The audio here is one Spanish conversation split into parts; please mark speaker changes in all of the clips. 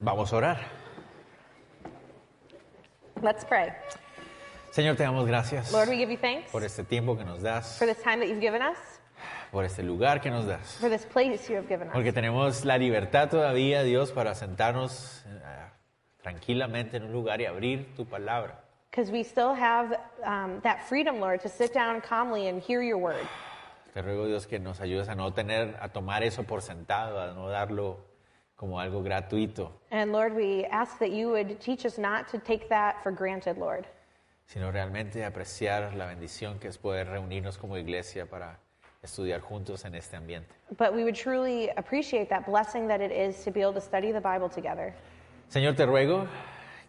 Speaker 1: Vamos a orar.
Speaker 2: Let's pray.
Speaker 1: Señor, te damos gracias
Speaker 2: Lord, we give you thanks
Speaker 1: por este tiempo que nos das,
Speaker 2: for this time that you've given us,
Speaker 1: por este lugar que nos das,
Speaker 2: for this place you have given us.
Speaker 1: porque tenemos la libertad todavía, Dios, para sentarnos eh, tranquilamente en un lugar y abrir tu palabra.
Speaker 2: Because we still have um, that freedom, Lord, to sit down calmly and hear your word.
Speaker 1: Te ruego, Dios, que nos ayudes a no tener, a tomar eso por sentado, a no darlo como algo gratuito,
Speaker 2: And Lord, we ask that you would teach us not to take that for granted, Lord,
Speaker 1: sino realmente apreciar la bendición que es poder reunirnos como iglesia para estudiar juntos en este ambiente.
Speaker 2: but we would truly appreciate that blessing that it is to be able to study the Bible together.
Speaker 1: Señor, te ruego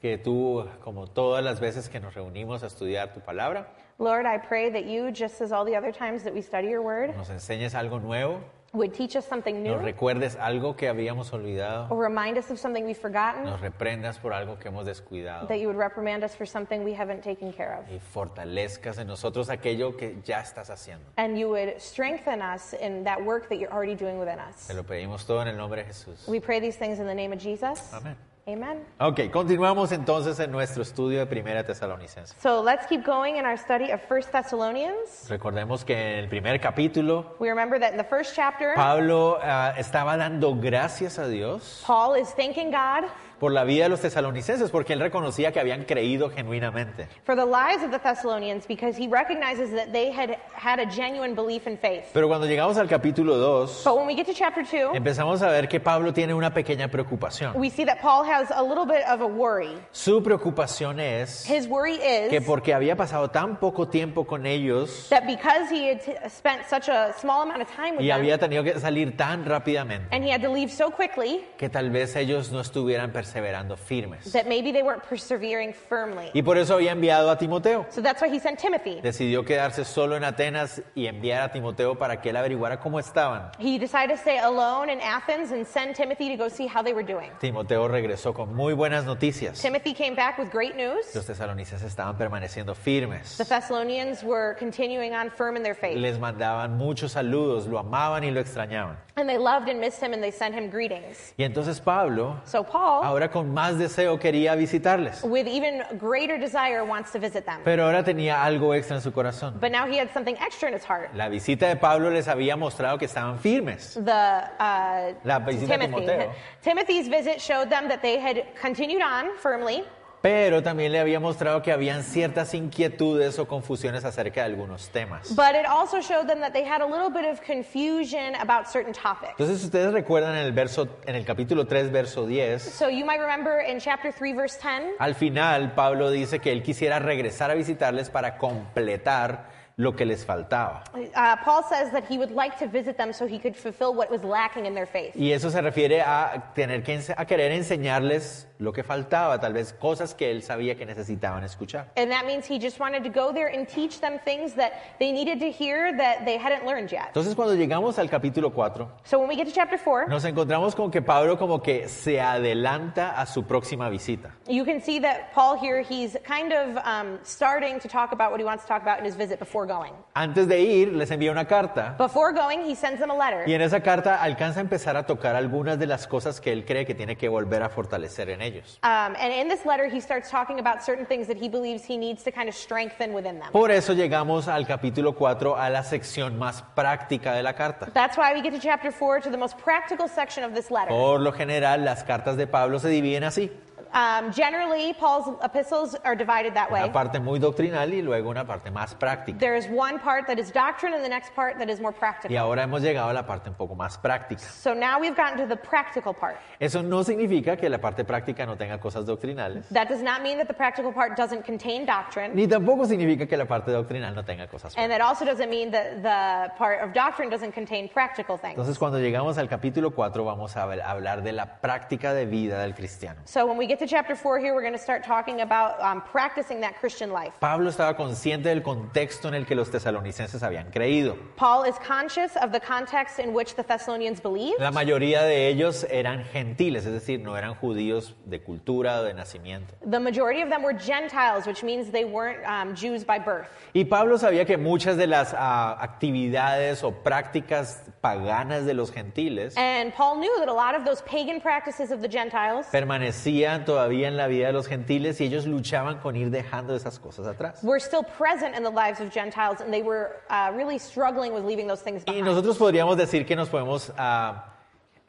Speaker 1: que tú, como todas las veces que nos reunimos a estudiar tu palabra,
Speaker 2: Lord, I pray that you, just as all the other times that we study your word,
Speaker 1: nos enseñes algo nuevo,
Speaker 2: would teach us something
Speaker 1: nos
Speaker 2: new
Speaker 1: recuerdes algo que habíamos olvidado,
Speaker 2: or remind us of something we've forgotten,
Speaker 1: nos reprendas por algo que hemos descuidado
Speaker 2: that you would reprimand us for something we haven't taken care of.
Speaker 1: y fortalezcas en nosotros aquello que ya estás haciendo.
Speaker 2: and you would strengthen us in that work that you're already doing within us.
Speaker 1: Te lo pedimos todo en el nombre de Jesús.
Speaker 2: We pray these things in the name of Jesus.
Speaker 1: Amén.
Speaker 2: Amen.
Speaker 1: Ok, continuamos entonces en nuestro estudio de Primera Tesalonicense.
Speaker 2: So let's keep going in our study of 1 Thessalonians.
Speaker 1: Recordemos que en el primer capítulo
Speaker 2: We remember that in the first chapter,
Speaker 1: Pablo ah, estaba dando gracias a Dios
Speaker 2: Paul is thanking God
Speaker 1: por la vida de los tesalonicenses porque él reconocía que habían creído genuinamente.
Speaker 2: for the lives of the Thessalonians because he recognizes that they had had a genuine belief and faith.
Speaker 1: Pero cuando llegamos al capítulo 2,
Speaker 2: But when we get to chapter 2,
Speaker 1: empezamos a ver que Pablo tiene una pequeña preocupación.
Speaker 2: we see that Paul has a little bit of a worry.
Speaker 1: Su preocupación es
Speaker 2: His worry
Speaker 1: que
Speaker 2: is
Speaker 1: porque había pasado tan poco tiempo con ellos
Speaker 2: that because he had t- spent such a small amount of time with
Speaker 1: y
Speaker 2: them
Speaker 1: había tenido que salir tan rápidamente,
Speaker 2: and he had to leave so quickly,
Speaker 1: que tal vez ellos no estuvieran perseverando firmes.
Speaker 2: that maybe they weren't persevering firmly.
Speaker 1: Y por eso había enviado a Timoteo.
Speaker 2: So that's why he sent Timothy.
Speaker 1: Decidió quedarse solo en Atenas y enviar a Timoteo para que él averiguara cómo estaban.
Speaker 2: He decided to stay alone in Athens and send Timothy to go see how they were doing.
Speaker 1: Timoteo regresó con muy buenas noticias.
Speaker 2: Timothy came back with great
Speaker 1: Los
Speaker 2: news.
Speaker 1: tesalonicenses estaban permaneciendo firmes.
Speaker 2: The Thessalonians were continuing on firm in their faith,
Speaker 1: les mandaban muchos saludos, lo amaban y lo extrañaban.
Speaker 2: and they loved and missed him and they sent him greetings.
Speaker 1: Y entonces Pablo,
Speaker 2: So Paul,
Speaker 1: ahora con más deseo, quería visitarles,
Speaker 2: with even greater desire, wants to visit them.
Speaker 1: pero ahora tenía algo extra en su corazón.
Speaker 2: But now he had something extra in his heart.
Speaker 1: La visita de Pablo les había mostrado que estaban firmes.
Speaker 2: The uh,
Speaker 1: La visita de
Speaker 2: Timothy.
Speaker 1: Timoteo.
Speaker 2: Timothy's visit showed them that they had continued on firmly,
Speaker 1: Pero también le había mostrado que habían ciertas inquietudes o confusiones acerca de algunos temas.
Speaker 2: But it also showed them that they had a little bit of confusion about certain topics.
Speaker 1: Entonces ustedes recuerdan en el verso en el capítulo 3 verso 10,
Speaker 2: So you might remember in chapter 3, verse 10,
Speaker 1: al final Pablo dice que él quisiera regresar a visitarles para completar lo que les faltaba.
Speaker 2: uh, Paul says that he would like to visit them so he could fulfill what was lacking in their faith.
Speaker 1: Y eso se refiere a tener que ense- a querer enseñarles lo que faltaba, tal vez cosas que él sabía que necesitaban escuchar.
Speaker 2: And that means he just wanted to go there and teach them things that they needed to hear that they hadn't learned yet.
Speaker 1: Entonces cuando llegamos al capítulo 4,
Speaker 2: So when we get to chapter 4,
Speaker 1: nos encontramos con que Pablo como que se adelanta a su próxima visita.
Speaker 2: you can see that Paul here, he's kind of um, starting to talk about what he wants to talk about in his visit before going.
Speaker 1: Antes de ir, les envía una carta
Speaker 2: Before going, he sends them a letter.
Speaker 1: Y en esa carta alcanza a empezar a tocar algunas de las cosas que él cree que tiene que volver a fortalecer en ellos.
Speaker 2: Um, and in this letter, he starts talking about certain things that he believes he needs to kind of strengthen within them.
Speaker 1: Por eso llegamos al capítulo 4, a la sección más práctica de la carta.
Speaker 2: That's why we get to
Speaker 1: Oh.
Speaker 2: chapter four to the most practical section of this letter.
Speaker 1: Por lo general, las cartas de Pablo se dividen así.
Speaker 2: Um, generally, Paul's epistles are divided that way.
Speaker 1: Una parte muy doctrinal y luego una parte más práctica.
Speaker 2: There is one part that is doctrine and the next part that is more
Speaker 1: Y
Speaker 2: practical.
Speaker 1: ahora hemos llegado a la parte un poco más práctica.
Speaker 2: So now we've gotten to the practical part.
Speaker 1: Eso no significa que la parte práctica no tenga cosas doctrinales,
Speaker 2: That does not mean that the practical part doesn't contain doctrine,
Speaker 1: ni tampoco significa que la parte doctrinal no tenga cosas prácticas.
Speaker 2: and that also doesn't mean that the part of doctrine doesn't contain practical things.
Speaker 1: Entonces, cuando llegamos al capítulo 4, vamos a ver- a hablar de la práctica de vida del cristiano.
Speaker 2: So when we get to chapter four here, we're going to start talking about um, practicing that Christian life.
Speaker 1: Pablo estaba consciente del contexto en el que los tesalonicenses habían creído.
Speaker 2: Paul is conscious of the context in which the Thessalonians believe.
Speaker 1: La mayoría de ellos eran gentiles, es decir, no eran judíos de cultura o de nacimiento.
Speaker 2: The majority of them were Gentiles, which means they weren't um, Jews by birth.
Speaker 1: Y Pablo sabía que muchas de las ah, actividades o prácticas paganas de los gentiles
Speaker 2: And Paul knew that a lot of those pagan practices of the Gentiles
Speaker 1: permanecían todavía en la vida de los gentiles y ellos luchaban con ir dejando esas cosas atrás.
Speaker 2: were still present in the lives of Gentiles, and they were uh, really struggling with leaving those things
Speaker 1: Y
Speaker 2: behind.
Speaker 1: nosotros podríamos decir que nos podemos ah,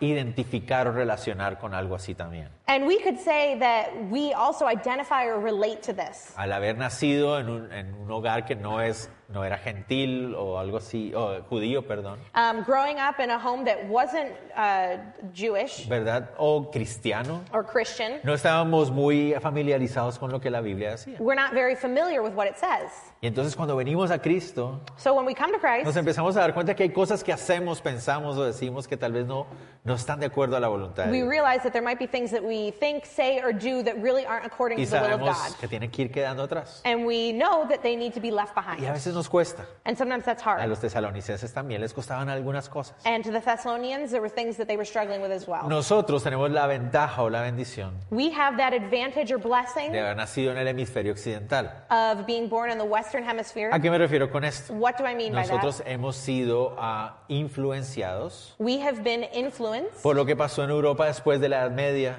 Speaker 1: identificar o relacionar con algo así también.
Speaker 2: And we could say that we also identify or relate to this.
Speaker 1: Al haber nacido en un, en un hogar que no, es, no era gentil o algo así, o judío, perdón,
Speaker 2: Um, growing up in a home that wasn't uh, Jewish
Speaker 1: ¿verdad? O cristiano,
Speaker 2: or Christian,
Speaker 1: no estábamos muy familiarizados con lo que la Biblia decía.
Speaker 2: we're not very familiar with what it says.
Speaker 1: Y entonces cuando venimos a Cristo,
Speaker 2: So when we come to
Speaker 1: nos
Speaker 2: Christ,
Speaker 1: empezamos a dar cuenta que hay cosas que hacemos, pensamos o decimos que tal vez no, no están de acuerdo a la voluntad de
Speaker 2: we
Speaker 1: Dios.
Speaker 2: realize that there might be things that we think, say, or do that really aren't according
Speaker 1: Y
Speaker 2: to the will of
Speaker 1: sabemos
Speaker 2: God.
Speaker 1: que tienen que ir quedando atrás.
Speaker 2: And we know that they need to be left
Speaker 1: Y a
Speaker 2: behind.
Speaker 1: veces nos cuesta.
Speaker 2: And sometimes that's
Speaker 1: A
Speaker 2: hard.
Speaker 1: los tesalonicenses también les costaban algunas cosas.
Speaker 2: And to the Thessalonians, there were things that they were struggling with as well.
Speaker 1: Nosotros tenemos la ventaja o la bendición
Speaker 2: We have that advantage or blessing
Speaker 1: de haber nacido en el hemisferio occidental.
Speaker 2: of being born in the Western
Speaker 1: ¿A
Speaker 2: Hemisphere.
Speaker 1: qué me refiero con esto?
Speaker 2: What do I mean by that?
Speaker 1: Nosotros hemos sido ah, influenciados
Speaker 2: We have been influenced
Speaker 1: por lo que pasó en Europa después de la Edad Media,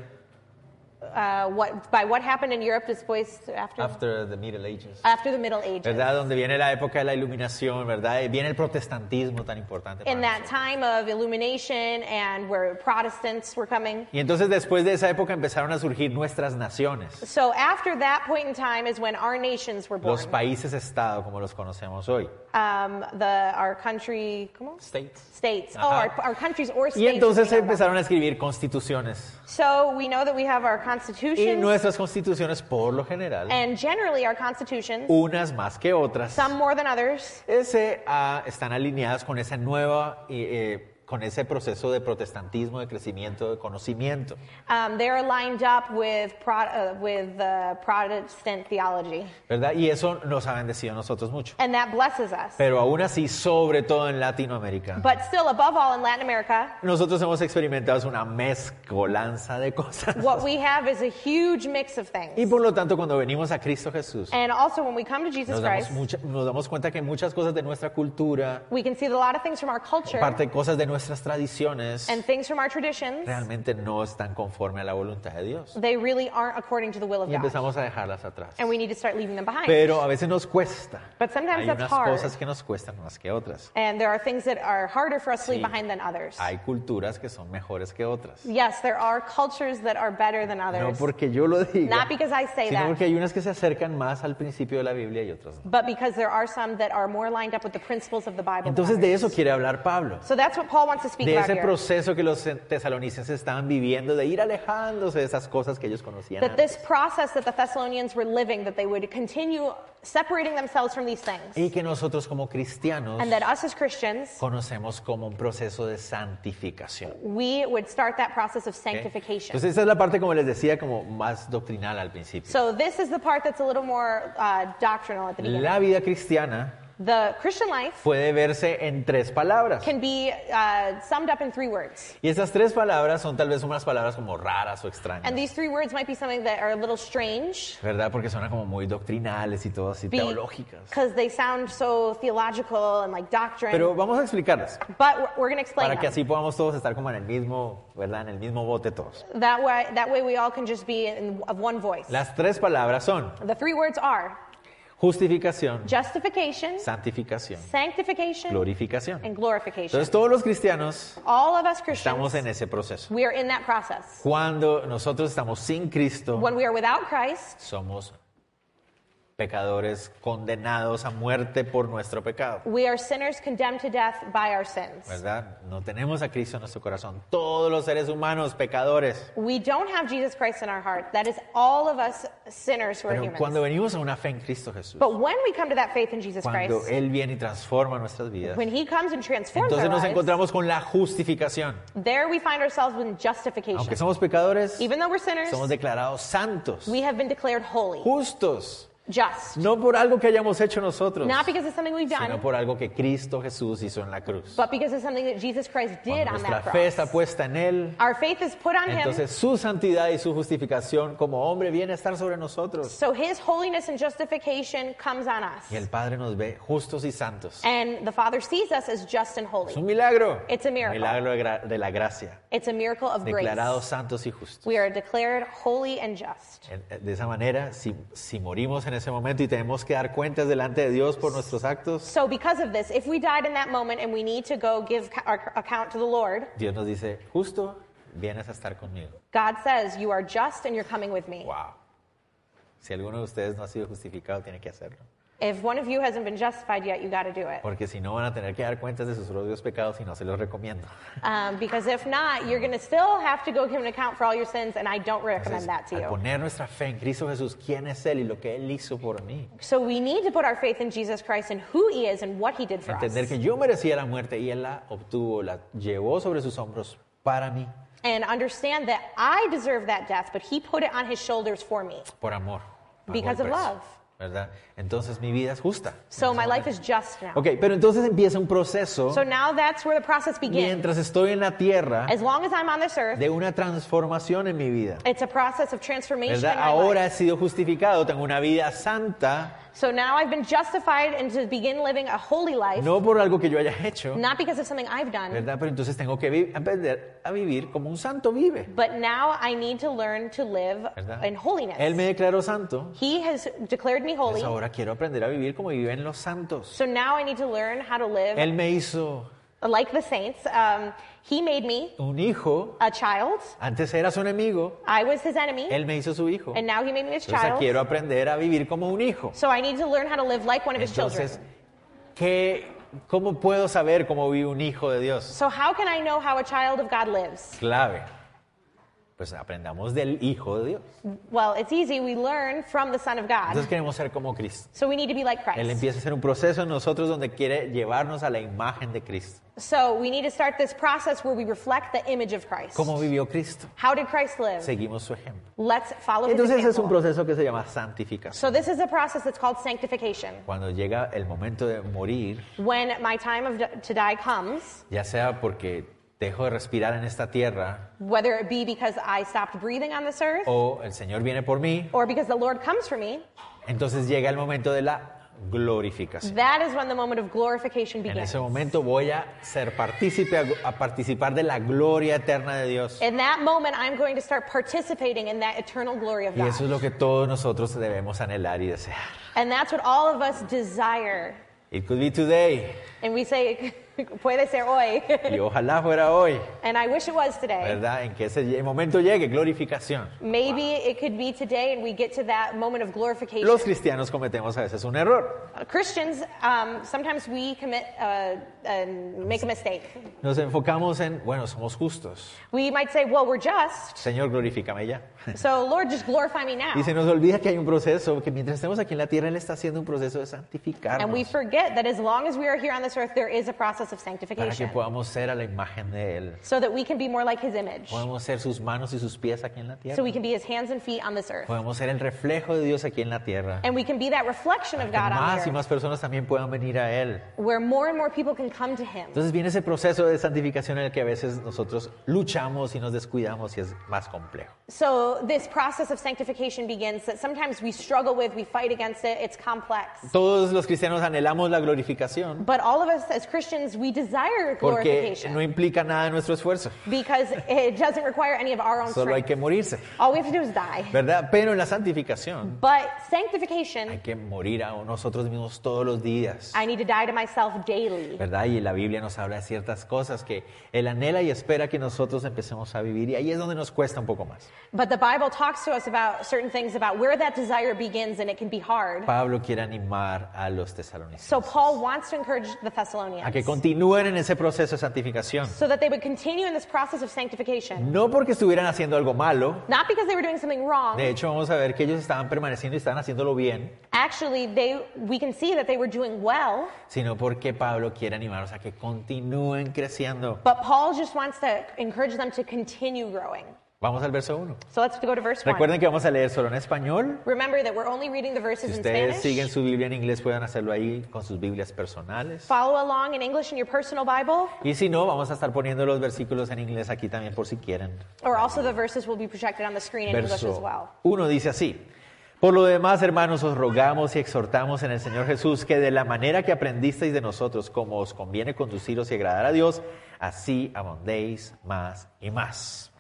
Speaker 2: uh, what, by what happened in Europe displaced after,
Speaker 1: after the Middle Ages.
Speaker 2: after the Middle Ages.
Speaker 1: ¿Verdad? Donde viene la época de la iluminación, ¿verdad? Y Viene el protestantismo tan importante. para
Speaker 2: In that
Speaker 1: nosotros.
Speaker 2: time of illumination and where Protestants were coming.
Speaker 1: Y entonces después de esa época empezaron a surgir nuestras naciones,
Speaker 2: So after that point in time is when our nations were born.
Speaker 1: los países-estado como los conocemos hoy.
Speaker 2: Um, the, our country, ¿cómo?
Speaker 1: States.
Speaker 2: states. Oh,
Speaker 1: Ajá.
Speaker 2: our, our countries or states.
Speaker 1: Y entonces se
Speaker 2: we know about.
Speaker 1: empezaron a escribir constituciones.
Speaker 2: So we know that we have our
Speaker 1: Y
Speaker 2: constitutions,
Speaker 1: nuestras constituciones, por lo general,
Speaker 2: and generally our constitutions,
Speaker 1: unas más que otras,
Speaker 2: Eh, some more than others,
Speaker 1: ese, ah, están alineadas con esa nueva, eh, eh, con ese proceso de protestantismo, de crecimiento, de conocimiento.
Speaker 2: um, they're lined up with pro- uh, with uh, Protestant theology,
Speaker 1: ¿Verdad? Y eso nos ha bendecido a nosotros mucho.
Speaker 2: and that blesses us.
Speaker 1: Pero aún así, sobre todo en Latinoamérica,
Speaker 2: But still, above all, in Latin America,
Speaker 1: nosotros hemos experimentado es una mezcolanza de cosas.
Speaker 2: what we have is a huge mix of
Speaker 1: Y
Speaker 2: things.
Speaker 1: por lo tanto, cuando venimos a Cristo Jesús,
Speaker 2: And also, when we come to Jesus
Speaker 1: nos damos,
Speaker 2: Christ,
Speaker 1: mucha- nos damos cuenta que muchas cosas de nuestra cultura,
Speaker 2: we can see that a lot of things from our culture
Speaker 1: parte de cosas de nuestras tradiciones,
Speaker 2: and things from our traditions.
Speaker 1: realmente no están conforme a la voluntad de Dios.
Speaker 2: They really aren't according to the will of
Speaker 1: Y
Speaker 2: God,
Speaker 1: empezamos a dejarlas atrás.
Speaker 2: and we need to start leaving them behind.
Speaker 1: Pero a veces nos cuesta.
Speaker 2: But sometimes
Speaker 1: Hay
Speaker 2: that's
Speaker 1: unas
Speaker 2: hard.
Speaker 1: cosas que nos cuestan más que otras.
Speaker 2: And there are things that are harder for us to leave
Speaker 1: Sí.
Speaker 2: behind than others.
Speaker 1: Hay culturas que son mejores que otras.
Speaker 2: Yes, there are cultures that are better than
Speaker 1: No
Speaker 2: others.
Speaker 1: porque yo lo diga,
Speaker 2: Not because I say
Speaker 1: sino
Speaker 2: that.
Speaker 1: porque hay unas que se acercan más al principio de la Biblia y otras no.
Speaker 2: But because there are some that are more lined up with the principles of the Bible. than
Speaker 1: Entonces de
Speaker 2: others.
Speaker 1: eso quiere hablar Pablo.
Speaker 2: So that's what Paul wants to speak
Speaker 1: De
Speaker 2: about
Speaker 1: ese
Speaker 2: here.
Speaker 1: proceso que los tesalonicenses estaban viviendo, de ir alejándose de esas cosas que ellos conocían.
Speaker 2: That
Speaker 1: antes.
Speaker 2: this process that the Thessalonians were living, that they would continue separating themselves from these things.
Speaker 1: Y que nosotros como cristianos
Speaker 2: And that us as Christians,
Speaker 1: conocemos como un proceso de santificación. ¿ok?
Speaker 2: we would start that process of sanctification.
Speaker 1: Entonces esa es la parte, como les decía, como más doctrinal al principio.
Speaker 2: So this is the part that's a little more uh, doctrinal at the beginning.
Speaker 1: La vida cristiana
Speaker 2: The Christian life
Speaker 1: puede verse en tres palabras.
Speaker 2: can be uh, summed up in three words.
Speaker 1: Y esas tres palabras son tal vez unas palabras como raras o extrañas.
Speaker 2: And these three words might be something that are a little strange
Speaker 1: ¿Verdad? Porque suenan como muy doctrinales y todo así, teológicas.
Speaker 2: because they sound so theological and like doctrine.
Speaker 1: Pero vamos a explicarlas
Speaker 2: but we're, we're going to explain
Speaker 1: para que
Speaker 2: them.
Speaker 1: así podamos todos estar como en el mismo, ¿verdad? En el mismo bote todos.
Speaker 2: That way, that way we all can just be in, of one voice.
Speaker 1: Las tres palabras son
Speaker 2: the three words are
Speaker 1: justificación,
Speaker 2: justification,
Speaker 1: santificación,
Speaker 2: sanctification,
Speaker 1: glorificación.
Speaker 2: and glorification.
Speaker 1: Entonces todos los cristianos
Speaker 2: All of us
Speaker 1: estamos en
Speaker 2: Christians,
Speaker 1: ese proceso.
Speaker 2: we are in that process.
Speaker 1: Cuando nosotros estamos sin Cristo,
Speaker 2: When we are without Christ,
Speaker 1: somos pecadores condenados a muerte por nuestro pecado.
Speaker 2: we are sinners condemned to death by our sins.
Speaker 1: ¿Verdad? No tenemos a Cristo en nuestro corazón. Todos los seres humanos, pecadores.
Speaker 2: We don't have Jesus Christ in our heart. That is all of us sinners who are
Speaker 1: Pero
Speaker 2: humans.
Speaker 1: cuando venimos a una fe en Cristo Jesús,
Speaker 2: but when we come to that faith in Jesus
Speaker 1: cuando
Speaker 2: Christ,
Speaker 1: Él viene y transforma nuestras vidas,
Speaker 2: when He comes and transforms
Speaker 1: entonces
Speaker 2: our
Speaker 1: nos
Speaker 2: lives,
Speaker 1: encontramos con la justificación.
Speaker 2: there we find ourselves in justification.
Speaker 1: Aunque somos pecadores,
Speaker 2: Even though we're sinners,
Speaker 1: somos declarados santos,
Speaker 2: we have been declared holy,
Speaker 1: justos,
Speaker 2: just,
Speaker 1: no por algo que hayamos hecho nosotros,
Speaker 2: not because of something we've done,
Speaker 1: sino por algo que Cristo Jesús hizo en la cruz.
Speaker 2: but because of something that Jesus Christ did
Speaker 1: Cuando
Speaker 2: on
Speaker 1: nuestra
Speaker 2: that
Speaker 1: fe está
Speaker 2: cross.
Speaker 1: puesta en Él,
Speaker 2: Our faith is put on Him,
Speaker 1: entonces su santidad y su justificación como hombre viene a estar sobre nosotros.
Speaker 2: so His holiness and justification comes on us.
Speaker 1: Y el Padre nos ve justos y santos.
Speaker 2: And the Father sees us as just and holy.
Speaker 1: Es un milagro.
Speaker 2: It's a miracle.
Speaker 1: milagro de, gra- de la gracia.
Speaker 2: It's a miracle of grace.
Speaker 1: Declarados santos y justos.
Speaker 2: We are declared holy and just.
Speaker 1: En- en- De esa manera, si, si morimos en ese momento y tenemos que dar cuentas delante de Dios por nuestros actos,
Speaker 2: So, because of this, if we died in that moment and we need to go give ca- our account to the Lord,
Speaker 1: Dios nos dice, justo, vienes a estar conmigo.
Speaker 2: God says, You are just and you're coming with me.
Speaker 1: Wow. Si alguno de ustedes no ha sido justificado, tiene que hacerlo.
Speaker 2: If one of you hasn't been justified yet, you got to do it.
Speaker 1: Porque si no, van a tener que dar cuentas de sus propios pecados y no se los recomiendo.
Speaker 2: Um, because if not, you're going to still have to go give an account for all your sins, and I don't recommend
Speaker 1: Entonces,
Speaker 2: that to
Speaker 1: al
Speaker 2: you.
Speaker 1: poner nuestra fe en Cristo Jesús, quién es Él y lo que Él hizo por mí.
Speaker 2: So, we need to put our faith in Jesus Christ and who He is and what He did for us.
Speaker 1: Entender que yo merecía la muerte y Él la obtuvo, la llevó sobre sus hombros para mí,
Speaker 2: And understand that I deserve that death, but He put it on His shoulders for me.
Speaker 1: por amor. Pagó el
Speaker 2: Because of
Speaker 1: precio,
Speaker 2: love.
Speaker 1: ¿Verdad? Entonces mi vida es justa.
Speaker 2: So, my life is just now.
Speaker 1: Ok, pero entonces empieza un proceso
Speaker 2: So, now that's where the process begins.
Speaker 1: mientras estoy en la tierra
Speaker 2: As long as I'm on this earth,
Speaker 1: de una transformación en mi vida.
Speaker 2: It's a process of transformation.
Speaker 1: ¿verdad?
Speaker 2: in my
Speaker 1: Ahora
Speaker 2: life.
Speaker 1: he sido justificado, tengo una vida santa,
Speaker 2: So now I've been justified and to begin living a holy life,
Speaker 1: no por algo que yo haya hecho,
Speaker 2: not because of something I've done,
Speaker 1: ¿verdad? Pero entonces tengo que vi- aprender a vivir como un santo vive,
Speaker 2: but now I need to learn to live
Speaker 1: ¿verdad?
Speaker 2: in holiness.
Speaker 1: Él me declaró santo,
Speaker 2: He has declared me holy,
Speaker 1: entonces ahora quiero aprender a vivir como viven los santos.
Speaker 2: so now I need to learn how to live
Speaker 1: Él me hizo
Speaker 2: like the saints. Um, he made me
Speaker 1: un hijo,
Speaker 2: a child.
Speaker 1: antes era su enemigo,
Speaker 2: I was his enemy,
Speaker 1: Él me hizo su hijo.
Speaker 2: and now he made me his
Speaker 1: Entonces
Speaker 2: child.
Speaker 1: quiero aprender a vivir como un hijo.
Speaker 2: So I need to learn how to live like one of his
Speaker 1: Entonces,
Speaker 2: children.
Speaker 1: ¿qué, ¿cómo puedo saber cómo vive un hijo de Dios?
Speaker 2: So how can I know how a child of God lives?
Speaker 1: Clave. Pues aprendamos del hijo de Dios.
Speaker 2: Well, it's easy. We learn from the Son of
Speaker 1: Entonces
Speaker 2: God.
Speaker 1: queremos ser como Cristo.
Speaker 2: So we need to be like Christ.
Speaker 1: Él empieza a hacer un proceso en nosotros donde quiere llevarnos a la imagen de Cristo.
Speaker 2: So we need to start this process where we reflect the image of Christ.
Speaker 1: ¿Cómo vivió Cristo?
Speaker 2: How did Christ live?
Speaker 1: Seguimos su ejemplo.
Speaker 2: Let's follow his
Speaker 1: Entonces es un
Speaker 2: example.
Speaker 1: proceso que se llama santificación.
Speaker 2: So this is a process that's called sanctification.
Speaker 1: Cuando llega el momento de morir,
Speaker 2: When my time of d- to die comes,
Speaker 1: ya sea porque dejo de respirar en esta tierra
Speaker 2: whether it be because I stopped breathing on this earth
Speaker 1: o el Señor viene por mí,
Speaker 2: or because the Lord comes for me,
Speaker 1: entonces llega el momento de la glorificación.
Speaker 2: that is when the moment of glorification
Speaker 1: En
Speaker 2: begins.
Speaker 1: ese momento voy a ser partícipe, a- a participar de la gloria eterna de Dios.
Speaker 2: In that moment, I'm going to start participating in that eternal glory of
Speaker 1: Y eso
Speaker 2: God.
Speaker 1: es lo que todos nosotros debemos anhelar y desear.
Speaker 2: And that's what all of us desire.
Speaker 1: It could be today.
Speaker 2: And we say, puede ser hoy.
Speaker 1: Y ojalá fuera hoy,
Speaker 2: And I wish it was today.
Speaker 1: ¿verdad? En que ese lle- momento llegue, glorificación.
Speaker 2: Maybe it could be today and we get to that moment of glorification.
Speaker 1: Los cristianos cometemos a veces un error.
Speaker 2: Christians, um, sometimes we commit uh, and make a mistake.
Speaker 1: Nos enfocamos en, bueno, somos justos.
Speaker 2: We might say, well, we're just,
Speaker 1: Señor, glorifícame ya.
Speaker 2: so Lord, just glorify me now.
Speaker 1: Y se nos olvida que hay un proceso, que mientras estemos aquí en la tierra, Él está haciendo un proceso de
Speaker 2: And we
Speaker 1: santificarnos
Speaker 2: forget that as long as we are here on this earth, there is a process of
Speaker 1: para que
Speaker 2: sanctification
Speaker 1: podamos ser a la imagen de Él.
Speaker 2: so that we can be more like his image,
Speaker 1: Podemos ser sus manos y sus pies aquí en la
Speaker 2: so
Speaker 1: tierra.
Speaker 2: we can be his hands and feet on this earth.
Speaker 1: Podemos ser el reflejo de Dios aquí en la tierra.
Speaker 2: And we can be that reflection of
Speaker 1: Que
Speaker 2: God on
Speaker 1: más
Speaker 2: the
Speaker 1: y
Speaker 2: earth,
Speaker 1: más personas también puedan venir a Él.
Speaker 2: where more and more people can come to him.
Speaker 1: Entonces viene ese proceso de santificación en el que a veces nosotros luchamos y nos descuidamos y es más complejo.
Speaker 2: So this process of sanctification begins that sometimes we struggle with, we fight against it, it's complex.
Speaker 1: Todos los cristianos anhelamos la glorificación,
Speaker 2: But all of us as Christians because we desire
Speaker 1: Porque
Speaker 2: glorification.
Speaker 1: no implica nada de nuestro esfuerzo.
Speaker 2: because it doesn't require any of our own
Speaker 1: Solo hay
Speaker 2: strength.
Speaker 1: que morirse,
Speaker 2: All we have to do is die.
Speaker 1: ¿verdad? Pero en la santificación
Speaker 2: But
Speaker 1: hay
Speaker 2: sanctification,
Speaker 1: que morir a nosotros mismos todos los días,
Speaker 2: I need to die to myself daily.
Speaker 1: ¿verdad? Y la Biblia nos habla de ciertas cosas que Él anhela y espera que nosotros empecemos a vivir. Y ahí es donde nos cuesta un poco más.
Speaker 2: But the Bible talks to us about certain things about where that desire begins, and it can be hard.
Speaker 1: Pablo quiere animar a los tesalonicenses
Speaker 2: So Paul wants to encourage the Thessalonians
Speaker 1: a que continúen en ese proceso de santificación.
Speaker 2: so that they would continue in this process of sanctification.
Speaker 1: No porque estuvieran haciendo algo malo.
Speaker 2: Not because they were doing something wrong.
Speaker 1: De hecho, vamos a ver que ellos estaban permaneciendo y estaban haciéndolo bien,
Speaker 2: Actually, they we can see that they were doing well,
Speaker 1: sino porque Pablo quiere animarlos a que continúen creciendo.
Speaker 2: but Paul just wants to encourage them to continue growing.
Speaker 1: Vamos al verso 1.
Speaker 2: So let's go to verse 1.
Speaker 1: Recuerden que vamos a leer solo en español.
Speaker 2: Remember that we're only reading the verses
Speaker 1: Si
Speaker 2: in
Speaker 1: ustedes
Speaker 2: Spanish.
Speaker 1: siguen su Biblia en inglés, pueden hacerlo ahí con sus Biblias personales.
Speaker 2: Follow along in English in your personal Bible,
Speaker 1: Y si no, vamos a estar poniendo los versículos en inglés aquí también por si quieren.
Speaker 2: or also the verses will be projected on the screen in English as
Speaker 1: Verso
Speaker 2: well.
Speaker 1: 1 dice así. Por lo demás, hermanos, os rogamos y exhortamos en el Señor Jesús que de la manera que aprendisteis de nosotros, como os conviene conduciros y agradar a Dios, así abundéis más y más.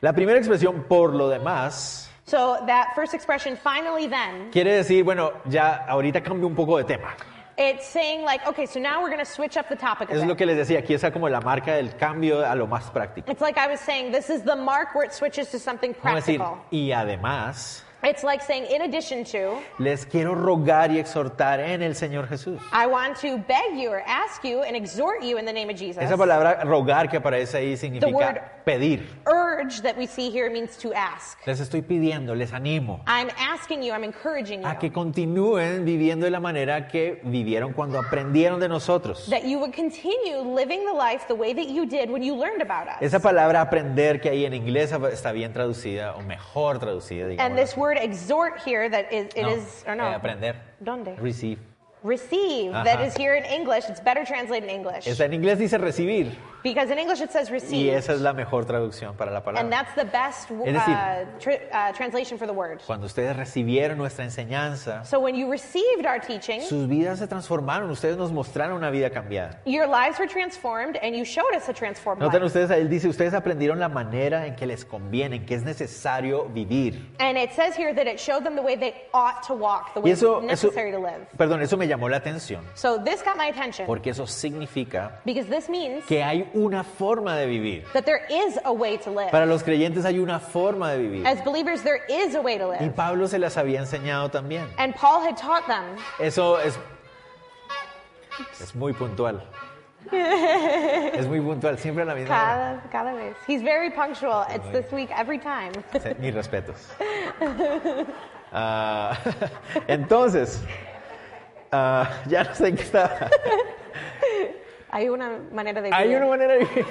Speaker 1: La primera expresión, por lo demás,
Speaker 2: So that first expression, finally then,
Speaker 1: quiere decir, bueno, ya ahorita cambio un poco de tema.
Speaker 2: it's saying like, okay, so now we're going to switch up the topic a
Speaker 1: Es
Speaker 2: bit.
Speaker 1: lo que les decía, aquí está como la marca del cambio a lo más práctico.
Speaker 2: It's like I was saying, this is the mark where it switches to something
Speaker 1: Vamos a decir,
Speaker 2: practical.
Speaker 1: y además,
Speaker 2: It's like saying, in addition to,
Speaker 1: les quiero rogar y exhortar en el Señor Jesús.
Speaker 2: I want to beg you or ask you and exhort you in the name of Jesus.
Speaker 1: Esa palabra rogar que aparece ahí
Speaker 2: The
Speaker 1: significa
Speaker 2: word-
Speaker 1: pedir.
Speaker 2: Urge that we see here means to ask.
Speaker 1: Les estoy pidiendo, les animo
Speaker 2: I'm asking you, I'm encouraging you,
Speaker 1: a que continúen viviendo de la manera que vivieron cuando aprendieron de nosotros.
Speaker 2: that you would continue living the life the way that you did when you learned about us.
Speaker 1: Esa palabra aprender que ahí en inglés está bien traducida o mejor traducida,
Speaker 2: and
Speaker 1: digamos.
Speaker 2: this word exhort here that is, it is or no,
Speaker 1: aprender.
Speaker 2: ¿Dónde?
Speaker 1: Receive.
Speaker 2: receive, that
Speaker 1: Ajá.
Speaker 2: is here in English, it's better translated in English.
Speaker 1: Esa en inglés dice recibir
Speaker 2: because in English it says
Speaker 1: y
Speaker 2: receive.
Speaker 1: esa es la mejor traducción para la
Speaker 2: And
Speaker 1: palabra.
Speaker 2: that's the best uh,
Speaker 1: Es decir-
Speaker 2: tr- uh, translation for the word.
Speaker 1: Cuando ustedes recibieron nuestra enseñanza,
Speaker 2: So when you received our teaching,
Speaker 1: sus vidas se transformaron, ustedes nos mostraron una vida cambiada.
Speaker 2: your lives were transformed and you showed us a transformed
Speaker 1: Noten
Speaker 2: life.
Speaker 1: ustedes, él dice, ustedes aprendieron la manera en que les conviene, en que es necesario vivir.
Speaker 2: And it says here that it showed them the way they ought to walk, the
Speaker 1: Y
Speaker 2: way
Speaker 1: eso, eso,
Speaker 2: necessary to live.
Speaker 1: perdón, eso me llamó la atención,
Speaker 2: So this got my attention
Speaker 1: porque eso significa
Speaker 2: because this means
Speaker 1: que hay una forma de vivir.
Speaker 2: that there is a way to live.
Speaker 1: Para los creyentes hay una forma de vivir.
Speaker 2: As believers, there is a way to
Speaker 1: Y
Speaker 2: live.
Speaker 1: Pablo se las había enseñado también.
Speaker 2: And Paul had taught them.
Speaker 1: Eso es, es muy puntual. Es muy puntual, siempre a la misma hora.
Speaker 2: Cada, cada vez. He's very punctual. It's this week every time.
Speaker 1: Sí, Mis respetos. Ah, entonces, ah, ya no sé en qué estaba.
Speaker 2: Hay una manera de
Speaker 1: Hay una
Speaker 2: vivir.
Speaker 1: manera de vivir.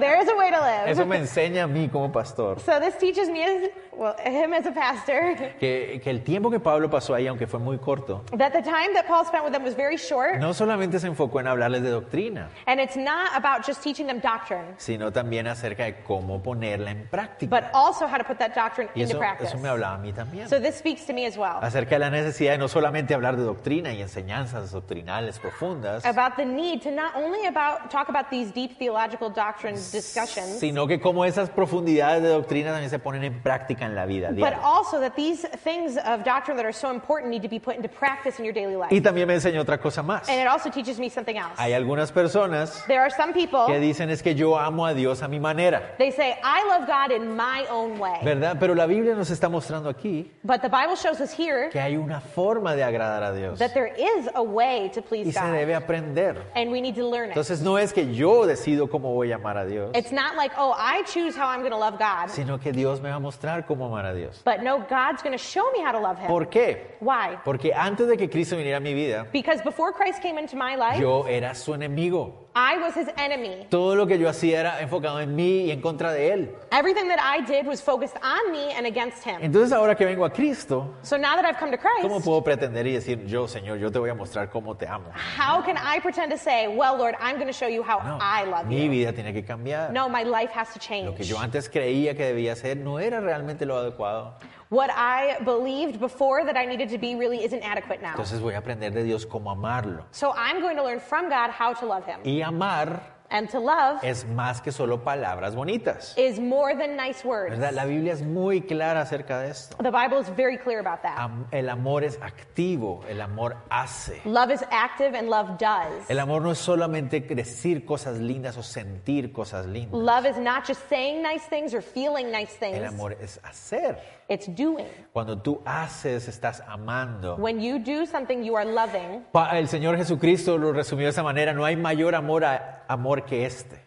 Speaker 2: There is a way to live.
Speaker 1: Eso me enseña a mí como pastor.
Speaker 2: So this teaches me, as, well, him as a pastor,
Speaker 1: Que, que el tiempo que Pablo pasó ahí, aunque fue muy corto,
Speaker 2: that the time that Paul spent with them was very short,
Speaker 1: no solamente se enfocó en hablarles de doctrina,
Speaker 2: and it's not about just teaching them doctrine,
Speaker 1: sino también acerca de cómo ponerla en práctica.
Speaker 2: but also how to put that doctrine
Speaker 1: Y
Speaker 2: into
Speaker 1: eso,
Speaker 2: practice.
Speaker 1: eso me hablaba a mí también.
Speaker 2: So this speaks to me as well
Speaker 1: Acerca de la necesidad de no solamente hablar de doctrina y enseñanzas doctrinales profundas,
Speaker 2: about the need to not only about talk about these deep theological doctrine discussions,
Speaker 1: sino que cómo esas profundidades de doctrina también se ponen en práctica en la vida.
Speaker 2: but
Speaker 1: diaria.
Speaker 2: also that these things of doctrine that are so important need to be put into practice in your daily life.
Speaker 1: Y también me enseñó otra cosa más.
Speaker 2: And it also teaches me something else.
Speaker 1: Hay algunas personas
Speaker 2: There are some people
Speaker 1: que dicen es que yo amo a Dios a mi manera,
Speaker 2: they say I love God in my own way,
Speaker 1: ¿verdad? Pero la Biblia nos está mostrando aquí
Speaker 2: but the Bible shows us here
Speaker 1: que hay una forma de agradar a Dios
Speaker 2: that there is a way to
Speaker 1: y
Speaker 2: please
Speaker 1: se
Speaker 2: God,
Speaker 1: debe aprender.
Speaker 2: and we need to learn it.
Speaker 1: Entonces no es que yo decido cómo voy a amar a Dios,
Speaker 2: It's not like, oh, I choose how I'm going to love God,
Speaker 1: sino que Dios me va a mostrar cómo amar a Dios.
Speaker 2: but no, God's going to show me how to love Him.
Speaker 1: ¿Por qué?
Speaker 2: Why?
Speaker 1: Porque antes de que Cristo viniera a mi vida,
Speaker 2: Because before Christ came into my life,
Speaker 1: yo era su enemigo.
Speaker 2: I was His enemy.
Speaker 1: Todo lo que yo hacía era enfocado en mí y en contra de Él.
Speaker 2: Everything that I did was focused on me and against Him.
Speaker 1: Entonces ahora que vengo a Cristo,
Speaker 2: So now that I've come to
Speaker 1: ¿cómo
Speaker 2: Christ,
Speaker 1: puedo pretender y decir, yo Señor, yo te voy a mostrar cómo te amo?
Speaker 2: how can I pretend to say, well, Lord, I'm going to show you how
Speaker 1: No,
Speaker 2: Ah, I love
Speaker 1: mi
Speaker 2: you?
Speaker 1: vida tiene que cambiar.
Speaker 2: No, my life has to
Speaker 1: Lo que
Speaker 2: change.
Speaker 1: yo antes creía que debía hacer no era realmente lo adecuado.
Speaker 2: What I believed before that I needed to be really isn't adequate now.
Speaker 1: Entonces voy a aprender de Dios cómo amarlo.
Speaker 2: So I'm going to learn from God how to love Him.
Speaker 1: Y amar
Speaker 2: And to love
Speaker 1: es más que solo palabras bonitas.
Speaker 2: is more than nice words.
Speaker 1: ¿Verdad? La Biblia es muy clara acerca de esto.
Speaker 2: The Bible is very clear about that.
Speaker 1: Am- El amor es activo, el amor hace.
Speaker 2: Love is active and love does.
Speaker 1: El amor no es solamente decir cosas lindas o sentir cosas lindas.
Speaker 2: Love is not just saying nice things or feeling nice
Speaker 1: El
Speaker 2: things,
Speaker 1: amor es hacer.
Speaker 2: it's doing.
Speaker 1: Cuando tú haces, estás amando.
Speaker 2: When you do something, you are loving.
Speaker 1: Pa- El Señor Jesucristo lo resumió de esa manera. No hay mayor amor, a- amor que este.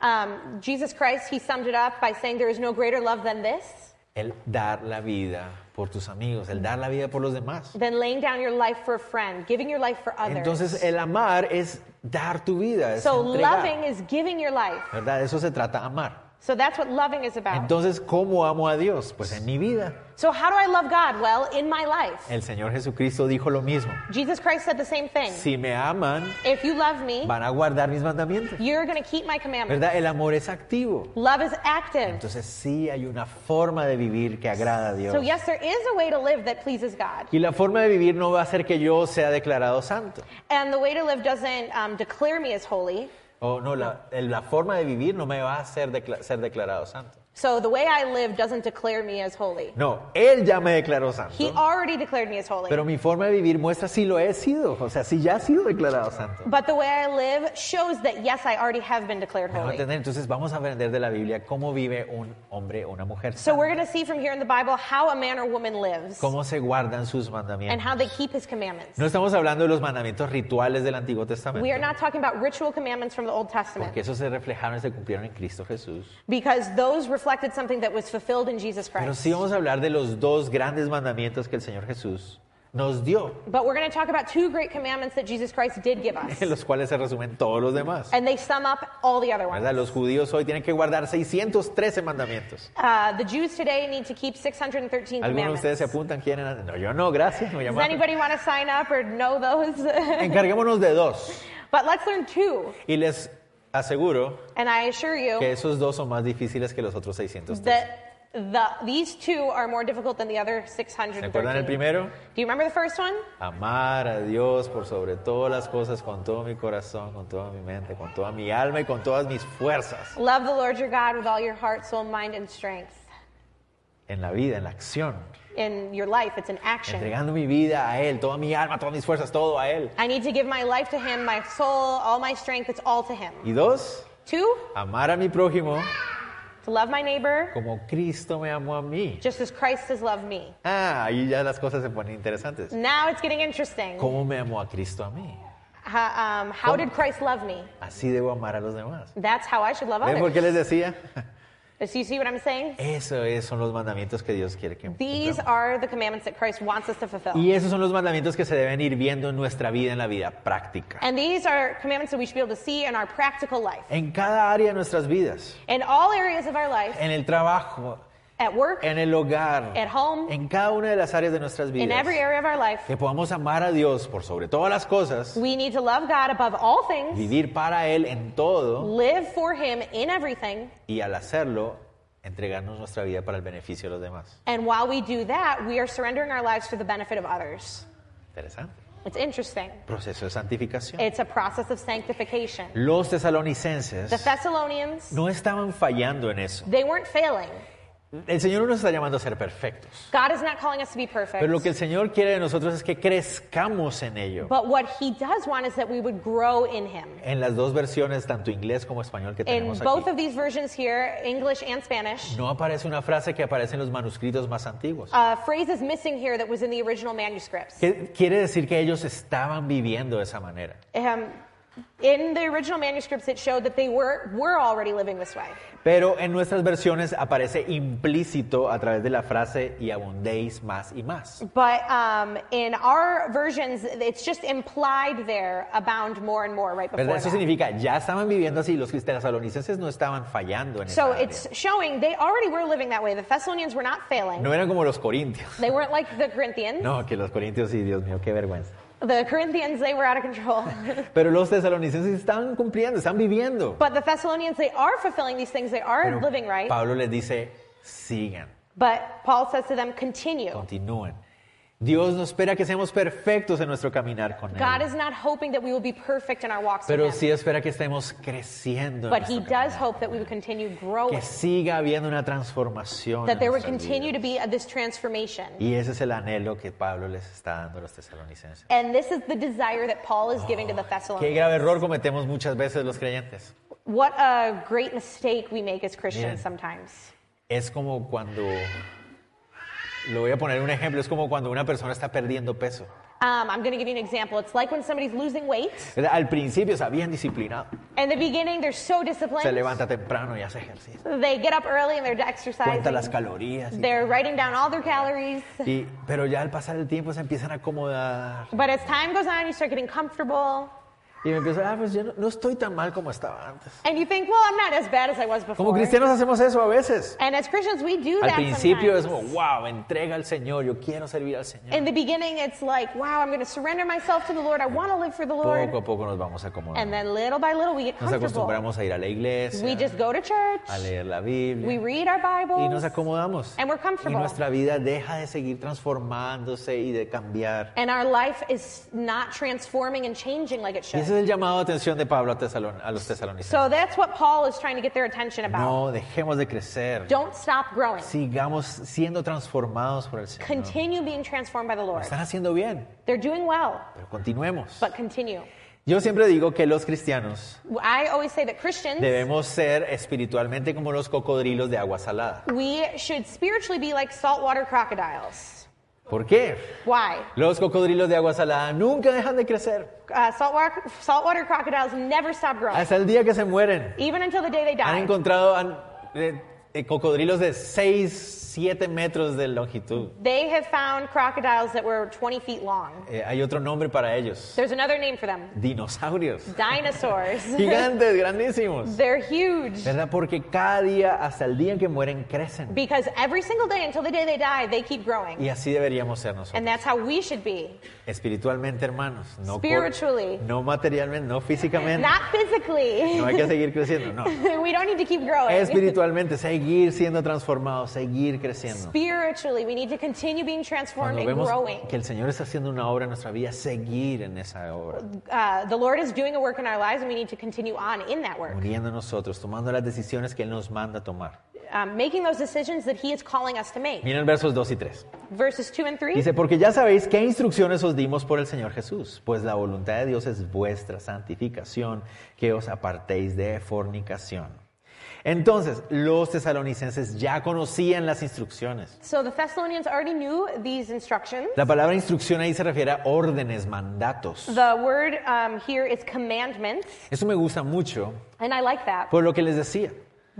Speaker 2: Um, Jesus Christ, he summed it up by saying, There is no greater love than this,
Speaker 1: El dar la vida por tus amigos, el dar la vida por los demás.
Speaker 2: than laying down your life for a friend, giving your life for others.
Speaker 1: Entonces el amar es dar tu vida. Es
Speaker 2: so
Speaker 1: entregar.
Speaker 2: loving is giving your life.
Speaker 1: ¿Verdad? De Eso se trata amar.
Speaker 2: So that's what loving is about.
Speaker 1: Entonces, ¿cómo amo a Dios? Pues en mi vida.
Speaker 2: so, how do I love God? Well, in my life.
Speaker 1: El Señor Jesucristo dijo lo mismo.
Speaker 2: Jesus Christ said the same thing.
Speaker 1: Si me aman,
Speaker 2: If you love me,
Speaker 1: van a guardar mis mandamientos.
Speaker 2: you're going to keep my commandments.
Speaker 1: ¿Verdad? El amor es activo.
Speaker 2: Love is active.
Speaker 1: Entonces sí hay una forma de vivir que agrada a Dios.
Speaker 2: So, yes, there is a way to live that pleases God.
Speaker 1: Y la forma de vivir no va a hacer que yo sea declarado santo.
Speaker 2: And the way to live doesn't um, declare me as holy.
Speaker 1: O no, la, el- la forma de vivir no me va a hacer decla- ser declarado santo.
Speaker 2: So the way I live doesn't declare me as holy.
Speaker 1: No, Él ya me declaró
Speaker 2: He
Speaker 1: santo.
Speaker 2: already declared me as holy.
Speaker 1: Pero mi forma de vivir muestra si lo he sido. O sea, si ya he sido declarado santo.
Speaker 2: but the way I live shows that, yes, I already have been declared
Speaker 1: ¿Me van a
Speaker 2: holy.
Speaker 1: entender? Entonces vamos a aprender de la Biblia cómo vive un hombre o una mujer.
Speaker 2: So
Speaker 1: santa.
Speaker 2: we're going to see from here in the Bible how a man or woman lives
Speaker 1: Cómo se guardan sus
Speaker 2: and
Speaker 1: mandamientos.
Speaker 2: how they keep his commandments.
Speaker 1: No estamos hablando de los mandamientos rituales del Antiguo
Speaker 2: We are
Speaker 1: Testamento.
Speaker 2: not talking about ritual commandments from the Old
Speaker 1: Porque
Speaker 2: Testament
Speaker 1: esos se reflejaron y se cumplieron en Cristo Jesús.
Speaker 2: because those reflected something that was fulfilled in Jesus
Speaker 1: Pero
Speaker 2: Christ.
Speaker 1: sí vamos a hablar de los dos grandes mandamientos que el Señor Jesús nos dio,
Speaker 2: But we're going to talk about two great commandments that Jesus Christ did give us.
Speaker 1: en los cuales se resumen todos los demás.
Speaker 2: And they sum up all the other ones.
Speaker 1: ¿Verdad? Los judíos hoy tienen que guardar 613 mandamientos.
Speaker 2: Uh, the Jews today need to keep 613
Speaker 1: ¿Algunos de ustedes
Speaker 2: commandments.
Speaker 1: se apuntan? ¿Quieren? No, yo no, gracias. me
Speaker 2: Does
Speaker 1: llamaron.
Speaker 2: anybody want to sign up or know those?
Speaker 1: Encarguémonos de dos.
Speaker 2: but let's learn two.
Speaker 1: Y les aseguro
Speaker 2: And I assure
Speaker 1: que
Speaker 2: you
Speaker 1: esos dos son más difíciles que los otros 613.
Speaker 2: that the, these two are more difficult than the other
Speaker 1: ¿Se acuerdan el
Speaker 2: 613. Do
Speaker 1: primero?
Speaker 2: you remember the first one?
Speaker 1: Amar a Dios por sobre todas las cosas, con todo mi corazón, con toda mi mente, con toda mi alma y con todas mis fuerzas.
Speaker 2: Love the Lord your God with all your heart, soul, mind, and strength.
Speaker 1: En la vida, en la acción,
Speaker 2: In your life, it's an action.
Speaker 1: entregando mi vida a Él, toda mi alma, todas mis fuerzas, todo a Él.
Speaker 2: I need to give my life to Him, my soul, all my strength. It's all to Him.
Speaker 1: Y dos,
Speaker 2: Two,
Speaker 1: amar a mi prójimo
Speaker 2: to love my neighbor
Speaker 1: como Cristo me amó a mí.
Speaker 2: just as Christ has loved me.
Speaker 1: Ah, ahí ya las cosas se ponen interesantes.
Speaker 2: Now it's getting interesting.
Speaker 1: ¿Cómo me amó a Cristo a mí?
Speaker 2: Ha- um, how did Christ love me?
Speaker 1: Así debo amar a los demás.
Speaker 2: That's how I should love
Speaker 1: ¿Ven por qué
Speaker 2: others.
Speaker 1: les decía?
Speaker 2: So you see what I'm saying?
Speaker 1: Eso es, son los mandamientos que Dios quiere que
Speaker 2: These
Speaker 1: cumplamos.
Speaker 2: are the commandments that Christ wants us to fulfill.
Speaker 1: Y esos son los mandamientos que se deben ir viendo en nuestra vida, en la vida práctica.
Speaker 2: And these are commandments that we should be able to see in our practical life.
Speaker 1: En cada área de nuestras vidas.
Speaker 2: In all areas of our life,
Speaker 1: En el trabajo,
Speaker 2: at work,
Speaker 1: en el hogar,
Speaker 2: at home,
Speaker 1: en cada una de las áreas de nuestras
Speaker 2: in
Speaker 1: vidas.
Speaker 2: every area of our life,
Speaker 1: Que podamos amar a Dios por sobre todas las cosas,
Speaker 2: we need to love God above all things,
Speaker 1: vivir para Él en todo
Speaker 2: live for Him in everything,
Speaker 1: y al hacerlo, entregarnos nuestra vida para el beneficio de los demás.
Speaker 2: and while we do that, we are surrendering our lives for the benefit of others.
Speaker 1: Interesante.
Speaker 2: It's interesting.
Speaker 1: Proceso de santificación.
Speaker 2: It's a process of sanctification.
Speaker 1: Los
Speaker 2: The
Speaker 1: tesalonicenses
Speaker 2: Thessalonians,
Speaker 1: no estaban fallando en eso.
Speaker 2: they weren't failing.
Speaker 1: El Señor no nos está llamando a ser perfectos.
Speaker 2: God is not calling us to be perfect.
Speaker 1: Pero lo que el Señor quiere de nosotros es que crezcamos en ello.
Speaker 2: But what he does want is that we would grow in him.
Speaker 1: En las dos versiones, tanto inglés como español que
Speaker 2: In
Speaker 1: tenemos aquí.
Speaker 2: both of these versions here, English and Spanish,
Speaker 1: No aparece una frase que aparece en los manuscritos más antiguos.
Speaker 2: a phrase is missing here that was in the original manuscripts.
Speaker 1: Que quiere decir que ellos estaban viviendo de esa manera.
Speaker 2: Um, in the original manuscripts, it showed that they were, were already living this way.
Speaker 1: Pero en nuestras versiones aparece implícito a través de la frase y abundéis más y más.
Speaker 2: But um, in our versions, it's just implied there, abound more and more right before
Speaker 1: ¿Verdad? Eso
Speaker 2: that.
Speaker 1: significa, ya estaban viviendo así, los tesalonicenses no estaban fallando en esa
Speaker 2: So
Speaker 1: área.
Speaker 2: it's showing they already were living that way. The Thessalonians were not failing.
Speaker 1: No eran como los corintios.
Speaker 2: They weren't like the Corinthians.
Speaker 1: No, que los corintios, sí, Dios mío, qué vergüenza.
Speaker 2: The Corinthians, they were out of control.
Speaker 1: Pero los tesalonicenses están cumpliendo, están viviendo.
Speaker 2: But the Thessalonians, they are fulfilling these things. They are
Speaker 1: Pero
Speaker 2: living right.
Speaker 1: Pablo les dice, sigan.
Speaker 2: But Paul says to them,
Speaker 1: Oh,
Speaker 2: continue.
Speaker 1: Continúen. Dios no espera que seamos perfectos en nuestro caminar con Él.
Speaker 2: God is not hoping that we will be perfect in our walks with
Speaker 1: Pero
Speaker 2: Him,
Speaker 1: sí espera que estemos creciendo. en
Speaker 2: but He
Speaker 1: nuestro
Speaker 2: does
Speaker 1: caminar.
Speaker 2: hope that we would continue growing,
Speaker 1: Que siga habiendo una transformación. en
Speaker 2: that there would
Speaker 1: nuestras
Speaker 2: continue to
Speaker 1: vidas.
Speaker 2: be uh, this transformation.
Speaker 1: Y ese es el anhelo que Pablo les está dando a los tesalonicenses.
Speaker 2: And this is the desire that Paul is giving to the
Speaker 1: Qué
Speaker 2: Thessalonians.
Speaker 1: grave error cometemos muchas veces los creyentes.
Speaker 2: What a great mistake we make as
Speaker 1: Bien.
Speaker 2: Christians sometimes.
Speaker 1: Es como cuando, lo voy a poner un ejemplo, es como cuando una persona está perdiendo peso.
Speaker 2: Um, I'm going to give you an example. It's like when somebody's losing weight.
Speaker 1: Al principio está bien disciplinado,
Speaker 2: In the beginning, they're so disciplined.
Speaker 1: se levanta temprano y hace ejercicio,
Speaker 2: They get up early and they're
Speaker 1: cuenta las
Speaker 2: exercising.
Speaker 1: calorías. y-
Speaker 2: They're writing down all their calories.
Speaker 1: y- pero ya al pasar el tiempo se empiezan a acomodar
Speaker 2: But as time goes on, you start getting comfortable.
Speaker 1: y me empiezan, ah, pues yo no, no estoy tan mal como estaba antes.
Speaker 2: And you think, well, I'm not as bad as I was
Speaker 1: Como
Speaker 2: before.
Speaker 1: cristianos hacemos eso a veces.
Speaker 2: And as Christians, we do
Speaker 1: Al
Speaker 2: that
Speaker 1: principio es
Speaker 2: sometimes.
Speaker 1: como, wow, entrega al Señor, yo quiero servir al Señor.
Speaker 2: In the beginning, it's like, wow, I'm going to surrender myself to the Lord. I want to live for the Lord.
Speaker 1: Poco a poco nos vamos acomodando.
Speaker 2: And then little by little, we get
Speaker 1: Nos
Speaker 2: comfortable.
Speaker 1: acostumbramos a ir a la iglesia,
Speaker 2: We just go to
Speaker 1: a
Speaker 2: church.
Speaker 1: leer la
Speaker 2: We
Speaker 1: Biblia
Speaker 2: read our
Speaker 1: y nos
Speaker 2: Bibles.
Speaker 1: acomodamos.
Speaker 2: And we're
Speaker 1: Y
Speaker 2: comfortable.
Speaker 1: nuestra vida deja de seguir transformándose y de cambiar.
Speaker 2: And our life is not transforming and changing like it
Speaker 1: Y
Speaker 2: should.
Speaker 1: ese es el llamado de atención de Pablo a, Tesalon- a los tesalonicenses.
Speaker 2: So that's what Paul is trying to get their attention about.
Speaker 1: No dejemos de crecer.
Speaker 2: Don't stop growing.
Speaker 1: Sigamos siendo transformados por el Señor.
Speaker 2: Continue being transformed by the
Speaker 1: Lo
Speaker 2: Lord.
Speaker 1: están haciendo bien,
Speaker 2: They're doing well,
Speaker 1: pero continuemos.
Speaker 2: but continue.
Speaker 1: Yo siempre digo que los cristianos
Speaker 2: I always say that Christians,
Speaker 1: debemos ser espiritualmente como los cocodrilos de agua salada.
Speaker 2: we should spiritually be like saltwater crocodiles.
Speaker 1: ¿Por qué?
Speaker 2: Why?
Speaker 1: Los cocodrilos de agua salada nunca dejan de crecer
Speaker 2: Uh, saltwater, saltwater crocodiles never stop growing,
Speaker 1: hasta el día que se mueren.
Speaker 2: even until the day they
Speaker 1: Han
Speaker 2: die.
Speaker 1: encontrado han, eh, eh, cocodrilos de 6, 7 metros de longitud.
Speaker 2: They have found crocodiles that were 20 feet long.
Speaker 1: Eh, hay otro nombre para ellos.
Speaker 2: There's another name for them
Speaker 1: Dinosaurios.
Speaker 2: dinosaurs.
Speaker 1: Gigantes, grandísimos.
Speaker 2: They're huge.
Speaker 1: ¿Verdad? Porque cada día, hasta el día en que mueren, crecen.
Speaker 2: Because every single day until the day they die, they keep growing.
Speaker 1: Y así deberíamos ser nosotros.
Speaker 2: And that's how we should be.
Speaker 1: Espiritualmente, hermanos. No, cor-
Speaker 2: Spiritually.
Speaker 1: no materialmente, no físicamente.
Speaker 2: Not physically.
Speaker 1: No hay que seguir creciendo, no.
Speaker 2: we don't need to keep growing.
Speaker 1: Espiritualmente, seguir siendo transformados, seguir creciendo.
Speaker 2: Spiritually, we need to continue being transformed
Speaker 1: Cuando
Speaker 2: and
Speaker 1: vemos
Speaker 2: growing.
Speaker 1: que el Señor está haciendo una obra en nuestra vida, seguir en esa obra.
Speaker 2: Uh, the Lord is doing a work in our lives, and we need to continue on in that work,
Speaker 1: uniendo a nosotros, tomando las decisiones que Él nos manda a tomar.
Speaker 2: um, making those decisions that He is calling us to make.
Speaker 1: Miren versos 2 y 3.
Speaker 2: Verses 2 and 3.
Speaker 1: Dice, porque ya sabéis qué instrucciones os dimos por el Señor Jesús, pues la voluntad de Dios es vuestra santificación, que os apartéis de fornicación. Entonces, los tesalonicenses ya conocían las instrucciones.
Speaker 2: So the Thessalonians already knew these instructions.
Speaker 1: La palabra instrucción ahí se refiere a órdenes, mandatos.
Speaker 2: The word um, here is commandments,
Speaker 1: Eso me gusta mucho
Speaker 2: and I like that
Speaker 1: por lo que les decía.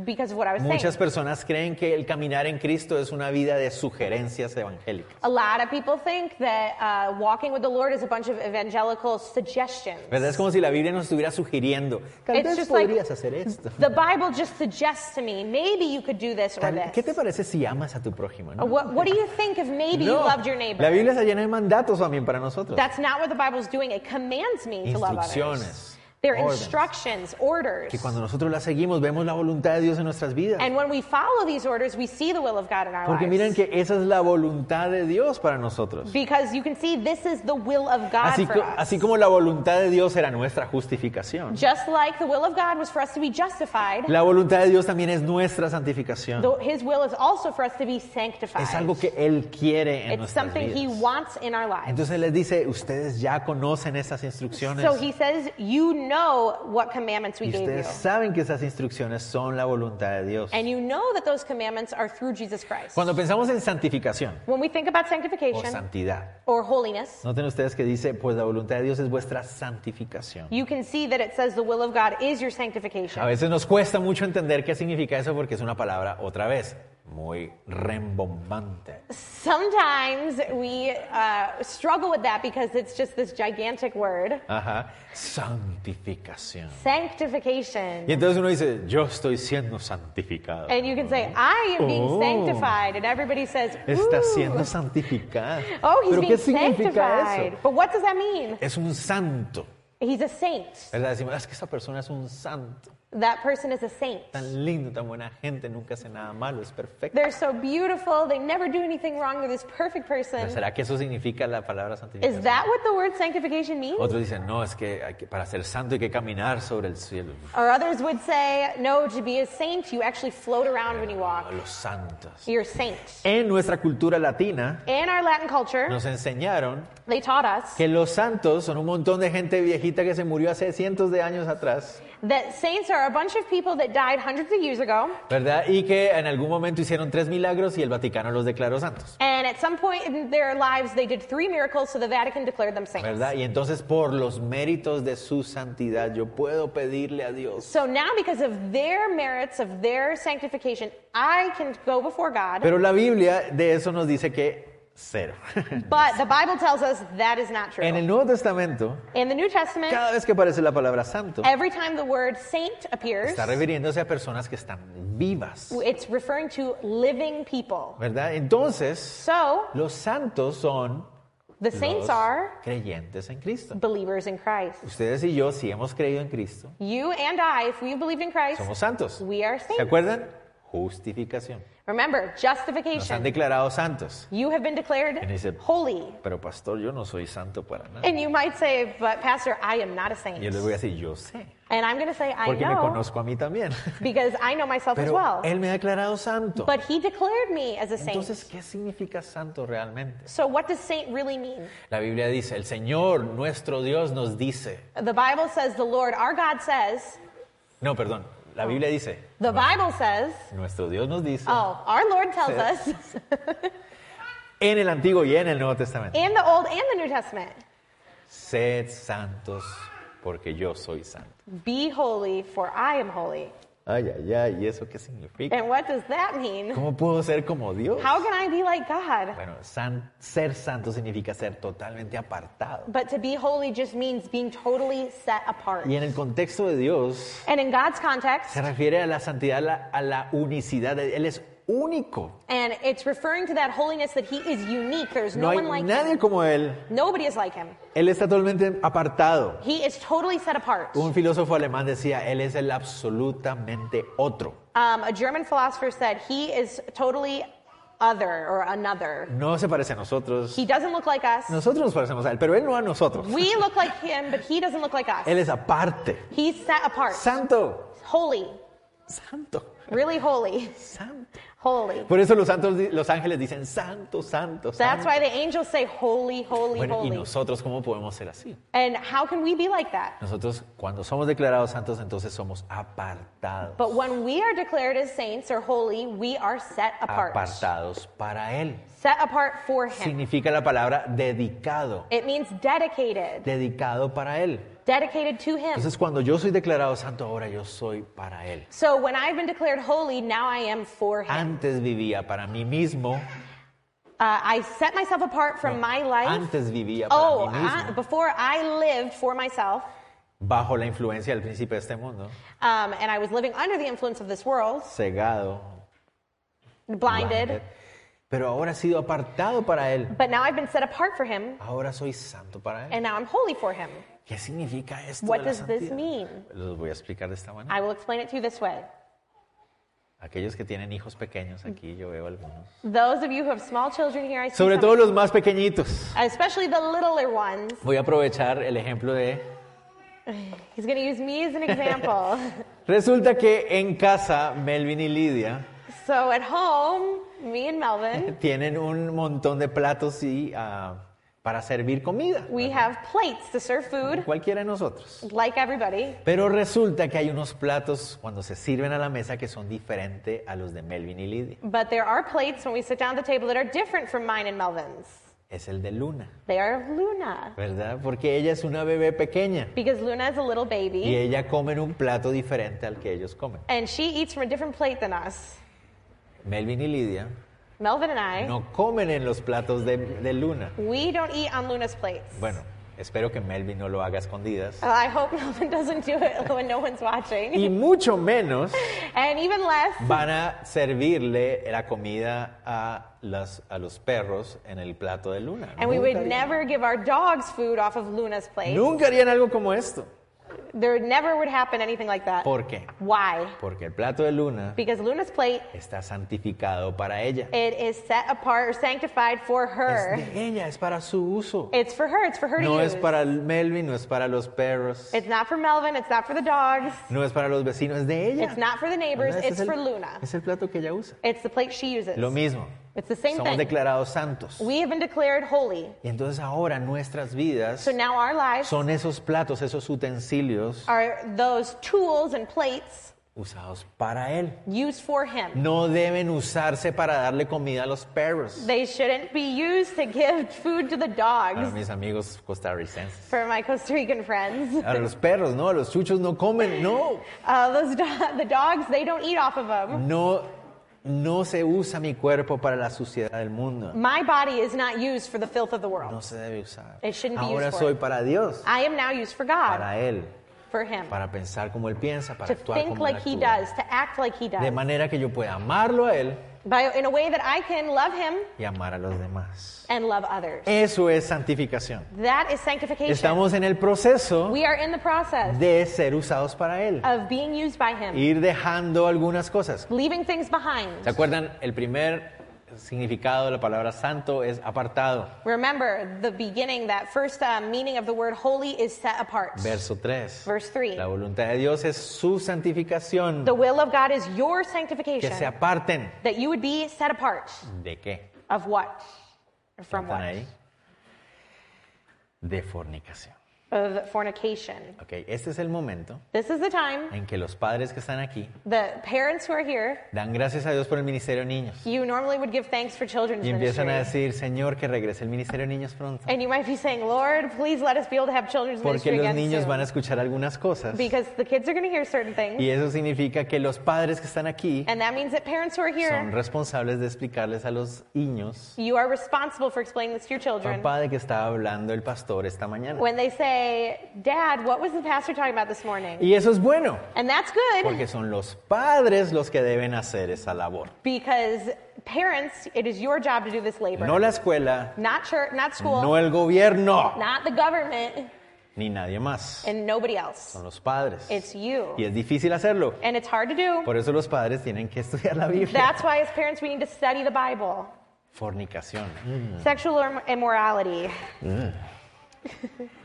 Speaker 2: because of what I was
Speaker 1: Muchas
Speaker 2: saying.
Speaker 1: personas creen que el caminar en Cristo es una vida de sugerencias evangélicas.
Speaker 2: A lot of people think that uh, walking with the Lord is a bunch of evangelical suggestions.
Speaker 1: ¿Verdad? Es como si la Biblia nos estuviera sugiriendo. Tal
Speaker 2: It's
Speaker 1: vez
Speaker 2: just
Speaker 1: podrías
Speaker 2: like-
Speaker 1: hacer esto.
Speaker 2: The Bible just suggests to me, maybe you could do this or
Speaker 1: Tal- ¿Qué te
Speaker 2: this.
Speaker 1: parece si amas a tu prójimo? no?
Speaker 2: What, what do you think if maybe you
Speaker 1: No.
Speaker 2: loved your
Speaker 1: La
Speaker 2: neighbor?
Speaker 1: Biblia está llena de mandatos también para nosotros.
Speaker 2: That's not what the Bible's doing. It commands me to love others.
Speaker 1: Instrucciones,
Speaker 2: They're
Speaker 1: órdenes.
Speaker 2: instructions, orders.
Speaker 1: Que cuando nosotros las seguimos, vemos la voluntad de Dios en nuestras vidas.
Speaker 2: And when we follow these orders, we see the will of God in our
Speaker 1: Porque miren
Speaker 2: lives.
Speaker 1: que esa es la voluntad de Dios para nosotros.
Speaker 2: Because you can see this is the will of God
Speaker 1: Así,
Speaker 2: for
Speaker 1: co-
Speaker 2: us.
Speaker 1: así como la voluntad de Dios era nuestra justificación,
Speaker 2: Just like the will of God was for us to be justified,
Speaker 1: la voluntad de Dios también es nuestra santificación.
Speaker 2: the- His will is also for us to be
Speaker 1: Es
Speaker 2: sanctified.
Speaker 1: algo que Él quiere en
Speaker 2: It's
Speaker 1: nuestras
Speaker 2: something He
Speaker 1: vidas.
Speaker 2: wants in our lives.
Speaker 1: Entonces les dice, ustedes ya conocen esas instrucciones.
Speaker 2: So He says, You know what commandments we
Speaker 1: Y
Speaker 2: gave you.
Speaker 1: ustedes saben que esas instrucciones son la voluntad de Dios.
Speaker 2: And you know that those commandments are through Jesus Christ.
Speaker 1: Cuando pensamos en santificación
Speaker 2: When we think about
Speaker 1: o
Speaker 2: sanctification
Speaker 1: santidad,
Speaker 2: or holiness,
Speaker 1: noten ustedes que dice, pues la voluntad de Dios es vuestra santificación.
Speaker 2: you can see that it says the will of God is your
Speaker 1: A
Speaker 2: sanctification.
Speaker 1: veces nos cuesta mucho entender qué significa eso porque es una palabra, otra vez, muy rembombante.
Speaker 2: Sometimes we uh, struggle with that because it's just this gigantic word
Speaker 1: Ajá, santificación.
Speaker 2: sanctification.
Speaker 1: Y entonces uno dice, yo estoy siendo santificado.
Speaker 2: And you can say, I am being
Speaker 1: Oh.
Speaker 2: sanctified. And everybody says,
Speaker 1: Está
Speaker 2: "Ooh,
Speaker 1: siendo santificado.
Speaker 2: uh. Oh, he's
Speaker 1: ¿Pero
Speaker 2: being
Speaker 1: qué significa
Speaker 2: sanctified.
Speaker 1: eso?
Speaker 2: But what does that mean?
Speaker 1: Es un santo.
Speaker 2: He's a saint.
Speaker 1: ¿Verdad? Decimos, es que esa persona es un santo.
Speaker 2: That person is a saint.
Speaker 1: Tan lindo, tan buena gente, nunca hace nada malo, es perfecto.
Speaker 2: They're so beautiful, they never do anything wrong, they're this perfect
Speaker 1: Pero
Speaker 2: person.
Speaker 1: ¿Será que eso significa la palabra
Speaker 2: Is
Speaker 1: santificación?
Speaker 2: that what the word sanctification means?
Speaker 1: Otros dicen, no, es que, hay que- para ser santo hay que caminar sobre el cielo.
Speaker 2: Or others would say, no, to be a saint, you actually float around when you
Speaker 1: A
Speaker 2: walk.
Speaker 1: los santos.
Speaker 2: You're a saint.
Speaker 1: En nuestra cultura latina
Speaker 2: In our Latin culture,
Speaker 1: nos enseñaron
Speaker 2: they taught us
Speaker 1: que los santos son un montón de gente viejita que se murió hace cientos de años atrás,
Speaker 2: that saints are a bunch of people that died hundreds of years ago,
Speaker 1: ¿verdad? Y que en algún momento hicieron tres milagros y el Vaticano los declaró santos,
Speaker 2: and at some point in their lives, they did three miracles, so the Vatican declared them saints.
Speaker 1: ¿verdad? Y entonces por los méritos de su santidad yo puedo pedirle a Dios.
Speaker 2: So now, because of their merits, of their sanctification, I can go before God.
Speaker 1: Pero la Biblia de eso nos dice que cero.
Speaker 2: But the Bible tells us that is not
Speaker 1: En el
Speaker 2: true.
Speaker 1: Nuevo Testamento,
Speaker 2: In the New Testament,
Speaker 1: cada vez que aparece la palabra santo,
Speaker 2: every time the word saint appears,
Speaker 1: está refiriéndose a personas que están vivas,
Speaker 2: it's referring to living people.
Speaker 1: ¿verdad? Entonces,
Speaker 2: So
Speaker 1: los santos son
Speaker 2: the
Speaker 1: los
Speaker 2: saints are
Speaker 1: creyentes en Cristo.
Speaker 2: believers in Christ.
Speaker 1: Ustedes y yo, si hemos creído en Cristo,
Speaker 2: You and I, if we've believed in Christ,
Speaker 1: somos santos.
Speaker 2: we are
Speaker 1: ¿Se
Speaker 2: saints.
Speaker 1: acuerdan? Justificación.
Speaker 2: Remember,
Speaker 1: Nos han
Speaker 2: justification.
Speaker 1: declarado santos.
Speaker 2: You have been
Speaker 1: And
Speaker 2: declared
Speaker 1: he said-
Speaker 2: holy.
Speaker 1: Pero pastor, yo no soy santo para nada.
Speaker 2: And you might say, but Pastor, I am not
Speaker 1: Y
Speaker 2: a
Speaker 1: yo
Speaker 2: saint.
Speaker 1: les voy a decir, yo sé,
Speaker 2: And I'm going to say, I
Speaker 1: porque me
Speaker 2: know,
Speaker 1: conozco a mí también.
Speaker 2: because I know myself as
Speaker 1: Pero
Speaker 2: well.
Speaker 1: él me ha declarado santo.
Speaker 2: But he declared me as a saint.
Speaker 1: Entonces, ¿qué significa santo realmente?
Speaker 2: So what does saint really mean?
Speaker 1: La Biblia dice, el Señor, nuestro Dios, nos dice.
Speaker 2: The Bible says the Lord, our God says,
Speaker 1: No, perdón. La Biblia dice,
Speaker 2: the Bible says,
Speaker 1: nuestro Dios nos dice.
Speaker 2: oh, our Lord tells us
Speaker 1: En el Antiguo y en el Nuevo Testamento.
Speaker 2: in the Old and the New Testament,
Speaker 1: Sed santos, porque yo soy santo.
Speaker 2: be holy for I am holy.
Speaker 1: Ay, ay, ay, ¿y eso qué significa?
Speaker 2: And what does that mean?
Speaker 1: ¿Cómo puedo ser como Dios?
Speaker 2: How can I be like God?
Speaker 1: Bueno, san- ser santo significa ser totalmente apartado.
Speaker 2: But to be holy just means being totally set apart.
Speaker 1: Y en el contexto de Dios,
Speaker 2: And in God's context,
Speaker 1: se refiere a la santidad, a la, a la unicidad. Él es único.
Speaker 2: and it's referring to that holiness that he is unique. There's
Speaker 1: No
Speaker 2: no
Speaker 1: hay
Speaker 2: one like him.
Speaker 1: nadie como Él.
Speaker 2: Nobody is like him.
Speaker 1: Él está totalmente apartado.
Speaker 2: He is totally set apart.
Speaker 1: Un filósofo alemán decía, Él es el absolutamente otro.
Speaker 2: Um, a German philosopher said he is totally other or another.
Speaker 1: No se parece a nosotros.
Speaker 2: He doesn't look like us.
Speaker 1: Nosotros nos parecemos a Él, pero Él no a nosotros.
Speaker 2: We look like him, but he doesn't look like us.
Speaker 1: Él es aparte.
Speaker 2: He's set apart,
Speaker 1: Santo.
Speaker 2: holy,
Speaker 1: Santo.
Speaker 2: really holy,
Speaker 1: Santo.
Speaker 2: holy.
Speaker 1: Por eso los, santos, di- los ángeles dicen, santo, santo,
Speaker 2: That's
Speaker 1: santo.
Speaker 2: why the angels say, holy, holy,
Speaker 1: Bueno, ¿y
Speaker 2: holy.
Speaker 1: nosotros cómo podemos ser así?
Speaker 2: And how can we be like that?
Speaker 1: Nosotros cuando somos declarados santos, entonces somos apartados.
Speaker 2: But when we are declared as saints or holy, we are set apart,
Speaker 1: Apartados para Él.
Speaker 2: set apart for him.
Speaker 1: Significa la palabra dedicado.
Speaker 2: It means dedicated,
Speaker 1: Dedicado para Él.
Speaker 2: dedicated to him.
Speaker 1: Entonces cuando yo soy declarado santo, ahora yo soy para Él.
Speaker 2: So when I've been declared holy, now I am for him.
Speaker 1: Antes vivía para mí mismo.
Speaker 2: Uh, I set myself apart from my life.
Speaker 1: Antes vivía para
Speaker 2: Oh,
Speaker 1: mí mismo.
Speaker 2: I, before I lived for myself,
Speaker 1: Bajo la influencia del príncipe de este mundo.
Speaker 2: um, and I was living under the influence of this world,
Speaker 1: Cegado.
Speaker 2: blinded.
Speaker 1: blinded. Pero ahora he sido apartado para Él.
Speaker 2: But now I've been set apart for Him,
Speaker 1: Ahora soy santo para Él.
Speaker 2: and now I'm holy for Him.
Speaker 1: ¿Qué significa esto?
Speaker 2: What
Speaker 1: de la
Speaker 2: does this
Speaker 1: santidad?
Speaker 2: mean?
Speaker 1: Los voy a explicar de esta manera.
Speaker 2: I will explain it to you this way.
Speaker 1: Aquellos que tienen hijos pequeños, aquí yo veo algunos.
Speaker 2: Those of you who have small children here, I see
Speaker 1: Sobre
Speaker 2: some-
Speaker 1: todo los más pequeñitos.
Speaker 2: especially the littler ones.
Speaker 1: Voy a aprovechar el ejemplo de...
Speaker 2: He's going to use me as an example.
Speaker 1: Resulta que en casa Melvin y Lidia
Speaker 2: so at home, me and Melvin,
Speaker 1: tienen un montón de platos y ah, para servir comida.
Speaker 2: we have plates to serve food,
Speaker 1: Cualquiera de nosotros.
Speaker 2: like everybody.
Speaker 1: Pero resulta que hay unos platos cuando se sirven a la mesa que son diferentes a los de Melvin y Lidia.
Speaker 2: But there are plates when we sit down at the table that are different from mine and Melvin's.
Speaker 1: Es el de Luna.
Speaker 2: They are of Luna.
Speaker 1: ¿verdad? Porque ella es una bebé pequeña
Speaker 2: Because Luna is a little
Speaker 1: y
Speaker 2: baby
Speaker 1: ella come en un plato diferente al que ellos comen.
Speaker 2: and she eats from a different plate than us.
Speaker 1: Melvin y Lidia
Speaker 2: Melvin and I,
Speaker 1: no comen en los platos de, de Luna.
Speaker 2: we don't eat on Luna's plates.
Speaker 1: Bueno, espero que Melvin no lo haga a escondidas.
Speaker 2: Uh, I hope Melvin doesn't do it when no one's watching.
Speaker 1: Y mucho menos
Speaker 2: And even less,
Speaker 1: van a servirle la comida a, las, a los perros en el plato de Luna.
Speaker 2: and we
Speaker 1: Nunca harían-
Speaker 2: would never give our dogs food off of Luna's plate.
Speaker 1: Nunca harían algo como esto.
Speaker 2: There never would happen anything like that.
Speaker 1: ¿Por qué?
Speaker 2: Why?
Speaker 1: Porque el plato de Luna
Speaker 2: Because Luna's plate,
Speaker 1: está santificado para ella.
Speaker 2: it is set apart or sanctified for her.
Speaker 1: Es de ella, es para su uso.
Speaker 2: It's for her. It's for her
Speaker 1: No
Speaker 2: to
Speaker 1: es
Speaker 2: use.
Speaker 1: para el Melvin, no es para los perros,
Speaker 2: It's not for Melvin. It's not for the dogs.
Speaker 1: no es para los vecinos, es de ella.
Speaker 2: It's not for the neighbors.
Speaker 1: ¿Verdad? Este
Speaker 2: It's
Speaker 1: es,
Speaker 2: for
Speaker 1: el,
Speaker 2: Luna.
Speaker 1: es el plato que ella usa.
Speaker 2: It's the plate she uses.
Speaker 1: Lo mismo.
Speaker 2: It's the same
Speaker 1: Somos
Speaker 2: thing.
Speaker 1: declarados santos.
Speaker 2: We have been declared holy.
Speaker 1: Y entonces ahora nuestras vidas
Speaker 2: So now our lives
Speaker 1: son esos platos, esos utensilios
Speaker 2: are those tools and plates
Speaker 1: usados para Él.
Speaker 2: used for Him.
Speaker 1: No deben usarse para darle comida a los perros.
Speaker 2: They shouldn't be used to give food to the
Speaker 1: Para
Speaker 2: dogs.
Speaker 1: mis amigos costarricenses.
Speaker 2: For my Costa Rican friends,
Speaker 1: A los perros, no, a los chuchos no comen, no.
Speaker 2: uh, those do- the dogs they don't eat off of them.
Speaker 1: No, no se usa mi cuerpo para la suciedad del mundo.
Speaker 2: My body is not used for the filth of the
Speaker 1: No
Speaker 2: world.
Speaker 1: se debe usar.
Speaker 2: It shouldn't be
Speaker 1: Ahora
Speaker 2: used for
Speaker 1: soy
Speaker 2: it.
Speaker 1: para Dios,
Speaker 2: I am now used for God,
Speaker 1: para Él,
Speaker 2: for Him,
Speaker 1: para pensar como Él piensa, para
Speaker 2: to
Speaker 1: actuar
Speaker 2: think
Speaker 1: como Él
Speaker 2: like He
Speaker 1: actúa.
Speaker 2: does, to act like He
Speaker 1: De
Speaker 2: does,
Speaker 1: manera que yo pueda amarlo a Él
Speaker 2: by in a way that I can love Him
Speaker 1: y amar a los demás.
Speaker 2: and love others.
Speaker 1: Eso es santificación.
Speaker 2: That is sanctification.
Speaker 1: Estamos en el proceso
Speaker 2: We are in the process
Speaker 1: de ser usados para Él.
Speaker 2: of being used by Him,
Speaker 1: Ir dejando algunas cosas.
Speaker 2: leaving things
Speaker 1: ¿Se
Speaker 2: behind.
Speaker 1: acuerdan? El primer significado de la palabra santo es apartado.
Speaker 2: Remember the beginning, that first uh, meaning of the word holy is set apart.
Speaker 1: Verso 3.
Speaker 2: Verse 3.
Speaker 1: La voluntad de Dios es su santificación.
Speaker 2: The will of God is your
Speaker 1: Que se
Speaker 2: sanctification,
Speaker 1: aparten.
Speaker 2: that you would be set apart
Speaker 1: ¿De qué?
Speaker 2: of what? Or From
Speaker 1: ¿Están
Speaker 2: what?
Speaker 1: ahí? De fornicación.
Speaker 2: Of fornication.
Speaker 1: Ok, este es el momento
Speaker 2: This is the time
Speaker 1: en que los padres que están aquí
Speaker 2: the parents who are here,
Speaker 1: dan gracias a Dios por el ministerio de niños.
Speaker 2: you normally would give thanks for children's
Speaker 1: Y empiezan a
Speaker 2: ministry.
Speaker 1: decir, Señor, que regrese el ministerio de niños pronto.
Speaker 2: And you might be saying, Lord, please let us be able to have children's
Speaker 1: Porque
Speaker 2: ministry
Speaker 1: los
Speaker 2: again
Speaker 1: niños van a
Speaker 2: soon.
Speaker 1: escuchar algunas cosas.
Speaker 2: Because the kids are going to hear certain things.
Speaker 1: Y eso significa que los padres que están aquí
Speaker 2: And that means that parents who are
Speaker 1: son
Speaker 2: here,
Speaker 1: responsables de explicarles a los niños,
Speaker 2: you are responsible for explaining this to your children.
Speaker 1: papá, de que estaba hablando el pastor esta mañana.
Speaker 2: When they say, Dad, what was the pastor talking about this morning?
Speaker 1: Y eso es bueno,
Speaker 2: And that's good
Speaker 1: porque son los padres los que deben hacer esa labor.
Speaker 2: because parents, it is your job to do this
Speaker 1: No
Speaker 2: labor.
Speaker 1: la escuela,
Speaker 2: Not church, not school,
Speaker 1: no el gobierno,
Speaker 2: not the government,
Speaker 1: ni nadie más.
Speaker 2: and nobody else.
Speaker 1: Son los padres.
Speaker 2: It's
Speaker 1: Y
Speaker 2: you.
Speaker 1: es difícil hacerlo.
Speaker 2: And it's hard to do.
Speaker 1: Por eso los padres tienen que estudiar la Biblia.
Speaker 2: That's why, as parents, we need to study the Bible.
Speaker 1: Fornicación.
Speaker 2: Sexual im- immorality.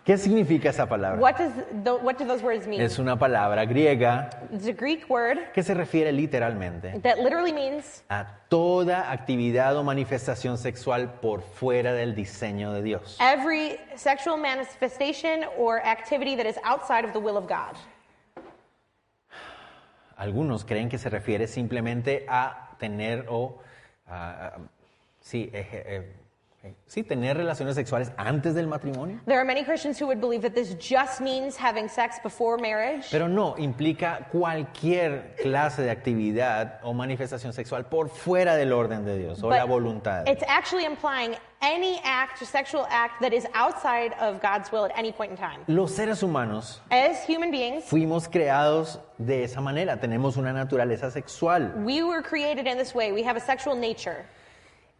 Speaker 1: ¿Qué significa esa palabra?
Speaker 2: What, does tho- what do those words mean?
Speaker 1: Es una palabra griega
Speaker 2: It's a Greek word
Speaker 1: que se refiere literalmente
Speaker 2: that literally means
Speaker 1: a toda actividad o manifestación sexual por fuera del diseño de Dios.
Speaker 2: Every sexual manifestation or activity that is outside of the will of God.
Speaker 1: Algunos creen que se refiere simplemente a tener o a- a- sí, eje- eh, eh, sí, tener relaciones sexuales antes del matrimonio.
Speaker 2: There are many Christians who would believe that this just means having sex before marriage,
Speaker 1: Pero no, implica cualquier clase de actividad o manifestación sexual por fuera del orden de Dios o
Speaker 2: but
Speaker 1: la voluntad. de
Speaker 2: it's actually implying any act, sexual act, that is outside of God's will at any point in time.
Speaker 1: Dios. Los seres humanos
Speaker 2: As human beings,
Speaker 1: fuimos creados de esa manera, tenemos una naturaleza sexual
Speaker 2: we were created in this way. We have a sexual nature.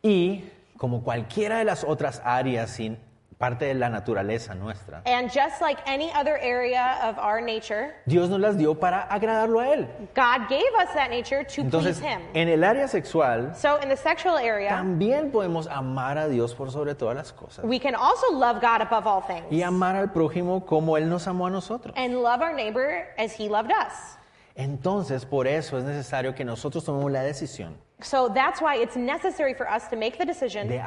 Speaker 1: y como cualquiera de las otras áreas sin parte de la naturaleza nuestra,
Speaker 2: And just like any other area of our nature,
Speaker 1: Dios nos las dio para agradarlo a él.
Speaker 2: God gave us that nature to please
Speaker 1: Entonces,
Speaker 2: Him.
Speaker 1: en el área sexual
Speaker 2: So in the sexual area,
Speaker 1: también podemos amar a Dios por sobre todas las cosas
Speaker 2: we can also love God above all things.
Speaker 1: y amar al prójimo como él nos amó a nosotros.
Speaker 2: and love our neighbor as he loved us.
Speaker 1: Entonces, por eso es necesario que nosotros tomemos la decisión
Speaker 2: So that's why it's necessary for us to make the decision
Speaker 1: de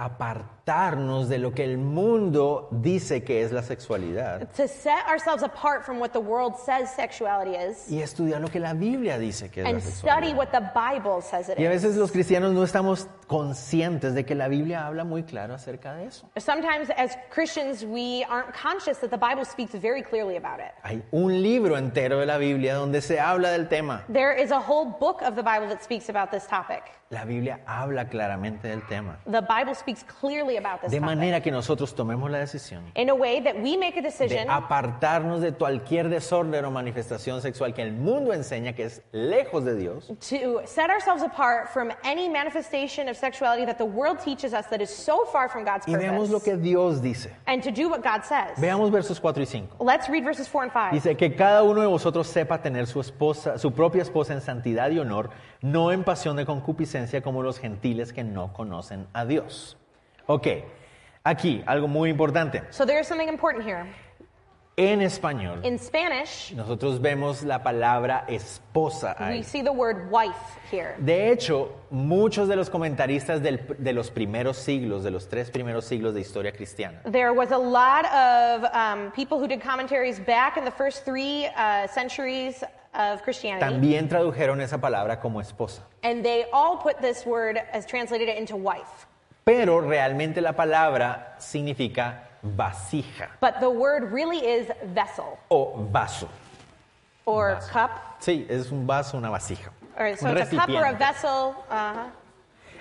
Speaker 1: apartarnos de lo que el mundo dice que es la sexualidad
Speaker 2: to set ourselves apart from what the world says sexuality is
Speaker 1: y estudiar lo que la Biblia dice que es la
Speaker 2: and study
Speaker 1: sexualidad.
Speaker 2: what the Bible says it
Speaker 1: Y a
Speaker 2: is.
Speaker 1: veces los cristianos no estamos conscientes de que la Biblia habla muy claro acerca de eso.
Speaker 2: Sometimes as Christians, we aren't conscious that the Bible speaks very clearly about it.
Speaker 1: Hay un libro entero de la Biblia donde se habla del tema.
Speaker 2: There is a whole book of the Bible that speaks about this topic.
Speaker 1: La Biblia habla claramente del tema.
Speaker 2: The Bible speaks clearly about this
Speaker 1: De
Speaker 2: topic.
Speaker 1: manera que nosotros tomemos la decisión
Speaker 2: in a way that we make a
Speaker 1: de
Speaker 2: decision
Speaker 1: apartarnos de cualquier desorden o manifestación sexual que el mundo enseña que es lejos de Dios
Speaker 2: to set ourselves apart from any manifestation of sexuality that the world teaches us that is so far from God's
Speaker 1: y veamos
Speaker 2: purpose.
Speaker 1: lo que Dios dice.
Speaker 2: and to do what God says.
Speaker 1: Veamos versos 4 y 5.
Speaker 2: Let's read verses 4 and 5.
Speaker 1: Dice que cada uno de vosotros sepa tener su esposa, su propia esposa en santidad y honor, no en pasión de concupiscencia como los gentiles que no conocen a Dios. Ok, aquí algo muy importante.
Speaker 2: so there is something important here.
Speaker 1: En español,
Speaker 2: In Spanish,
Speaker 1: nosotros vemos la palabra esposa
Speaker 2: we
Speaker 1: ahí.
Speaker 2: see the word wife here.
Speaker 1: De hecho, muchos de los comentaristas del- de los primeros siglos, de los tres primeros siglos de historia cristiana,
Speaker 2: There was a lot of um, people who did commentaries back in the first three uh, centuries of Christianity,
Speaker 1: también tradujeron esa palabra como esposa.
Speaker 2: and they all put this word as translated it into wife.
Speaker 1: Pero realmente la palabra significa vasija
Speaker 2: But the word really is vessel
Speaker 1: o vaso.
Speaker 2: or
Speaker 1: Vessel.
Speaker 2: cup,
Speaker 1: Sí, es un vaso, una vasija.
Speaker 2: or so
Speaker 1: un
Speaker 2: it's a cup or a
Speaker 1: recipiente.
Speaker 2: vessel. Uh-huh.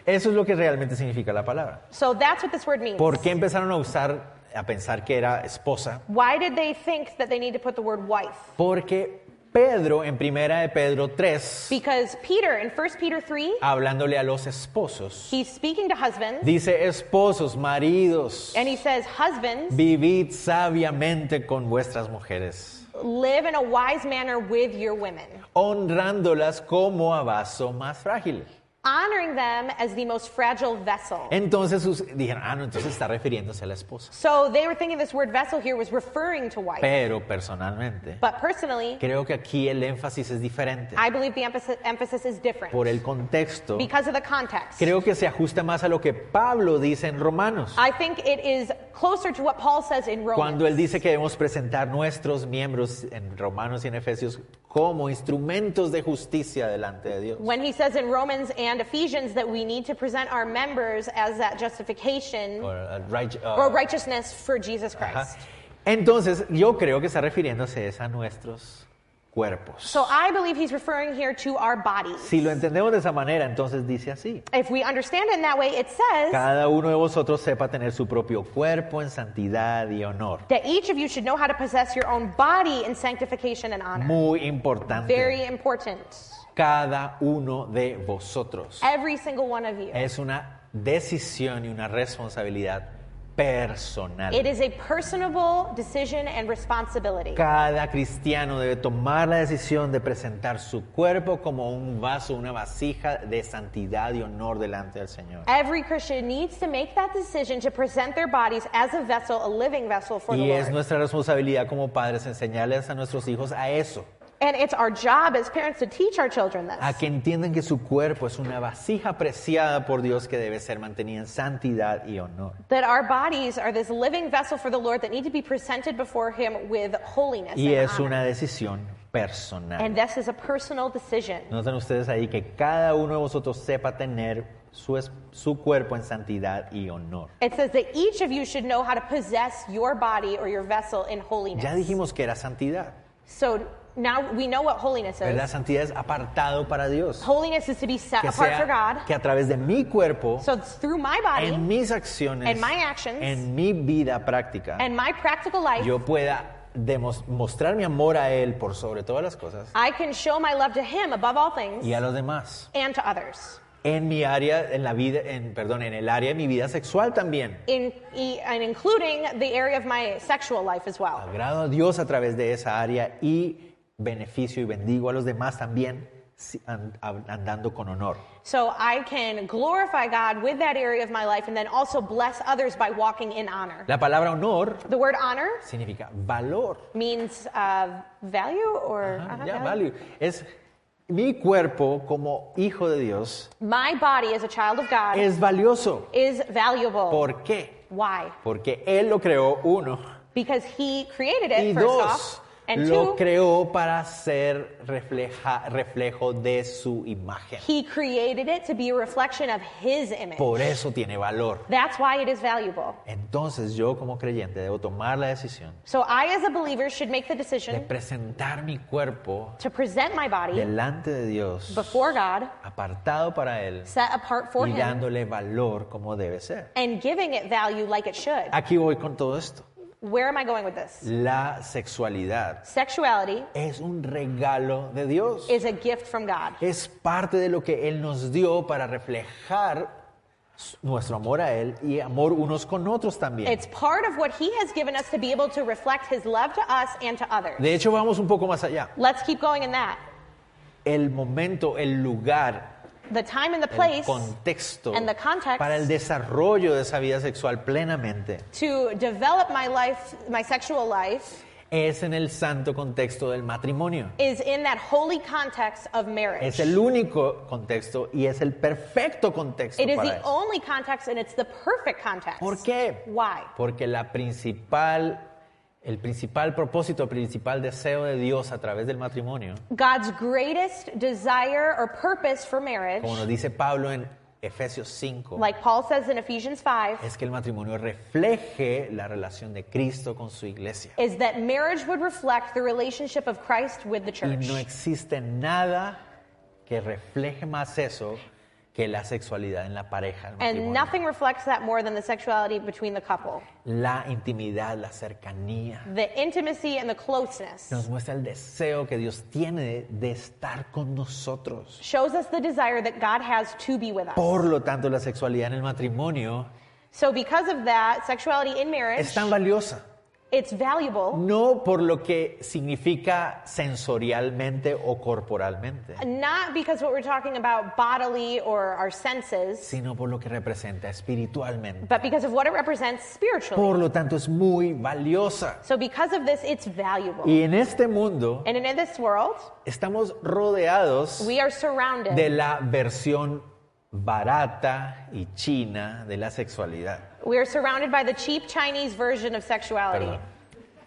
Speaker 1: Eso es lo que realmente significa la palabra.
Speaker 2: So that's what this word means.
Speaker 1: ¿Por qué empezaron a usar, a pensar que era esposa?
Speaker 2: Why did they think that they need to put the word wife?
Speaker 1: Porque Pedro, en primera de Pedro 3,
Speaker 2: Because Peter in 1 Peter 3,
Speaker 1: hablándole a los esposos,
Speaker 2: he's speaking to husbands
Speaker 1: dice, esposos, maridos,
Speaker 2: and he says, Husbands,
Speaker 1: vivid sabiamente con vuestras mujeres,
Speaker 2: live in a wise manner with your women,
Speaker 1: honrándolas como a vaso más frágil.
Speaker 2: honoring them as the most fragile vessel.
Speaker 1: Entonces sus- dijeron, ah, no, entonces está refiriéndose a la esposa.
Speaker 2: So they were thinking this word vessel here was referring to wife.
Speaker 1: Pero personalmente,
Speaker 2: But personally,
Speaker 1: creo que aquí el énfasis es diferente.
Speaker 2: I believe the emphasis, emphasis is different
Speaker 1: Por el contexto,
Speaker 2: because of the context.
Speaker 1: creo que se ajusta más a lo que Pablo dice en Romanos,
Speaker 2: I think it is closer to what Paul says in
Speaker 1: cuando él
Speaker 2: Romans
Speaker 1: dice que debemos presentar nuestros miembros en Romanos y en Efesios como instrumentos de justicia delante de Dios.
Speaker 2: when he says in Romans and Ephesians that we need to present our members as that justification
Speaker 1: Or, uh, right- uh,
Speaker 2: or righteousness for Jesus
Speaker 1: ajá.
Speaker 2: Christ.
Speaker 1: Entonces, yo creo que está refiriéndose es a nuestros cuerpos.
Speaker 2: So I believe he's referring here to our bodies.
Speaker 1: Si lo entendemos de esa manera, entonces dice así.
Speaker 2: If we understand it in that way, it says
Speaker 1: Cada uno de vosotros sepa tener su propio cuerpo en santidad y honor.
Speaker 2: that each of you should know how to possess your own body in sanctification and honor.
Speaker 1: Muy importante.
Speaker 2: Very important.
Speaker 1: Cada uno de vosotros.
Speaker 2: Every single one of you.
Speaker 1: Es una decisión y una responsabilidad personal.
Speaker 2: It is a personable decision and responsibility.
Speaker 1: Cada cristiano debe tomar la decisión de presentar su cuerpo como un vaso, una vasija de santidad y honor delante del Señor.
Speaker 2: Every Christian needs to make that decision to present their bodies as a vessel, a living vessel for the
Speaker 1: Y es
Speaker 2: Lord.
Speaker 1: nuestra responsabilidad como padres enseñarles a nuestros hijos a eso,
Speaker 2: And it's our job as parents to teach our children
Speaker 1: a
Speaker 2: this.
Speaker 1: que entiendan que su cuerpo es una vasija apreciada por Dios que debe ser mantenida en santidad y honor.
Speaker 2: That our bodies are this living vessel for the Lord that need to be presented before Him with holiness.
Speaker 1: Y
Speaker 2: and
Speaker 1: es
Speaker 2: honor.
Speaker 1: una decisión
Speaker 2: And
Speaker 1: personal.
Speaker 2: this is a personal decision.
Speaker 1: Noten ustedes ahí que cada uno de vosotros sepa tener su, es- su cuerpo en santidad y honor.
Speaker 2: It says that each of you should know how to possess your body or your vessel in holiness.
Speaker 1: Ya dijimos que era santidad,
Speaker 2: So now we know what holiness is.
Speaker 1: ¿verdad? Santidad es apartado para Dios.
Speaker 2: Holiness is to be set
Speaker 1: Que,
Speaker 2: apart
Speaker 1: sea,
Speaker 2: for God.
Speaker 1: que a través de mi cuerpo,
Speaker 2: So it's through my body
Speaker 1: en mis acciones,
Speaker 2: and my actions,
Speaker 1: en mi vida práctica,
Speaker 2: and my practical life,
Speaker 1: yo pueda demos- mostrar mi amor a Él por sobre todas las cosas
Speaker 2: I can show my love to Him above all things
Speaker 1: y a los demás.
Speaker 2: and to others.
Speaker 1: En mi área, en la vida, en, perdón, en el área de mi vida sexual también.
Speaker 2: In, e- and including the area of my sexual life as well.
Speaker 1: Agrado a Dios a través de esa área y beneficio y bendigo a los demás también si- an- ab- andando con honor.
Speaker 2: So I can glorify God with that area of my life and then also bless others by walking in honor.
Speaker 1: La palabra honor
Speaker 2: The word honor
Speaker 1: significa valor.
Speaker 2: means uh, value or
Speaker 1: Ah,
Speaker 2: uh-huh,
Speaker 1: ya, value. Es mi cuerpo como hijo de Dios
Speaker 2: My body as a child of God
Speaker 1: es valioso.
Speaker 2: is valuable.
Speaker 1: ¿Por qué?
Speaker 2: Why?
Speaker 1: Porque Él lo creó uno.
Speaker 2: Because He created
Speaker 1: Y
Speaker 2: it first
Speaker 1: dos,
Speaker 2: off, And
Speaker 1: lo
Speaker 2: two,
Speaker 1: creó para ser refleja- reflejo de su imagen.
Speaker 2: he created it to be a reflection of his image.
Speaker 1: Por eso tiene valor.
Speaker 2: That's why it is valuable.
Speaker 1: Entonces yo como creyente debo tomar la decisión
Speaker 2: So I, as a believer, should make the
Speaker 1: de
Speaker 2: decision
Speaker 1: presentar mi cuerpo
Speaker 2: to present my body
Speaker 1: delante de Dios,
Speaker 2: before God,
Speaker 1: apartado para Él
Speaker 2: set apart for
Speaker 1: y
Speaker 2: Him,
Speaker 1: dándole valor como debe ser.
Speaker 2: and giving it value like it should.
Speaker 1: Aquí voy con todo esto.
Speaker 2: Where am I going with this?
Speaker 1: La sexualidad
Speaker 2: Sexuality
Speaker 1: es un regalo de Dios.
Speaker 2: is a gift from God.
Speaker 1: Es parte de lo que Él nos dio para reflejar s- nuestro amor a Él y amor unos con otros también.
Speaker 2: It's part of what He has given us to be able to reflect His love to us and to others.
Speaker 1: De hecho, vamos un poco más allá.
Speaker 2: Let's keep going in that.
Speaker 1: El momento, el lugar,
Speaker 2: The time and the
Speaker 1: el
Speaker 2: place
Speaker 1: contexto
Speaker 2: and the context.
Speaker 1: para el desarrollo de esa vida sexual plenamente
Speaker 2: to develop my life, my sexual life,
Speaker 1: es en el santo contexto del matrimonio.
Speaker 2: is in that holy context of marriage.
Speaker 1: Es el único contexto y es el perfecto contexto
Speaker 2: It is
Speaker 1: para
Speaker 2: the
Speaker 1: eso.
Speaker 2: only context and it's the perfect context.
Speaker 1: ¿Por qué?
Speaker 2: Why?
Speaker 1: Porque la principal, el principal propósito, el principal deseo de Dios a través del matrimonio,
Speaker 2: God's greatest desire or purpose for marriage,
Speaker 1: como nos dice Pablo en Efesios 5,
Speaker 2: like Paul says in Ephesians 5,
Speaker 1: es que el matrimonio refleje la relación de Cristo con su iglesia.
Speaker 2: is that marriage would reflect the relationship of Christ with the
Speaker 1: Y
Speaker 2: church.
Speaker 1: no existe nada que refleje más eso que la sexualidad en la pareja. el
Speaker 2: And
Speaker 1: matrimonio.
Speaker 2: nothing reflects that more than the sexuality between the couple.
Speaker 1: La intimidad, la cercanía.
Speaker 2: The intimacy and the closeness
Speaker 1: Nos muestra el deseo que Dios tiene de, de estar con nosotros.
Speaker 2: shows us the desire that God has to be with us.
Speaker 1: Por lo tanto, la sexualidad en el matrimonio
Speaker 2: So because of that, sexuality in marriage,
Speaker 1: es tan valiosa.
Speaker 2: it's valuable
Speaker 1: No por lo que significa sensorialmente o corporalmente,
Speaker 2: not because what we're talking about bodily or our senses,
Speaker 1: sino por lo que representa espiritualmente.
Speaker 2: but because of what it represents spiritually.
Speaker 1: Por lo tanto, es muy valiosa.
Speaker 2: So because of this, it's valuable.
Speaker 1: Y en este mundo
Speaker 2: And in this world,
Speaker 1: estamos rodeados
Speaker 2: we are
Speaker 1: de
Speaker 2: surrounded.
Speaker 1: la versión barata y china de la sexualidad.
Speaker 2: We are surrounded by the cheap Chinese version of sexuality.
Speaker 1: Perdón,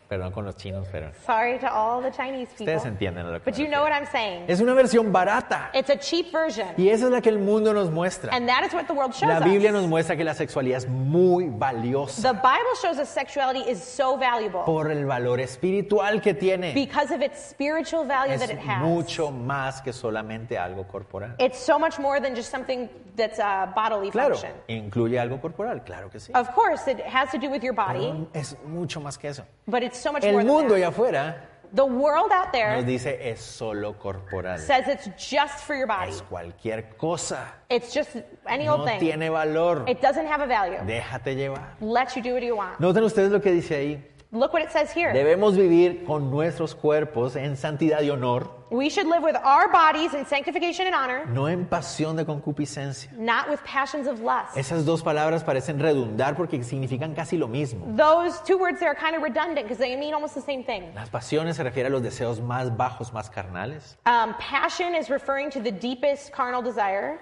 Speaker 1: perdón con los chinos, pero
Speaker 2: Sorry to all the Chinese
Speaker 1: ustedes
Speaker 2: people.
Speaker 1: entienden a lo que
Speaker 2: But
Speaker 1: me
Speaker 2: you know
Speaker 1: refiero.
Speaker 2: what I'm saying.
Speaker 1: Es una versión barata.
Speaker 2: It's a cheap version.
Speaker 1: Y esa es la que el mundo nos muestra.
Speaker 2: And that is what the world shows
Speaker 1: La Biblia nos
Speaker 2: us.
Speaker 1: muestra que la sexualidad es muy valiosa
Speaker 2: The Bible shows us sexuality is so valuable
Speaker 1: por el valor espiritual que tiene.
Speaker 2: because of its spiritual value that
Speaker 1: Es
Speaker 2: it has.
Speaker 1: mucho más que solamente algo corporal.
Speaker 2: It's so much more than just something that's a bodily
Speaker 1: Claro,
Speaker 2: function.
Speaker 1: incluye algo corporal, claro que sí.
Speaker 2: Of course, it has to do with your body,
Speaker 1: Pero es mucho más que eso.
Speaker 2: but it's so much more
Speaker 1: Uh-huh. El mundo
Speaker 2: than
Speaker 1: allá
Speaker 2: that.
Speaker 1: afuera
Speaker 2: The world out
Speaker 1: nos
Speaker 2: there
Speaker 1: dice es solo corporal.
Speaker 2: says it's just for your body.
Speaker 1: Es cualquier cosa.
Speaker 2: It's just any
Speaker 1: No
Speaker 2: old thing.
Speaker 1: tiene valor.
Speaker 2: It doesn't have a value.
Speaker 1: Déjate llevar.
Speaker 2: Let you do what you want.
Speaker 1: Noten ustedes lo que dice ahí.
Speaker 2: Look what it says here.
Speaker 1: Debemos vivir con nuestros cuerpos en santidad y honor,
Speaker 2: We should live with our bodies in sanctification and honor,
Speaker 1: no en pasión de concupiscencia.
Speaker 2: not with passions of lust.
Speaker 1: Esas dos palabras parecen redundar porque significan casi lo mismo.
Speaker 2: Those two words there are kind of redundant because they mean almost the same thing.
Speaker 1: Las pasiones se refieren a los deseos más bajos, más carnales.
Speaker 2: Um, passion is referring to the deepest carnal desire.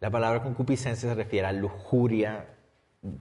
Speaker 1: La palabra concupiscencia se refiere a lujuria,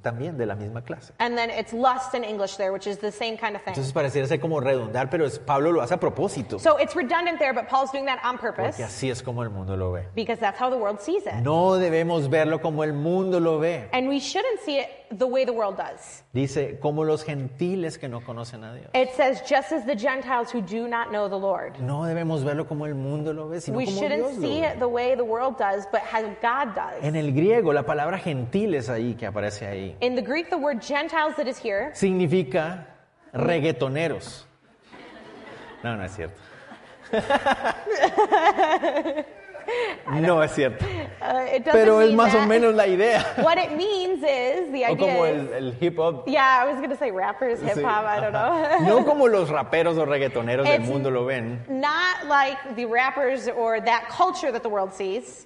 Speaker 1: también de la misma clase.
Speaker 2: And then it's lust in English there, which is the same kind of thing.
Speaker 1: Entonces pareciera ser como redundar, pero es, Pablo lo hace a propósito,
Speaker 2: So it's redundant there, but Paul's doing that on
Speaker 1: porque
Speaker 2: purpose
Speaker 1: así es como el mundo lo ve.
Speaker 2: because that's how the world sees it.
Speaker 1: No debemos verlo como el mundo lo ve.
Speaker 2: And we shouldn't see it the way the world does.
Speaker 1: Dice, como los gentiles que no conocen a Dios.
Speaker 2: It says, just as the Gentiles who do not know the Lord.
Speaker 1: No debemos verlo como el mundo lo ve, sino
Speaker 2: We
Speaker 1: como Dios
Speaker 2: shouldn't
Speaker 1: lo
Speaker 2: see
Speaker 1: ve.
Speaker 2: it the way the world does, but how God does.
Speaker 1: En el griego, la palabra gentiles ahí que aparece ahí
Speaker 2: In the Greek, the word Gentiles that is here
Speaker 1: significa reggaetoneros. No, no es cierto. No es cierto.
Speaker 2: Uh, it doesn't
Speaker 1: Pero es
Speaker 2: mean
Speaker 1: más o
Speaker 2: that.
Speaker 1: menos la idea.
Speaker 2: What it means is the
Speaker 1: O como
Speaker 2: idea. Is,
Speaker 1: el, el hip hop.
Speaker 2: yeah, I was going to say rappers, hip
Speaker 1: Sí,
Speaker 2: hop. I don't
Speaker 1: ajá.
Speaker 2: know.
Speaker 1: No como los raperos o reggaetoneros del
Speaker 2: It's-
Speaker 1: mundo lo ven.
Speaker 2: Not like the rappers or that culture that the world sees,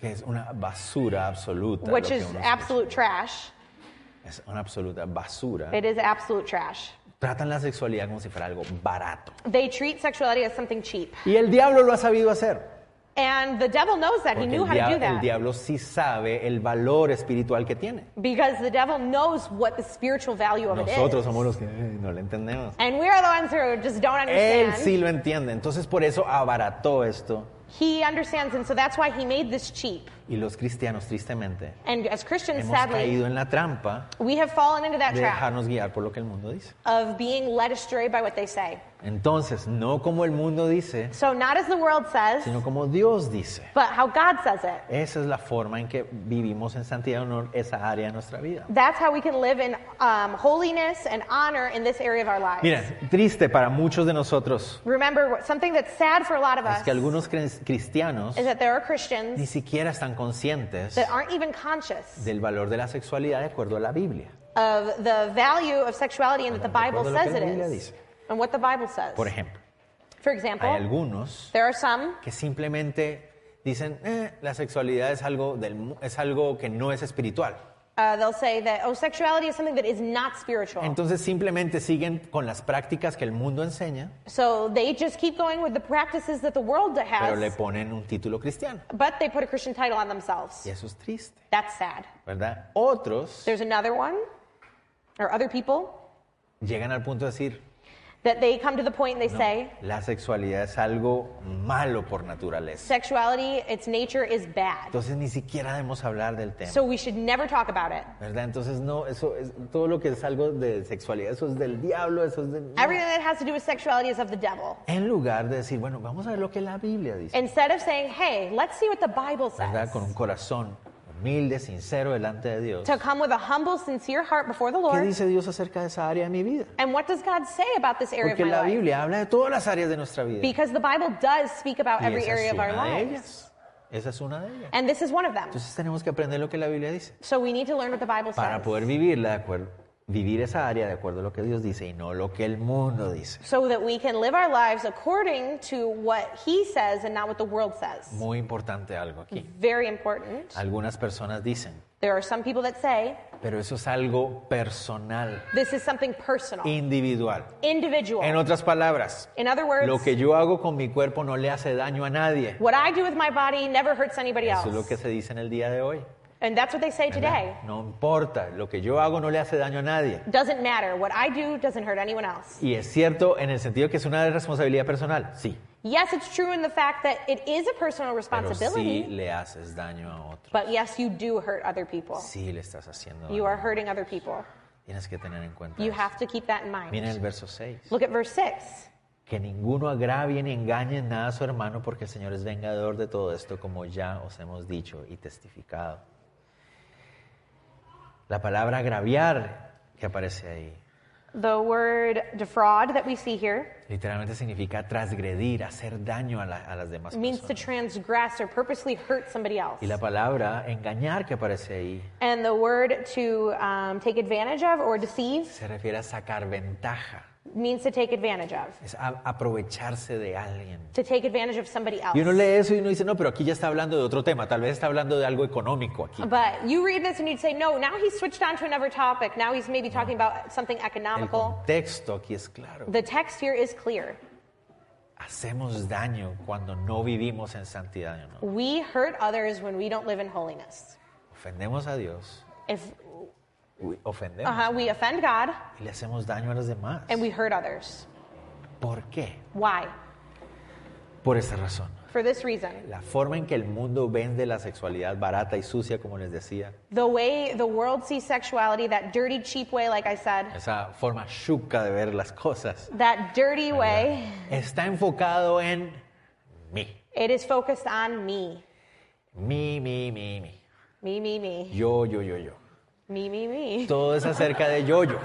Speaker 1: Que es una basura absoluta. lo
Speaker 2: which
Speaker 1: que
Speaker 2: is
Speaker 1: uno escucha.
Speaker 2: absolute trash.
Speaker 1: Es una absoluta basura.
Speaker 2: It is absolute trash.
Speaker 1: Tratan la sexualidad como si fuera algo barato.
Speaker 2: They treat sexuality as something cheap.
Speaker 1: Y el diablo lo ha sabido hacer.
Speaker 2: And the devil knows that. He
Speaker 1: Porque
Speaker 2: knew
Speaker 1: el,
Speaker 2: how to
Speaker 1: dia-
Speaker 2: do
Speaker 1: el
Speaker 2: that.
Speaker 1: diablo sí sabe el valor espiritual que tiene.
Speaker 2: Because the devil knows what the spiritual value of it
Speaker 1: Nosotros
Speaker 2: is.
Speaker 1: somos los que eh, no lo entendemos.
Speaker 2: And we are the ones who just don't
Speaker 1: Él
Speaker 2: understand.
Speaker 1: sí lo entiende, entonces por eso abarató esto.
Speaker 2: He understands, and so that's why he made this cheap.
Speaker 1: Y los cristianos, tristemente,
Speaker 2: And as Christians,
Speaker 1: hemos
Speaker 2: sadly,
Speaker 1: caído en la trampa
Speaker 2: we have fallen into that
Speaker 1: de
Speaker 2: trap
Speaker 1: dejarnos guiar por lo que el mundo dice.
Speaker 2: of being led astray by what they say.
Speaker 1: Entonces, no como el mundo dice,
Speaker 2: So, not as the world says,
Speaker 1: sino como Dios dice.
Speaker 2: but how God says it.
Speaker 1: Esa es la forma en que vivimos en santidad y honor esa área de nuestra vida.
Speaker 2: That's how we can live in um, holiness and honor in this area of our lives.
Speaker 1: Miren, triste para muchos de nosotros
Speaker 2: Remember, what- something that's sad for a lot of
Speaker 1: es
Speaker 2: us
Speaker 1: que algunos cre- cristianos
Speaker 2: is that there are
Speaker 1: ni
Speaker 2: Christians
Speaker 1: siquiera están conscientes
Speaker 2: that aren't even conscious
Speaker 1: del valor de la sexualidad de acuerdo a la Biblia.
Speaker 2: of the value of sexuality and that the Bible
Speaker 1: Recuerda lo que
Speaker 2: says it
Speaker 1: la Biblia
Speaker 2: is
Speaker 1: dice.
Speaker 2: and what the Bible says.
Speaker 1: Por ejemplo,
Speaker 2: For
Speaker 1: hay
Speaker 2: example,
Speaker 1: algunos
Speaker 2: there are some
Speaker 1: que simplemente dicen, "Eh, la sexualidad es algo, del mu- es algo que no es espiritual.
Speaker 2: Uh, they'll say that oh, sexuality is something that is not spiritual.
Speaker 1: Entonces simplemente siguen con las prácticas que el mundo enseña,
Speaker 2: so they just keep going with the practices that the world
Speaker 1: pero le
Speaker 2: has,
Speaker 1: ponen un título cristiano.
Speaker 2: but they put a Christian title on themselves.
Speaker 1: Y eso es triste,
Speaker 2: That's sad.
Speaker 1: ¿verdad? Otros
Speaker 2: There's another one, or other people,
Speaker 1: llegan al punto de decir,
Speaker 2: that they come to the point and they
Speaker 1: "No,
Speaker 2: say
Speaker 1: la sexualidad es algo malo por naturaleza.
Speaker 2: sexuality, its nature is bad.
Speaker 1: Entonces ni siquiera debemos hablar del tema.
Speaker 2: So we should never talk about it.
Speaker 1: ¿Verdad? Entonces no, eso es todo lo que es algo de sexualidad, eso es del diablo, eso es del...
Speaker 2: Everything that has to do with sexuality is of the devil.
Speaker 1: En lugar de decir, bueno, vamos a ver lo que la Biblia dice,
Speaker 2: Instead of saying, hey, let's see what the Bible says,
Speaker 1: ¿verdad? Con un corazón humilde, sincero delante de Dios.
Speaker 2: to come with a humble, sincere heart before the
Speaker 1: ¿Qué
Speaker 2: Lord.
Speaker 1: dice Dios acerca de esa área de mi vida?
Speaker 2: And what does God say about this area
Speaker 1: Porque
Speaker 2: of my
Speaker 1: la
Speaker 2: life?
Speaker 1: Biblia habla de todas las áreas de nuestra vida. Y
Speaker 2: Because the Bible does speak about every
Speaker 1: esa
Speaker 2: area
Speaker 1: es
Speaker 2: of our
Speaker 1: una de
Speaker 2: lives.
Speaker 1: ellas. Esa es una de ellas.
Speaker 2: And this is one of them.
Speaker 1: Entonces tenemos que aprender lo que la Biblia dice
Speaker 2: So we need to learn what the Bible
Speaker 1: para
Speaker 2: says.
Speaker 1: poder vivirla de acuerdo, vivir esa área de acuerdo a lo que Dios dice y no lo que el mundo dice.
Speaker 2: So that we can live our lives according to what He says and not what the world says.
Speaker 1: Muy importante algo aquí.
Speaker 2: Very important.
Speaker 1: Algunas personas dicen,
Speaker 2: There are some people that say
Speaker 1: pero eso es algo personal,
Speaker 2: this is something personal,
Speaker 1: individual. En
Speaker 2: individual.
Speaker 1: otras palabras,
Speaker 2: In other
Speaker 1: Lo
Speaker 2: words,
Speaker 1: que yo hago con mi cuerpo no le hace daño a nadie.
Speaker 2: what I do with my body never hurts anybody
Speaker 1: Eso es lo
Speaker 2: else.
Speaker 1: que se dice en el día de hoy.
Speaker 2: And that's what they say today.
Speaker 1: No importa, lo que yo hago no le hace daño a nadie.
Speaker 2: Doesn't matter. What I do doesn't hurt anyone else.
Speaker 1: Y es cierto en el sentido que es una responsabilidad personal, sí.
Speaker 2: Yes, it's true in the fact that it is a personal
Speaker 1: Pero sí
Speaker 2: responsibility,
Speaker 1: le haces daño a otro.
Speaker 2: but yes, you do hurt other people.
Speaker 1: Sí le estás haciendo
Speaker 2: You
Speaker 1: daño.
Speaker 2: are hurting other people.
Speaker 1: Tienes que tener en cuenta.
Speaker 2: You
Speaker 1: eso.
Speaker 2: have to keep that in
Speaker 1: Mira el
Speaker 2: mind.
Speaker 1: verso 6.
Speaker 2: Look at verse 6.
Speaker 1: Que ninguno agravie ni engañe en nada a su hermano, porque el Señor es vengador de todo esto, como ya os hemos dicho y testificado. La palabra agraviar que aparece ahí
Speaker 2: The word defraud that we see here
Speaker 1: Literalmente significa transgredir, hacer daño a, la- a las demás
Speaker 2: means to
Speaker 1: personas.
Speaker 2: transgress or purposely hurt somebody else.
Speaker 1: Y la palabra engañar que aparece ahí
Speaker 2: And the word to um, take advantage of or deceive
Speaker 1: se refiere a sacar ventaja,
Speaker 2: means to take advantage of,
Speaker 1: es a- aprovecharse de alguien.
Speaker 2: to take advantage of somebody else.
Speaker 1: Y uno lee eso y uno dice, no, pero aquí ya está hablando de otro tema, tal vez está hablando de algo económico aquí.
Speaker 2: But you read this and you'd say, no, now he's switched on to another topic. Now he's maybe talking about something
Speaker 1: El
Speaker 2: economical.
Speaker 1: contexto aquí es claro.
Speaker 2: The text here is clear.
Speaker 1: Hacemos daño cuando no vivimos en santidad y honor.
Speaker 2: We hurt others when we don't live in holiness.
Speaker 1: Ofendemos a Dios,
Speaker 2: If
Speaker 1: we- ofendemos
Speaker 2: uh we offend God
Speaker 1: y le hacemos daño a los demás.
Speaker 2: and we hurt others.
Speaker 1: ¿Por qué?
Speaker 2: Why?
Speaker 1: Por esa razón.
Speaker 2: For this reason.
Speaker 1: La forma en que el mundo vende la sexualidad barata y sucia, como les decía,
Speaker 2: The way the world sees sexuality, that dirty, cheap way, like I said,
Speaker 1: esa forma chuca de ver las cosas,
Speaker 2: that dirty way,
Speaker 1: está enfocado en mí.
Speaker 2: it is focused on me.
Speaker 1: Mí, mí, mí, mí.
Speaker 2: Me, me, me.
Speaker 1: Yo, yo, yo, yo.
Speaker 2: Me, me, me.
Speaker 1: Todo es acerca de yo, yo.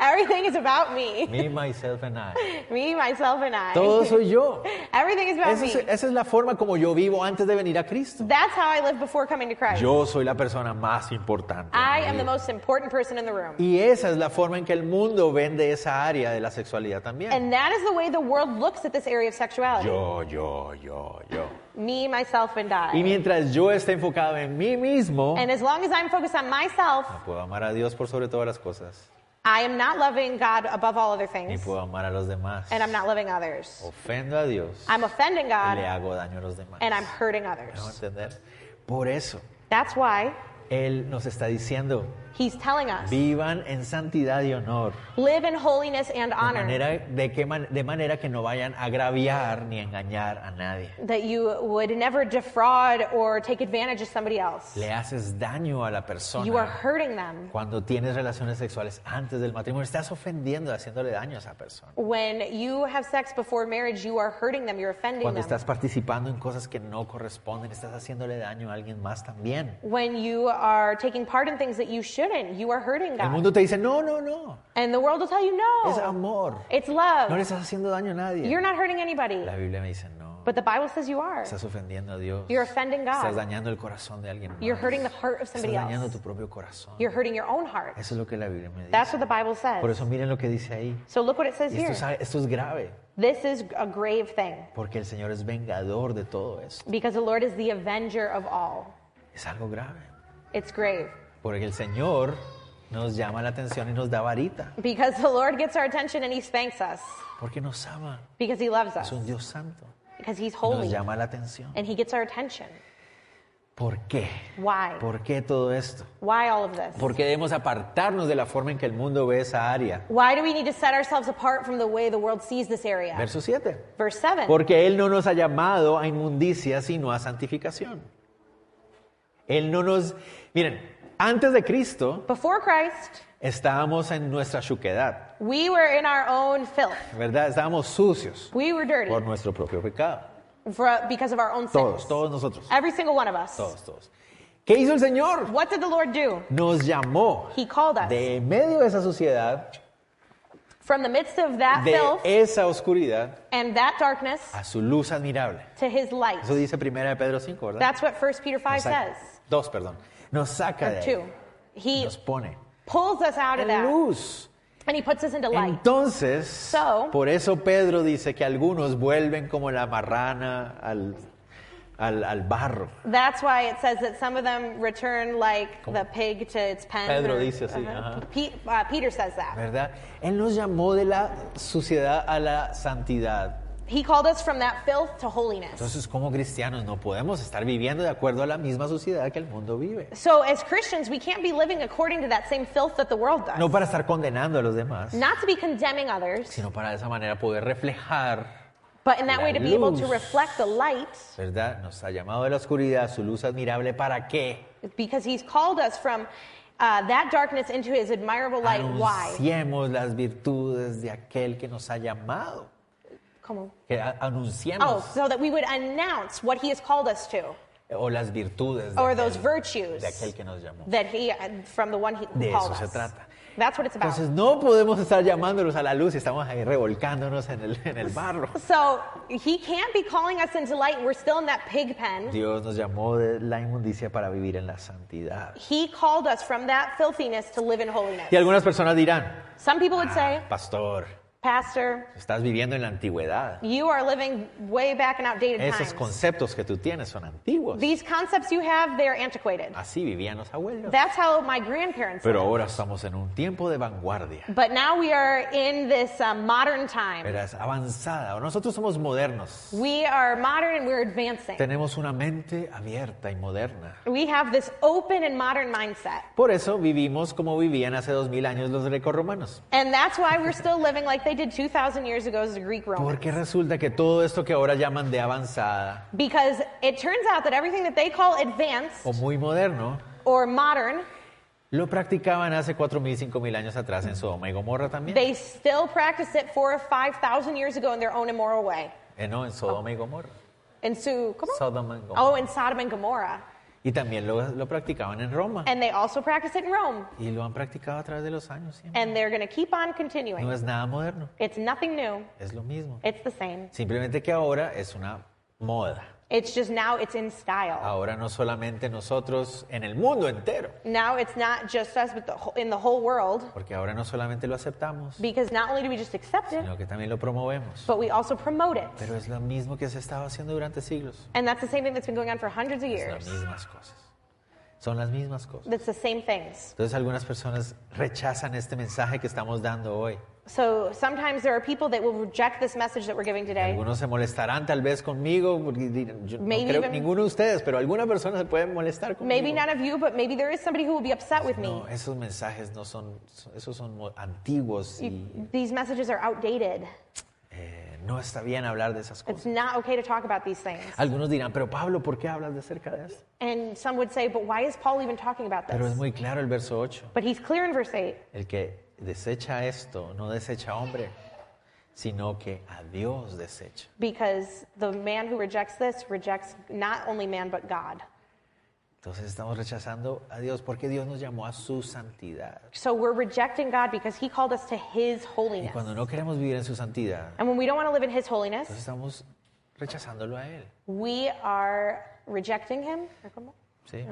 Speaker 2: Everything is about me.
Speaker 1: Me, myself and I.
Speaker 2: Me, myself, and
Speaker 1: Todo
Speaker 2: I.
Speaker 1: soy yo.
Speaker 2: Everything is about
Speaker 1: Esa es,
Speaker 2: me.
Speaker 1: esa es la forma como yo vivo antes de venir a Cristo.
Speaker 2: That's how I lived before coming to Christ.
Speaker 1: Yo soy la persona más importante. en
Speaker 2: I
Speaker 1: mi
Speaker 2: am the
Speaker 1: vida.
Speaker 2: most important person in the room.
Speaker 1: Y esa es la forma en que el mundo vende esa área de la sexualidad también.
Speaker 2: And that is the way the world looks at this area of sexuality.
Speaker 1: Yo, yo, yo, yo.
Speaker 2: Me, myself, and
Speaker 1: Y
Speaker 2: I.
Speaker 1: mientras yo esté enfocado en mí mismo,
Speaker 2: And as long as I'm focused on myself,
Speaker 1: puedo amar a Dios por sobre todas las cosas
Speaker 2: I am not loving God above all other
Speaker 1: ni
Speaker 2: things,
Speaker 1: puedo amar a los demás.
Speaker 2: and I'm not loving others.
Speaker 1: Ofendo a Dios
Speaker 2: I'm offending
Speaker 1: y le
Speaker 2: God,
Speaker 1: hago daño a los demás.
Speaker 2: and I'm hurting
Speaker 1: ¿Me hago
Speaker 2: others.
Speaker 1: entender? Por eso,
Speaker 2: That's why
Speaker 1: Él nos está diciendo,
Speaker 2: He's telling us
Speaker 1: vivan en santidad y honor.
Speaker 2: live in holiness and
Speaker 1: De
Speaker 2: honor,
Speaker 1: manera, de, qué man- de manera que no vayan a agraviar ni a engañar a nadie.
Speaker 2: that you would never defraud or take advantage of somebody else.
Speaker 1: Le haces daño a la persona.
Speaker 2: You are hurting them
Speaker 1: Cuando tienes relaciones sexuales antes del matrimonio, estás ofendiendo, haciéndole daño a esa persona.
Speaker 2: When you have sex before marriage, you are hurting them, you're offending
Speaker 1: Cuando
Speaker 2: them.
Speaker 1: estás participando en cosas que no corresponden, estás haciéndole daño a alguien más también.
Speaker 2: When you are taking part in things that you shouldn't, you are hurting
Speaker 1: El
Speaker 2: God.
Speaker 1: mundo te dice, no, no, no,
Speaker 2: And the world will tell you,
Speaker 1: es
Speaker 2: no,
Speaker 1: amor.
Speaker 2: it's
Speaker 1: No le
Speaker 2: love.
Speaker 1: estás haciendo daño a nadie.
Speaker 2: You're not hurting anybody.
Speaker 1: La Biblia me dice, no,
Speaker 2: But the Bible says you are.
Speaker 1: estás ofendiendo a Dios.
Speaker 2: You're offending
Speaker 1: Estás
Speaker 2: God.
Speaker 1: dañando el corazón de alguien más.
Speaker 2: You're hurting the heart of
Speaker 1: Estás
Speaker 2: somebody
Speaker 1: dañando
Speaker 2: else.
Speaker 1: tu propio corazón.
Speaker 2: You're hurting your own heart.
Speaker 1: Eso es lo que la Biblia me dice.
Speaker 2: That's what the Bible
Speaker 1: Por eso
Speaker 2: says.
Speaker 1: miren lo que dice ahí.
Speaker 2: So look what it says
Speaker 1: Y esto,
Speaker 2: here.
Speaker 1: es, esto es grave,
Speaker 2: This is a grave thing
Speaker 1: porque el Señor es vengador de todo esto.
Speaker 2: because the Lord is the avenger of all.
Speaker 1: Es algo grave,
Speaker 2: It's grave
Speaker 1: porque el Señor nos llama la atención y nos da varita,
Speaker 2: because the Lord gets our attention and he spanks us
Speaker 1: porque nos ama.
Speaker 2: because he loves
Speaker 1: Es
Speaker 2: us
Speaker 1: un Dios santo.
Speaker 2: because he's
Speaker 1: Nos
Speaker 2: holy
Speaker 1: llama la atención.
Speaker 2: and he gets our attention.
Speaker 1: ¿Por qué?
Speaker 2: Why?
Speaker 1: ¿Por qué todo esto?
Speaker 2: Why all of this?
Speaker 1: ¿Por qué debemos apartarnos de la forma en que el mundo ve esa área?
Speaker 2: Why do we need to set ourselves apart from the way the world sees this area?
Speaker 1: Verso 7.
Speaker 2: Verse 7
Speaker 1: Porque Él no nos ha llamado a inmundicia, sino a santificación. Él no nos... Miren, antes de Cristo
Speaker 2: Before Christ,
Speaker 1: estábamos en nuestra chuquedad,
Speaker 2: we were in our own filth.
Speaker 1: ¿verdad? Estábamos sucios
Speaker 2: We were dirty
Speaker 1: por nuestro propio pecado.
Speaker 2: for, because of our own sins.
Speaker 1: Todos, todos nosotros.
Speaker 2: Every single one of us.
Speaker 1: Todos, todos. ¿Qué hizo el Señor?
Speaker 2: What did the Lord do?
Speaker 1: Nos llamó
Speaker 2: He called us
Speaker 1: de medio de esa suciedad,
Speaker 2: from the midst of that
Speaker 1: de
Speaker 2: filth
Speaker 1: esa oscuridad,
Speaker 2: and that darkness
Speaker 1: a su luz admirable.
Speaker 2: to his light.
Speaker 1: Eso dice primera de Pedro 5, ¿verdad?
Speaker 2: That's what 1 Peter
Speaker 1: Nos
Speaker 2: 5
Speaker 1: saca-
Speaker 2: says.
Speaker 1: Dos, perdón. Nos saca de
Speaker 2: Or 2.
Speaker 1: ahí,
Speaker 2: He
Speaker 1: nos pone
Speaker 2: pulls us out of
Speaker 1: en
Speaker 2: that
Speaker 1: luz.
Speaker 2: and he puts us into light.
Speaker 1: Entonces,
Speaker 2: So-
Speaker 1: por eso Pedro dice que algunos vuelven como la marrana al, al, al barro.
Speaker 2: That's why it says that some of them return like the pig to its pen.
Speaker 1: Pedro
Speaker 2: or-
Speaker 1: dice así,
Speaker 2: Uh-huh.
Speaker 1: ajá.
Speaker 2: Pe- uh, Peter says that.
Speaker 1: ¿Verdad? Él nos llamó de la suciedad a la santidad.
Speaker 2: He called us from that filth to holiness.
Speaker 1: Entonces, como cristianos, no podemos estar viviendo de acuerdo a la misma sociedad que el mundo vive.
Speaker 2: So as Christians, we can't be living according to that same filth that the world does.
Speaker 1: No para estar condenando a los demás,
Speaker 2: Not to be condemning others,
Speaker 1: sino para de esa manera poder reflejar,
Speaker 2: but in that
Speaker 1: La
Speaker 2: way to be able to
Speaker 1: luz.
Speaker 2: reflect the light
Speaker 1: ¿verdad? Nos ha llamado de la oscuridad a su luz admirable. ¿Para qué?
Speaker 2: because he's called us from uh, that darkness into his admirable light. Why?
Speaker 1: Anunciemos las virtudes de aquel que nos ha llamado.
Speaker 2: Come on.
Speaker 1: que a- anunciemos
Speaker 2: Oh, so that we would announce what he has called us to,
Speaker 1: o las virtudes de
Speaker 2: Oh, or
Speaker 1: aquel,
Speaker 2: those virtues
Speaker 1: de aquel que nos llamó.
Speaker 2: that he uh, from the one he who
Speaker 1: De
Speaker 2: called
Speaker 1: eso se
Speaker 2: us.
Speaker 1: trata.
Speaker 2: That's what it's about.
Speaker 1: Entonces no podemos estar llamándolos a la luz y estamos ahí revolcándonos en el, en el barro.
Speaker 2: so he can't be calling us into light. We're still in that pig pen.
Speaker 1: Dios nos llamó de la inmundicia para vivir en la santidad.
Speaker 2: He called us from that filthiness to live in holiness.
Speaker 1: Y algunas personas dirán,
Speaker 2: Some people would say,
Speaker 1: "Ah, pastor,
Speaker 2: Pastor,
Speaker 1: estás viviendo en la antigüedad.
Speaker 2: you are living way back in outdated
Speaker 1: Esos
Speaker 2: times.
Speaker 1: conceptos que tú tienes son antiguos.
Speaker 2: These concepts you have, they're antiquated.
Speaker 1: Así vivían los abuelos.
Speaker 2: That's how my grandparents
Speaker 1: Pero
Speaker 2: lived.
Speaker 1: ahora estamos en un tiempo de vanguardia.
Speaker 2: But now we are in this uh, modern time.
Speaker 1: Pero es avanzada. Nosotros somos modernos.
Speaker 2: We are modern and we're advancing.
Speaker 1: Tenemos una mente abierta y moderna.
Speaker 2: We have this open and modern mindset.
Speaker 1: Por eso vivimos como vivían hace dos mil años los grecorromanos.
Speaker 2: And that's why we're still living like they did 2,000 years ago as the Greek Romans.
Speaker 1: Porque resulta que todo esto que ahora llaman de avanzada
Speaker 2: Because it turns out that everything that they call advanced
Speaker 1: o muy moderno,
Speaker 2: or modern,
Speaker 1: lo practicaban hace cuatro mil, cinco mil años atrás en Sodoma y Gomorra también.
Speaker 2: they still practice it four or 5,000 years ago in their own immoral way.
Speaker 1: Eh, no, en Sodoma y Gomorra.
Speaker 2: And so, come on.
Speaker 1: Sodoma y Gomorra.
Speaker 2: Oh, in Sodom and Gomorrah.
Speaker 1: Y también lo, lo practicaban en Roma.
Speaker 2: And they also practice it in Rome.
Speaker 1: Y lo han practicado a través de los años siempre.
Speaker 2: And they're going to keep on
Speaker 1: No
Speaker 2: continuing.
Speaker 1: es nada moderno,
Speaker 2: It's nothing new.
Speaker 1: es lo mismo.
Speaker 2: It's the same.
Speaker 1: Simplemente que ahora es una moda.
Speaker 2: It's just now it's in style.
Speaker 1: Ahora no solamente nosotros, en el mundo entero.
Speaker 2: Now it's not just us, but the, whole- in the whole world.
Speaker 1: Porque ahora no solamente lo aceptamos,
Speaker 2: Because not only do we just accept it,
Speaker 1: sino que también lo promovemos.
Speaker 2: but we also promote it.
Speaker 1: Pero es lo mismo que se estaba haciendo durante siglos.
Speaker 2: And that's the same thing that's been going on for hundreds of
Speaker 1: Es
Speaker 2: years.
Speaker 1: las mismas cosas. Son las mismas cosas.
Speaker 2: That's the same things.
Speaker 1: Entonces algunas personas rechazan este mensaje que estamos dando hoy.
Speaker 2: So sometimes there are people that will reject this message that we're giving today.
Speaker 1: Algunos se molestarán tal vez conmigo, porque dirán, yo no
Speaker 2: Maybe
Speaker 1: creo
Speaker 2: even-
Speaker 1: ninguno de ustedes, pero algunas personas se pueden molestar conmigo.
Speaker 2: Maybe none of you, but maybe there is somebody who will be upset with me.
Speaker 1: No, esos mensajes no son, esos son mo- antiguos y
Speaker 2: You- these messages are outdated.
Speaker 1: eh, no está bien hablar de esas
Speaker 2: It's
Speaker 1: cosas.
Speaker 2: not okay to talk about these things.
Speaker 1: Algunos dirán, pero Pablo, ¿por qué hablas de acerca de esto?
Speaker 2: And some would say, but why is Paul even talking about
Speaker 1: Pero es
Speaker 2: this?
Speaker 1: muy claro el verso 8.
Speaker 2: But he's clear in verse 8.
Speaker 1: El que desecha esto no desecha a hombre, sino que a Dios desecha.
Speaker 2: Because the man who rejects this rejects not only man, but God.
Speaker 1: Entonces estamos rechazando a Dios porque Dios nos llamó a su santidad.
Speaker 2: So we're rejecting God because he called us to his
Speaker 1: Y
Speaker 2: holiness.
Speaker 1: cuando no queremos vivir en su santidad,
Speaker 2: And when we don't want to live in his
Speaker 1: entonces
Speaker 2: holiness,
Speaker 1: estamos rechazándolo a Él.
Speaker 2: we are rejecting him.
Speaker 1: ¿sí?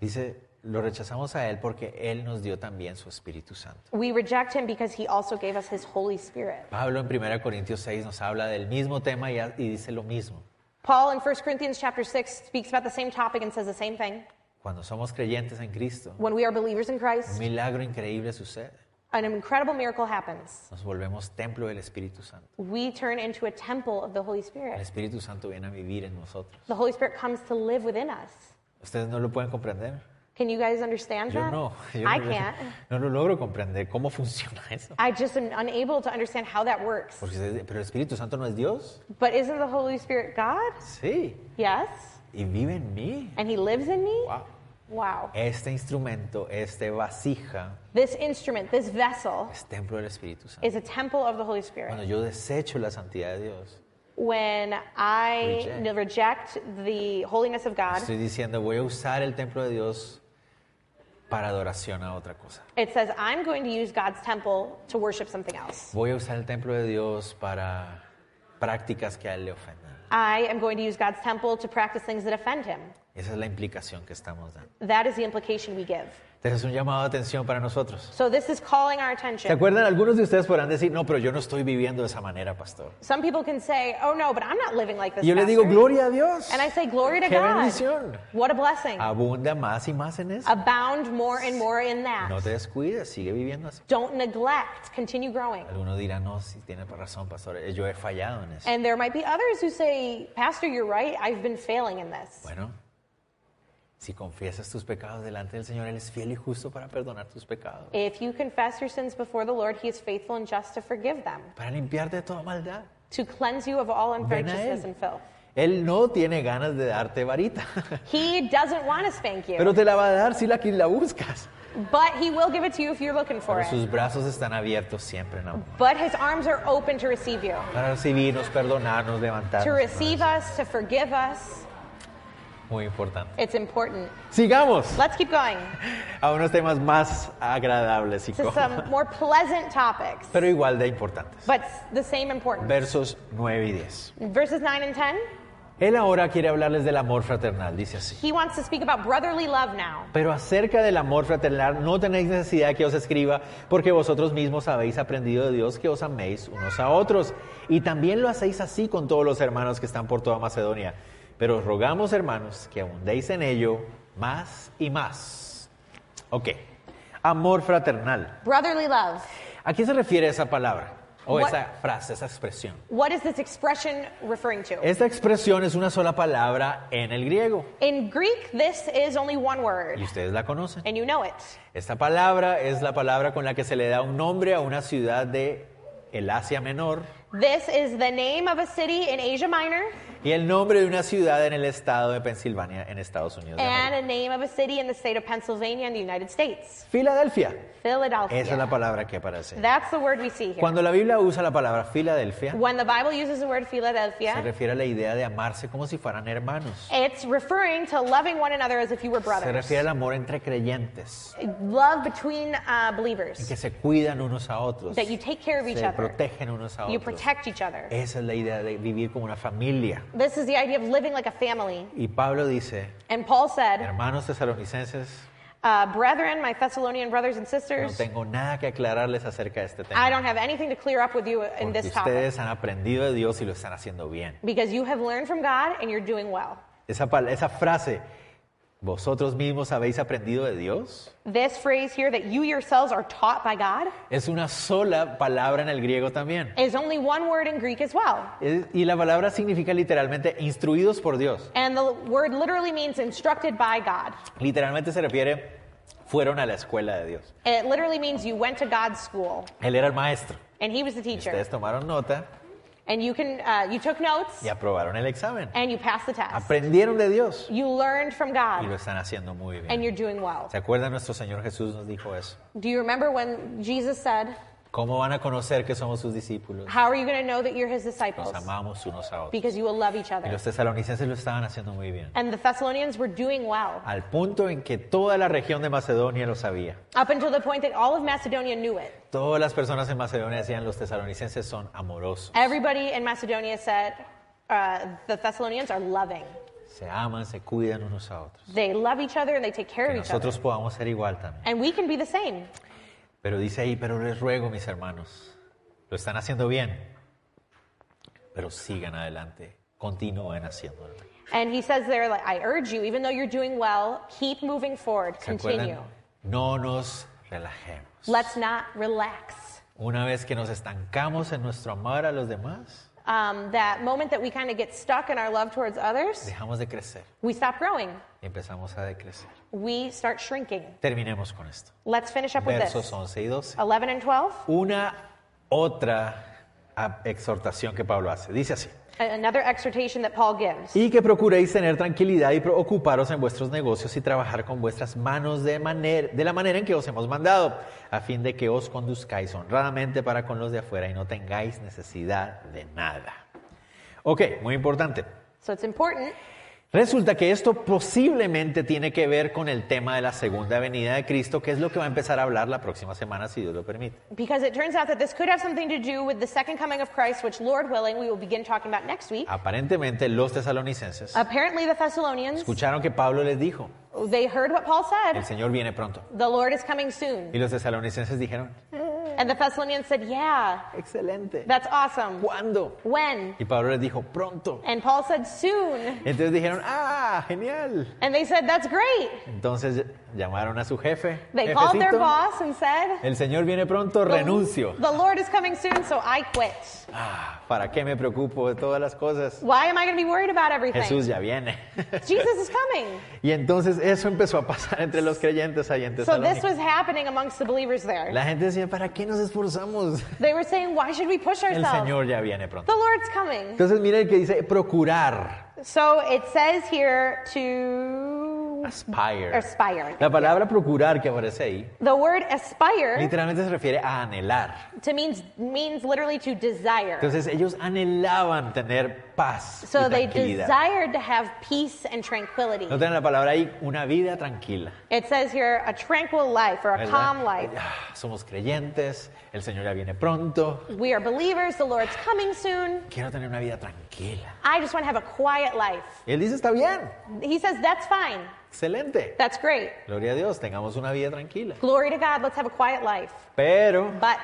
Speaker 1: Dice, lo rechazamos a Él porque Él nos dio también su Espíritu Santo.
Speaker 2: We reject him because he also gave us his Holy Spirit.
Speaker 1: Pablo en 1 Corintios 6 nos habla del mismo tema y, ha- y dice lo mismo.
Speaker 2: Paul in 1 Corinthians chapter 6 speaks about the same topic and says the same thing.
Speaker 1: Cuando somos creyentes en Cristo,
Speaker 2: When we are believers in
Speaker 1: un
Speaker 2: Christ,
Speaker 1: milagro increíble sucede.
Speaker 2: an incredible miracle happens.
Speaker 1: Nos volvemos templo del Espíritu Santo.
Speaker 2: We turn into a temple of the Holy
Speaker 1: El
Speaker 2: Spirit.
Speaker 1: Espíritu Santo viene a vivir en nosotros.
Speaker 2: The Holy Spirit comes to live within us.
Speaker 1: Ustedes no lo pueden comprender.
Speaker 2: Can you guys understand
Speaker 1: Yo
Speaker 2: that?
Speaker 1: no. Yo
Speaker 2: I
Speaker 1: no, lo-
Speaker 2: can't.
Speaker 1: no lo logro comprender cómo funciona eso.
Speaker 2: I just am unable to understand how that works.
Speaker 1: Porque ustedes- pero el Espíritu Santo no es Dios.
Speaker 2: But isn't the Holy Spirit God?
Speaker 1: Sí.
Speaker 2: Yes.
Speaker 1: Y vive en mí.
Speaker 2: And He lives in me?
Speaker 1: Wow.
Speaker 2: Wow.
Speaker 1: Este instrumento, este vasija,
Speaker 2: This instrument, this vessel,
Speaker 1: es templo del Espíritu Santo.
Speaker 2: is a temple of the Holy
Speaker 1: Cuando
Speaker 2: Spirit.
Speaker 1: yo desecho la santidad de Dios,
Speaker 2: When I
Speaker 1: Reject.
Speaker 2: reject the holiness of God,
Speaker 1: estoy diciendo voy a usar el templo de Dios para adoración a otra cosa.
Speaker 2: it says I'm going to use God's temple to worship something else.
Speaker 1: Voy a usar el templo de Dios para prácticas que a Él le ofendan.
Speaker 2: I am going to use God's temple to practice things that offend Him.
Speaker 1: Esa es la implicación que estamos dando.
Speaker 2: That is the implication we give.
Speaker 1: Entonces es un llamado de atención para nosotros.
Speaker 2: So this is calling our
Speaker 1: ¿Se
Speaker 2: attention.
Speaker 1: acuerdan? Algunos de ustedes podrán decir, no, pero yo no estoy viviendo de esa manera, pastor.
Speaker 2: Some people can say, "Oh no, but I'm not living like this."
Speaker 1: Y yo le digo,
Speaker 2: pastor."
Speaker 1: gloria a Dios.
Speaker 2: and I say, "Glory to
Speaker 1: Qué bendición. Ah.
Speaker 2: God! What a blessing!
Speaker 1: Abunda más y más en eso.
Speaker 2: Abound more and more in that.
Speaker 1: No te descuides, sigue viviendo así.
Speaker 2: Don't neglect. Continue growing."
Speaker 1: Algunos dirán, no, sí, tiene razón, pastor, eh, yo he fallado en eso.
Speaker 2: And there might be others who say, "Pastor, you're right. I've been failing in this."
Speaker 1: Bueno, si confiesas tus pecados delante del Señor, Él es fiel y justo para perdonar tus pecados,
Speaker 2: If you confess your sins before the Lord, He is faithful and just to forgive them,
Speaker 1: para limpiarte de toda maldad.
Speaker 2: to cleanse you of all
Speaker 1: a Él.
Speaker 2: unrighteousness and filth.
Speaker 1: Él no tiene ganas de darte varita,
Speaker 2: He doesn't want to spank you,
Speaker 1: pero te la va a dar si la, la buscas.
Speaker 2: but He will give it to you if you're looking for
Speaker 1: Pero
Speaker 2: it.
Speaker 1: sus brazos están abiertos siempre en amor.
Speaker 2: But His arms are open to receive you.
Speaker 1: Para recibirnos, perdonarnos, levantarnos.
Speaker 2: to receive us, to forgive us.
Speaker 1: Muy importante.
Speaker 2: It's important.
Speaker 1: Sigamos
Speaker 2: Let's keep going
Speaker 1: a unos temas más agradables y
Speaker 2: to
Speaker 1: cómodos,
Speaker 2: some more pleasant topics,
Speaker 1: pero igual de importantes.
Speaker 2: but the same important.
Speaker 1: Versos 9 y 10.
Speaker 2: Verses 9 and 10,
Speaker 1: Él ahora quiere hablarles del amor fraternal, dice así.
Speaker 2: he wants to speak about brotherly love now.
Speaker 1: Pero acerca del amor fraternal no tenéis necesidad que os escriba, porque vosotros mismos habéis aprendido de Dios que os améis unos a otros. Y también lo hacéis así con todos los hermanos que están por toda Macedonia. Pero os rogamos, hermanos, que abundéis en ello más y más. Ok, amor fraternal.
Speaker 2: Brotherly love.
Speaker 1: ¿A qué se refiere esa palabra? O
Speaker 2: What-
Speaker 1: esa frase, esa expresión.
Speaker 2: What is this expression referring to?
Speaker 1: Esta expresión es una sola palabra en el griego.
Speaker 2: In Greek, this is only one
Speaker 1: Y
Speaker 2: word,
Speaker 1: ustedes la conocen.
Speaker 2: and you know it.
Speaker 1: Esta palabra es la palabra con la que se le da un nombre a una ciudad de el Asia Menor
Speaker 2: This is the name of a city in Asia Minor
Speaker 1: y el nombre de una ciudad en el estado de Pensilvania en Estados Unidos. de
Speaker 2: and
Speaker 1: América.
Speaker 2: a name of a city in the state of Pennsylvania in the United States.
Speaker 1: Filadelfia. Esa es la
Speaker 2: Philadelphia.
Speaker 1: palabra que aparece.
Speaker 2: That's the word we see here.
Speaker 1: Cuando la Biblia usa la palabra Filadelfia,
Speaker 2: When the Bible uses the word
Speaker 1: se
Speaker 2: Philadelphia,
Speaker 1: refiere a la idea de amarse como si fueran hermanos.
Speaker 2: it's referring to loving one another as if you were
Speaker 1: Se
Speaker 2: brothers.
Speaker 1: refiere al amor entre creyentes,
Speaker 2: Love between uh,
Speaker 1: que
Speaker 2: believers,
Speaker 1: se cuidan unos a otros,
Speaker 2: that you take care of each
Speaker 1: se
Speaker 2: other,
Speaker 1: protegen unos a otros.
Speaker 2: you
Speaker 1: Eh.
Speaker 2: protect each other.
Speaker 1: Esa es la idea de vivir como una familia.
Speaker 2: This is the idea of living like a family.
Speaker 1: Y Pablo dice,
Speaker 2: And Paul said,
Speaker 1: hermanos tesalonicenses,
Speaker 2: uh, Brethren, my Thessalonian brothers and
Speaker 1: No
Speaker 2: sisters,
Speaker 1: tengo nada que aclararles acerca de este
Speaker 2: I
Speaker 1: tema.
Speaker 2: don't have anything to clear up with you in
Speaker 1: Porque
Speaker 2: this topic
Speaker 1: ustedes han aprendido de Dios y lo están haciendo bien.
Speaker 2: because you have learned from God and you're doing well.
Speaker 1: Esa, pal- esa frase, ¿Vosotros mismos habéis aprendido de Dios?
Speaker 2: This phrase here, that you yourselves are taught by God,
Speaker 1: Es una sola palabra en el griego también.
Speaker 2: is only one word in Greek as well.
Speaker 1: Es- Y la palabra significa literalmente instruidos por Dios.
Speaker 2: And the word literally means instructed by God.
Speaker 1: Literalmente se refiere, fueron a la escuela de Dios.
Speaker 2: It literally means you went to God's school,
Speaker 1: Él era el maestro.
Speaker 2: and He was the teacher.
Speaker 1: Ustedes tomaron nota
Speaker 2: And you can, uh, you took notes,
Speaker 1: y aprobaron el examen.
Speaker 2: and you passed the test.
Speaker 1: Aprendieron de Dios
Speaker 2: You learned from
Speaker 1: y lo
Speaker 2: God,
Speaker 1: están haciendo muy
Speaker 2: and
Speaker 1: bien.
Speaker 2: you're doing well.
Speaker 1: ¿Se acuerdan? Nuestro Señor Jesús nos dijo eso.
Speaker 2: Do you remember when Jesus said,
Speaker 1: ¿Cómo van a conocer que somos sus discípulos?
Speaker 2: "How are you going to know that you're His
Speaker 1: Nos
Speaker 2: disciples?
Speaker 1: amamos unos a otros.
Speaker 2: Because you will love each
Speaker 1: Y
Speaker 2: other."
Speaker 1: los tesalonicenses lo estaban haciendo muy bien.
Speaker 2: And the Thessalonians were doing well
Speaker 1: Al punto en que toda la región de Macedonia lo sabía.
Speaker 2: up until the point that all of Macedonia knew it.
Speaker 1: Todas las personas en Macedonia decían los tesalonicenses son amorosos,
Speaker 2: Everybody in Macedonia said uh, the Thessalonians are loving.
Speaker 1: se aman, se cuidan unos a otros.
Speaker 2: They love each other and they take care
Speaker 1: Que
Speaker 2: of each other.
Speaker 1: nosotros podamos ser igual también.
Speaker 2: And we can be the same.
Speaker 1: Pero dice ahí, pero les ruego mis hermanos, lo están haciendo bien, pero sigan adelante, continúen haciéndolo.
Speaker 2: And he says there, like, I urge you, even though you're doing well, keep moving forward,
Speaker 1: ¿Se
Speaker 2: continue.
Speaker 1: acuerdan? No nos relajemos.
Speaker 2: Let's not relax.
Speaker 1: Una vez que nos estancamos en nuestro amor a los demás,
Speaker 2: Um, that moment that we kind of get stuck in our love towards others,
Speaker 1: dejamos de crecer
Speaker 2: we stop growing.
Speaker 1: y empezamos a decrecer.
Speaker 2: We start shrinking.
Speaker 1: Terminemos con esto.
Speaker 2: Let's finish up with
Speaker 1: Versos
Speaker 2: this
Speaker 1: 11 y 12.
Speaker 2: 11 and 12.
Speaker 1: una otra ah, exhortación que Pablo hace. Dice así.
Speaker 2: a- Another exhortation that Paul gives.
Speaker 1: Y que procuréis tener tranquilidad y pro- ocuparos en vuestros negocios y trabajar con vuestras manos de, maner- de la manera en que os hemos mandado, a fin de que os conduzcáis honradamente para con los de afuera y no tengáis necesidad de nada. Ok, muy importante.
Speaker 2: So it's important.
Speaker 1: Resulta que esto posiblemente tiene que ver con el tema de la segunda venida de Cristo, que es lo que va a empezar a hablar la próxima semana, si Dios lo permite.
Speaker 2: Because it turns out that this could have something to do with the second coming of Christ, which, Lord willing, we will begin talking about next week.
Speaker 1: Aparentemente los tesalonicenses
Speaker 2: Apparently, the Thessalonians,
Speaker 1: Escucharon que Pablo les dijo,
Speaker 2: they heard what Paul
Speaker 1: el
Speaker 2: said.
Speaker 1: Señor viene pronto.
Speaker 2: The Lord is coming
Speaker 1: Y
Speaker 2: soon.
Speaker 1: los tesalonicenses dijeron,
Speaker 2: And the Thessalonians said, Yeah,
Speaker 1: excelente.
Speaker 2: that's awesome.
Speaker 1: ¿Cuándo?
Speaker 2: When?
Speaker 1: Y Pablo les dijo, pronto.
Speaker 2: And Paul said, Soon.
Speaker 1: Entonces dijeron, ah, genial.
Speaker 2: And they said, That's great.
Speaker 1: Entonces llamaron a su jefe.
Speaker 2: They called their
Speaker 1: "Jefecito,
Speaker 2: boss and said,
Speaker 1: El Señor viene pronto,
Speaker 2: "The-
Speaker 1: renuncio.
Speaker 2: The Lord is coming soon, so I quit.
Speaker 1: Ah, ¿Para qué me preocupo de todas las cosas?
Speaker 2: Why am I going to be worried about everything?
Speaker 1: Jesús ya viene.
Speaker 2: Jesus is coming.
Speaker 1: y entonces eso empezó a pasar entre los creyentes ahí en
Speaker 2: So this
Speaker 1: Tesalónica.
Speaker 2: was happening amongst the believers there.
Speaker 1: La gente decía, ¿para qué nos esforzamos?
Speaker 2: They were saying, Why should we push
Speaker 1: El
Speaker 2: ourselves?
Speaker 1: Señor ya viene pronto.
Speaker 2: The Lord's coming.
Speaker 1: Entonces mira el que dice, procurar,
Speaker 2: So it says here to
Speaker 1: aspire.
Speaker 2: aspire.
Speaker 1: La palabra procurar que aparece ahí
Speaker 2: The word aspire
Speaker 1: literalmente se refiere a anhelar.
Speaker 2: to means means literally to desire.
Speaker 1: Entonces ellos anhelaban tener paz
Speaker 2: So
Speaker 1: y
Speaker 2: they
Speaker 1: tranquilidad.
Speaker 2: desired to have peace and tranquility.
Speaker 1: Noten la palabra ahí, una vida tranquila.
Speaker 2: It says here a tranquil life or a
Speaker 1: ¿verdad?
Speaker 2: calm life.
Speaker 1: Ah, Somos creyentes, el Señor ya viene pronto.
Speaker 2: We are believers, the Lord's coming soon.
Speaker 1: Quiero tener una vida tranquila.
Speaker 2: I just want to have a quiet life.
Speaker 1: Y él dice, está bien,
Speaker 2: He says that's fine.
Speaker 1: excelente.
Speaker 2: That's great.
Speaker 1: Gloria a Dios, tengamos una vida tranquila.
Speaker 2: Glory to God, let's have a quiet life.
Speaker 1: Pero
Speaker 2: But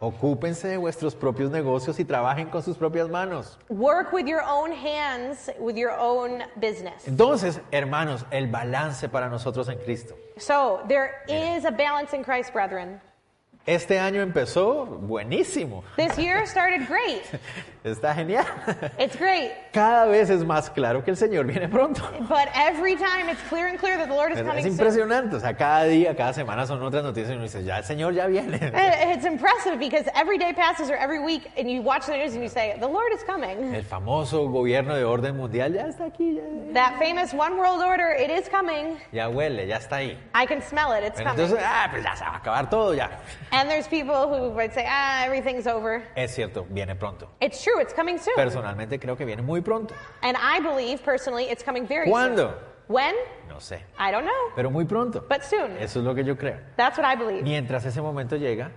Speaker 1: ocúpense de vuestros propios negocios y trabajen con sus propias manos.
Speaker 2: work with your own hands, with your own business.
Speaker 1: Entonces, hermanos, el balance para nosotros en Cristo.
Speaker 2: So there is a balance in Christ, brethren.
Speaker 1: Este año empezó buenísimo.
Speaker 2: This year started great.
Speaker 1: Está genial.
Speaker 2: It's great.
Speaker 1: Cada vez es más claro que el Señor viene pronto.
Speaker 2: But every time it's clear and clear that the Lord is
Speaker 1: Es
Speaker 2: coming soon.
Speaker 1: impresionante. O sea, cada día, cada semana son otras noticias y uno dice, ya el Señor ya viene.
Speaker 2: Eh, It's impressive because every day passes or every week, and you watch the news and you say, The Lord is coming.
Speaker 1: El famoso gobierno de orden mundial ya está aquí, ya,
Speaker 2: That famous one world order, it is coming.
Speaker 1: ya huele, ya está ahí.
Speaker 2: I can smell it, it's
Speaker 1: Pero
Speaker 2: coming.
Speaker 1: entonces, ah, pues ya se va a acabar todo ya.
Speaker 2: And there's people who would say, Ah, everything's over.
Speaker 1: Es cierto, viene pronto.
Speaker 2: It's true, it's coming soon.
Speaker 1: Personalmente creo que viene muy pronto.
Speaker 2: And I believe personally it's coming very soon.
Speaker 1: ¿Cuándo?
Speaker 2: When?
Speaker 1: No sé,
Speaker 2: I don't know.
Speaker 1: pero muy pronto.
Speaker 2: But soon.
Speaker 1: Eso es lo que yo creo.
Speaker 2: That's what I believe.
Speaker 1: Mientras ese momento llega,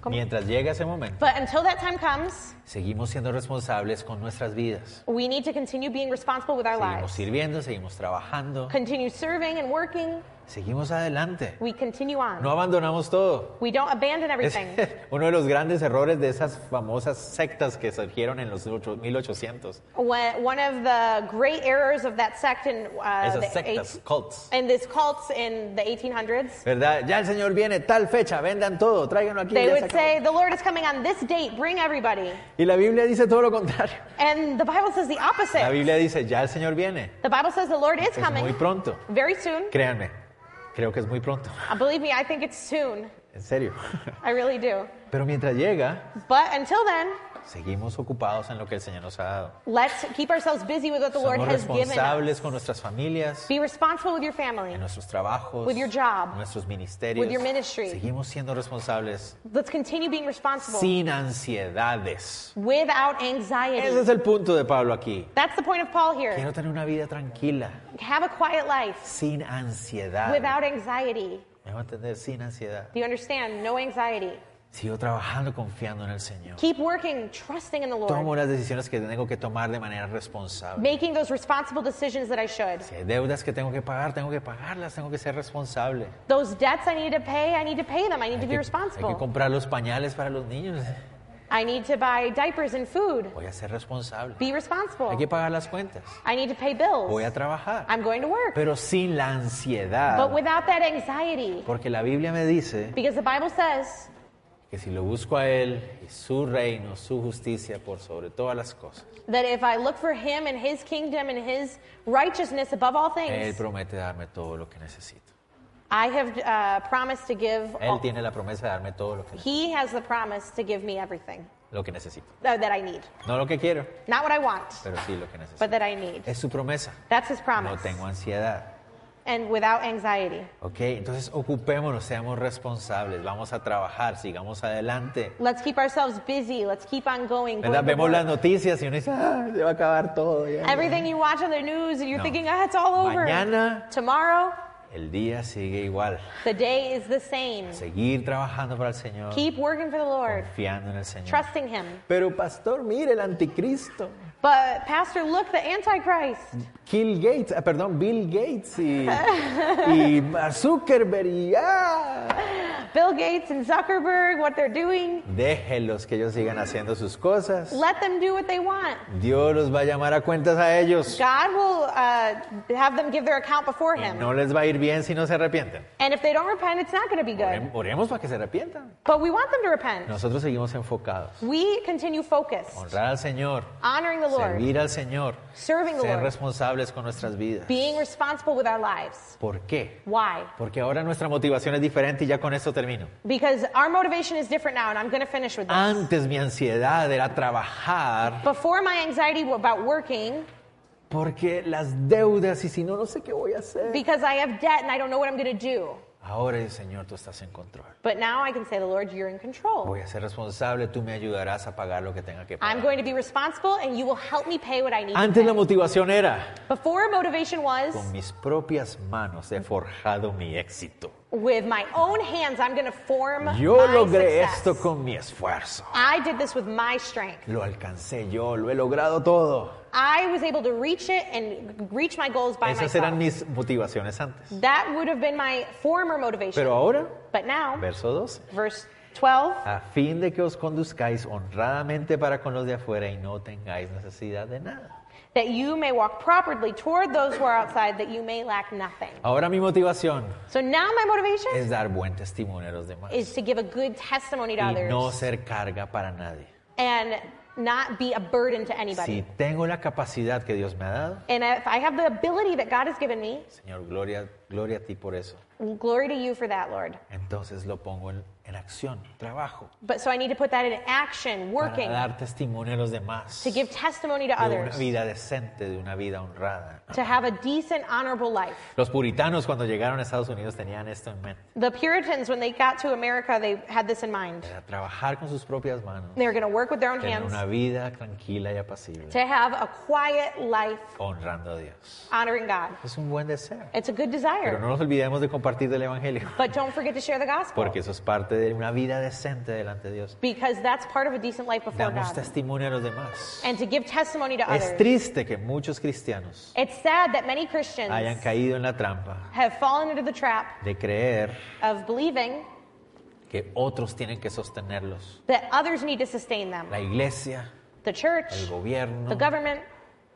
Speaker 2: ¿Cómo?
Speaker 1: mientras llega ese momento,
Speaker 2: But until that time comes,
Speaker 1: seguimos siendo responsables con nuestras vidas.
Speaker 2: we need to continue being responsible with our
Speaker 1: Seguimos
Speaker 2: lives.
Speaker 1: sirviendo, seguimos trabajando,
Speaker 2: Continue serving and working.
Speaker 1: Seguimos adelante.
Speaker 2: We continue on.
Speaker 1: No abandonamos todo.
Speaker 2: We don't abandon
Speaker 1: Es
Speaker 2: everything.
Speaker 1: uno de los grandes errores de esas famosas sectas que surgieron en los ocho- 1800.
Speaker 2: When, one of the great errors of that sect in, uh,
Speaker 1: Esas
Speaker 2: the
Speaker 1: sectas,
Speaker 2: eight-
Speaker 1: cults.
Speaker 2: and this cults in the 1800s,
Speaker 1: ¿Verdad? Ya el Señor viene, tal fecha, vendan todo, tráiganlo aquí.
Speaker 2: they
Speaker 1: ya se
Speaker 2: would
Speaker 1: acabó.
Speaker 2: say, The Lord is coming on this date, bring everybody.
Speaker 1: Y la Biblia dice todo lo contrario.
Speaker 2: And the Bible says the
Speaker 1: La
Speaker 2: opposite.
Speaker 1: Biblia dice, ya el Señor viene.
Speaker 2: The Bible says the Lord is
Speaker 1: Es muy
Speaker 2: coming
Speaker 1: pronto.
Speaker 2: very soon.
Speaker 1: Créanme, creo que es muy pronto.
Speaker 2: Uh, Believe me, I think it's soon.
Speaker 1: En serio.
Speaker 2: I really do.
Speaker 1: Pero mientras llega,
Speaker 2: But until then,
Speaker 1: seguimos ocupados en lo que el Señor nos ha dado.
Speaker 2: let's keep ourselves busy with what the Lord
Speaker 1: Somos
Speaker 2: has given us.
Speaker 1: responsables con nuestras familias,
Speaker 2: Be responsible with your family.
Speaker 1: en nuestros trabajos,
Speaker 2: With your job.
Speaker 1: nuestros ministerios.
Speaker 2: With your ministry.
Speaker 1: Seguimos siendo responsables
Speaker 2: Let's continue being responsible
Speaker 1: sin ansiedades.
Speaker 2: without
Speaker 1: Ese es
Speaker 2: anxiety.
Speaker 1: el punto de Pablo aquí.
Speaker 2: That's the point of Paul here.
Speaker 1: Quiero tener una vida tranquila,
Speaker 2: Have a quiet life
Speaker 1: sin ansiedad.
Speaker 2: without anxiety.
Speaker 1: Me va a entender, sin ansiedad.
Speaker 2: Do you understand? No anxiety.
Speaker 1: Sigo trabajando confiando en el Señor.
Speaker 2: Keep working, trusting in the
Speaker 1: Tomo
Speaker 2: Lord,
Speaker 1: las decisiones que tengo que tomar de manera responsable.
Speaker 2: making those responsible decisions that I should.
Speaker 1: Si hay deudas que tengo que pagar, tengo que pagarlas, tengo que ser responsable.
Speaker 2: Those debts I need to pay, I need to pay them. I
Speaker 1: Hay que,
Speaker 2: need to be
Speaker 1: hay que
Speaker 2: responsible.
Speaker 1: comprar los pañales para los niños.
Speaker 2: I need to buy diapers and food.
Speaker 1: Voy a ser responsable.
Speaker 2: Be
Speaker 1: Hay que
Speaker 2: responsible.
Speaker 1: pagar las cuentas.
Speaker 2: I need to pay
Speaker 1: Voy
Speaker 2: bills.
Speaker 1: a trabajar.
Speaker 2: I'm going to work.
Speaker 1: Pero sin la
Speaker 2: But
Speaker 1: ansiedad.
Speaker 2: without that anxiety,
Speaker 1: Porque la Biblia me dice
Speaker 2: because the Bible says
Speaker 1: que si lo busco a Él y su reino, su justicia por sobre todas las cosas,
Speaker 2: that if I look for Him and His kingdom and His righteousness above all
Speaker 1: Él
Speaker 2: things,
Speaker 1: promete darme todo lo que necesito.
Speaker 2: I have uh, promised to give.
Speaker 1: Él
Speaker 2: all-
Speaker 1: tiene la promesa de darme todo lo que,
Speaker 2: He has the promise to give me everything
Speaker 1: lo que necesito.
Speaker 2: uh, that I need.
Speaker 1: No lo que quiero,
Speaker 2: Not what I want,
Speaker 1: pero sí lo que necesito.
Speaker 2: but that I need.
Speaker 1: Es su promesa.
Speaker 2: That's His
Speaker 1: No
Speaker 2: promise.
Speaker 1: tengo ansiedad.
Speaker 2: And without anxiety.
Speaker 1: Ok, entonces ocupémonos, seamos responsables, vamos a trabajar, sigamos adelante.
Speaker 2: Let's keep ourselves busy. Let's keep on going. going
Speaker 1: ¿Verdad?
Speaker 2: to
Speaker 1: Vemos
Speaker 2: work.
Speaker 1: las noticias y uno dice, ah, se va a acabar todo. ya".
Speaker 2: Everything you watch on the news, and you're
Speaker 1: No.
Speaker 2: thinking, ah, it's all over.
Speaker 1: Mañana-
Speaker 2: Tomorrow,
Speaker 1: El día sigue igual.
Speaker 2: the day is the same.
Speaker 1: Seguir trabajando para el Señor,
Speaker 2: Keep working for the Lord,
Speaker 1: confiando en el Señor.
Speaker 2: trusting Him.
Speaker 1: Pero pastor, mire el anticristo.
Speaker 2: But, Pastor, look, the Antichrist.
Speaker 1: Kill Gates, ah, perdón, Bill Gates y, y Zuckerberg y ah.
Speaker 2: Bill Gates and Zuckerberg, what they're doing.
Speaker 1: Déjenlos que ellos sigan haciendo sus cosas.
Speaker 2: Let them do what they want.
Speaker 1: Dios los va a llamar a cuentas a ellos.
Speaker 2: God will uh, have them give their account before
Speaker 1: Y
Speaker 2: Him.
Speaker 1: no les va a ir bien si no se arrepienten.
Speaker 2: And if they don't repent, it's not going to be good.
Speaker 1: Orem- Oremos para que se arrepientan.
Speaker 2: But we want them to repent.
Speaker 1: Nosotros seguimos enfocados.
Speaker 2: We continue focused,
Speaker 1: Honrar al Señor,
Speaker 2: honoring the Lord,
Speaker 1: servir al Señor,
Speaker 2: serving the
Speaker 1: ser
Speaker 2: Lord,
Speaker 1: responsables con nuestras vidas.
Speaker 2: being responsible with our lives.
Speaker 1: ¿Por qué?
Speaker 2: Why?
Speaker 1: Porque ahora nuestra motivación es diferente y ya con esto termino.
Speaker 2: Because our motivation is different now, and I'm going to finish with this.
Speaker 1: Antes mi ansiedad era trabajar
Speaker 2: Before my anxiety about working,
Speaker 1: porque las deudas y si no, no sé qué voy a hacer.
Speaker 2: because I have debt and I don't know what I'm going to do.
Speaker 1: Ahora, Señor, tú estás en control.
Speaker 2: But now I can say, the Lord, you're in control.
Speaker 1: Voy a ser responsable, tú me ayudarás a pagar lo que tenga que
Speaker 2: I'm
Speaker 1: pagar.
Speaker 2: going to be responsible, and you will help me pay what I need. to
Speaker 1: Antes
Speaker 2: pay.
Speaker 1: la motivación era
Speaker 2: Before motivation was,
Speaker 1: con mis propias manos he forjado mi éxito.
Speaker 2: with my own hands, I'm going to form
Speaker 1: Yo
Speaker 2: my
Speaker 1: logré
Speaker 2: success.
Speaker 1: esto con mi esfuerzo.
Speaker 2: I did this with my strength.
Speaker 1: Lo alcancé yo, lo he logrado todo.
Speaker 2: I was able to reach it and reach my goals by
Speaker 1: Esas
Speaker 2: myself.
Speaker 1: eran mis motivaciones antes.
Speaker 2: That would have been my former motivation.
Speaker 1: Pero ahora,
Speaker 2: but now,
Speaker 1: verso 12.
Speaker 2: verse 12,
Speaker 1: A fin de que os conduzcáis honradamente para con los de afuera y no tengáis necesidad de nada.
Speaker 2: that you may walk properly toward those who are outside, that you may lack nothing.
Speaker 1: Ahora mi motivación
Speaker 2: So now my motivation
Speaker 1: es dar buen testimonio a los demás
Speaker 2: is to give a good testimony to
Speaker 1: y
Speaker 2: others
Speaker 1: no ser carga para nadie.
Speaker 2: and not be a burden to anybody.
Speaker 1: Si tengo la capacidad que Dios me ha dado,
Speaker 2: And if I have the ability that God has given me,
Speaker 1: Señor, gloria, gloria a ti por eso.
Speaker 2: glory to you for that, Lord.
Speaker 1: Entonces lo pongo en, en acción, trabajo,
Speaker 2: But so I need to put that in action, working,
Speaker 1: para dar testimonio a los demás
Speaker 2: to give
Speaker 1: de
Speaker 2: testimony to
Speaker 1: una
Speaker 2: others,
Speaker 1: vida decente, de una vida honrada.
Speaker 2: to have a decent, honorable life.
Speaker 1: Los puritanos cuando llegaron a Estados Unidos tenían esto en mente.
Speaker 2: The Puritans, when they got to America, they had this in mind.
Speaker 1: Era trabajar con sus propias manos,
Speaker 2: They were going to work with their own
Speaker 1: tener
Speaker 2: hands
Speaker 1: una vida tranquila y apacible,
Speaker 2: to have a quiet life
Speaker 1: honrando a Dios.
Speaker 2: honoring God.
Speaker 1: Es un buen deseo.
Speaker 2: It's a good
Speaker 1: Pero
Speaker 2: desire.
Speaker 1: no nos olvidemos de compartir del Evangelio,
Speaker 2: But don't forget to share the gospel
Speaker 1: porque eso es parte de una vida decente delante de Dios.
Speaker 2: because that's part of a decent life before
Speaker 1: Damos
Speaker 2: God.
Speaker 1: testimonio a los demás.
Speaker 2: And to give testimony to
Speaker 1: Es
Speaker 2: others.
Speaker 1: triste que muchos cristianos
Speaker 2: It's sad that many
Speaker 1: hayan
Speaker 2: Christians
Speaker 1: caído en la trampa
Speaker 2: have fallen into the trap
Speaker 1: de creer
Speaker 2: of believing
Speaker 1: que otros tienen que sostenerlos.
Speaker 2: that others need to sustain them.
Speaker 1: La iglesia,
Speaker 2: The church,
Speaker 1: el gobierno.
Speaker 2: the government.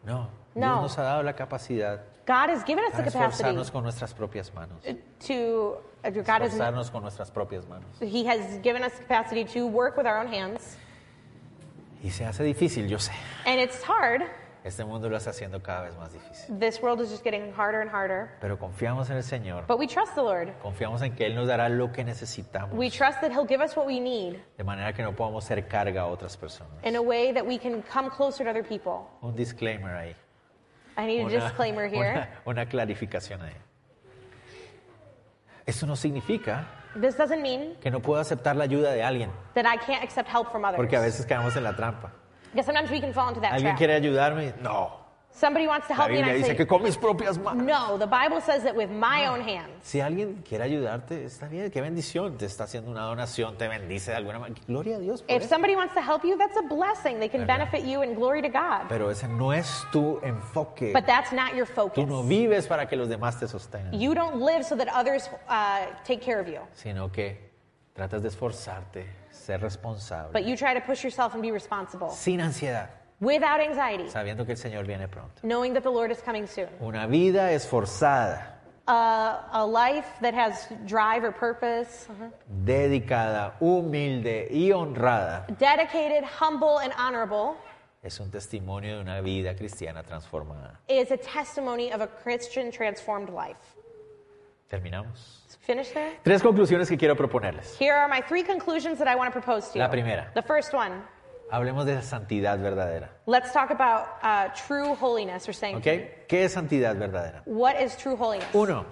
Speaker 1: No, Dios
Speaker 2: No.
Speaker 1: nos ha dado la capacidad
Speaker 2: God has given us the
Speaker 1: para
Speaker 2: capacity
Speaker 1: esforzarnos con nuestras propias manos.
Speaker 2: Eh, to. God has,
Speaker 1: Esforzarnos con nuestras propias manos.
Speaker 2: he has given us capacity to work with our own hands.
Speaker 1: Y se hace difícil, yo sé.
Speaker 2: And it's hard.
Speaker 1: Este mundo lo está haciendo cada vez más difícil.
Speaker 2: This world is just getting harder and harder.
Speaker 1: Pero confiamos en el Señor.
Speaker 2: But we trust the Lord.
Speaker 1: Confiamos en que Él nos dará lo que necesitamos.
Speaker 2: We trust that He'll give us what we need
Speaker 1: De manera que no podamos ser carga a otras personas.
Speaker 2: in a way that we can come closer to other people.
Speaker 1: Un disclaimer ahí.
Speaker 2: I need a disclaimer here.
Speaker 1: una- una clarificación ahí. Eso no significa
Speaker 2: This doesn't mean
Speaker 1: que no puedo aceptar la ayuda de alguien,
Speaker 2: that I can't accept help from others.
Speaker 1: porque a veces caemos en la trampa.
Speaker 2: Because sometimes we can fall into that
Speaker 1: ¿Alguien
Speaker 2: trap.
Speaker 1: quiere ayudarme? No.
Speaker 2: Somebody wants to
Speaker 1: La
Speaker 2: help me, and
Speaker 1: Biblia
Speaker 2: I
Speaker 1: dice
Speaker 2: say,
Speaker 1: que con mis propias manos.
Speaker 2: No, the Bible says that with my own hands.
Speaker 1: Si alguien quiere ayudarte, está bien, qué bendición. Te está haciendo una donación, te bendice de alguna manera. Gloria a Dios. por
Speaker 2: If
Speaker 1: eso.
Speaker 2: somebody wants to help you, that's a blessing. They can
Speaker 1: ¿Verdad?
Speaker 2: benefit you, and glory to God.
Speaker 1: Pero ese no es tu enfoque.
Speaker 2: But that's not your
Speaker 1: Tú no
Speaker 2: focus.
Speaker 1: vives para que los demás te sostengan,
Speaker 2: You don't live so that others uh, take care of you,
Speaker 1: sino que tratas de esforzarte, ser responsable,
Speaker 2: but you try to push yourself and be responsible
Speaker 1: sin ansiedad,
Speaker 2: without anxiety,
Speaker 1: sabiendo que el Señor viene pronto.
Speaker 2: knowing that the Lord is coming soon.
Speaker 1: Una vida esforzada,
Speaker 2: Uh, a life that has drive or purpose,
Speaker 1: dedicada, humilde y honrada
Speaker 2: dedicated, humble, and honorable
Speaker 1: es un testimonio de una vida cristiana transformada.
Speaker 2: is a testimony of a Christian transformed life.
Speaker 1: Terminamos.
Speaker 2: Finish there.
Speaker 1: Tres conclusiones que quiero proponerles.
Speaker 2: Here are my three conclusions that I want to propose to you.
Speaker 1: La primera.
Speaker 2: The first one.
Speaker 1: Hablemos de la santidad verdadera.
Speaker 2: Let's talk about uh, true holiness or saying
Speaker 1: ¿Ok? ¿Qué es santidad verdadera?
Speaker 2: what is true holiness?
Speaker 1: Uno,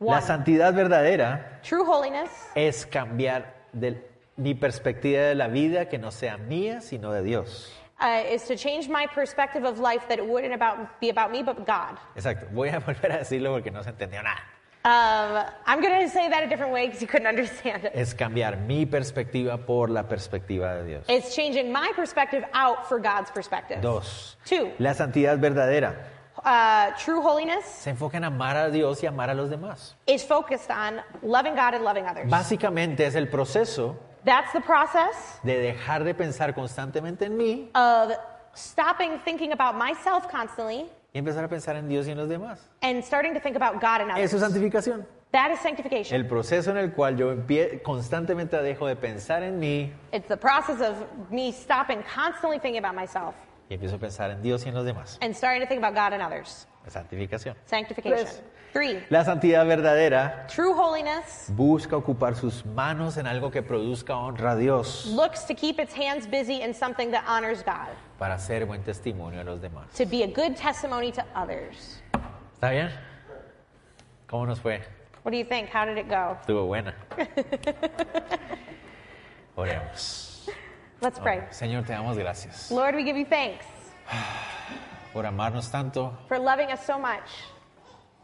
Speaker 1: la
Speaker 2: One.
Speaker 1: santidad verdadera
Speaker 2: True holiness
Speaker 1: es cambiar del- mi perspectiva de la vida que no sea mía, sino de Dios.
Speaker 2: uh, is to change my perspective of life that it wouldn't about be about me but God.
Speaker 1: Exacto. Voy a volver a decirlo porque no se entendió nada.
Speaker 2: Um, I'm going to say that a different way because you couldn't understand it.
Speaker 1: Es cambiar mi perspectiva por la perspectiva de Dios.
Speaker 2: It's changing my perspective out for God's perspective.
Speaker 1: Dos,
Speaker 2: Two,
Speaker 1: la santidad verdadera
Speaker 2: uh, true holiness
Speaker 1: se enfoca en amar a Dios y amar a los demás.
Speaker 2: is focused on loving God and loving others.
Speaker 1: Básicamente es el proceso
Speaker 2: That's the process
Speaker 1: de dejar de pensar constantemente en mí
Speaker 2: of stopping thinking about myself constantly
Speaker 1: y empezar a pensar en Dios y en los demás.
Speaker 2: and starting to think about God and others.
Speaker 1: Eso es santificación.
Speaker 2: That is sanctification.
Speaker 1: El proceso en el cual yo empie- constantemente dejo de pensar en mí
Speaker 2: It's the process of me stopping constantly thinking about myself
Speaker 1: y empiezo a pensar en Dios y en los demás.
Speaker 2: and starting to think about God and others.
Speaker 1: La santificación.
Speaker 2: Sanctification.
Speaker 1: Yes.
Speaker 2: Three,
Speaker 1: La santidad verdadera
Speaker 2: true holiness
Speaker 1: busca ocupar sus manos en algo que produzca honra a Dios
Speaker 2: looks to keep its hands busy in something that honors God,
Speaker 1: para hacer buen testimonio a los demás.
Speaker 2: to be a good testimony to others.
Speaker 1: ¿Está bien? ¿Cómo nos fue?
Speaker 2: What do you think? How did it go?
Speaker 1: Estuvo buena. Oremos.
Speaker 2: Let's pray.
Speaker 1: Señor, te damos gracias
Speaker 2: Lord, we give you thanks
Speaker 1: por amarnos tanto
Speaker 2: for loving us so much,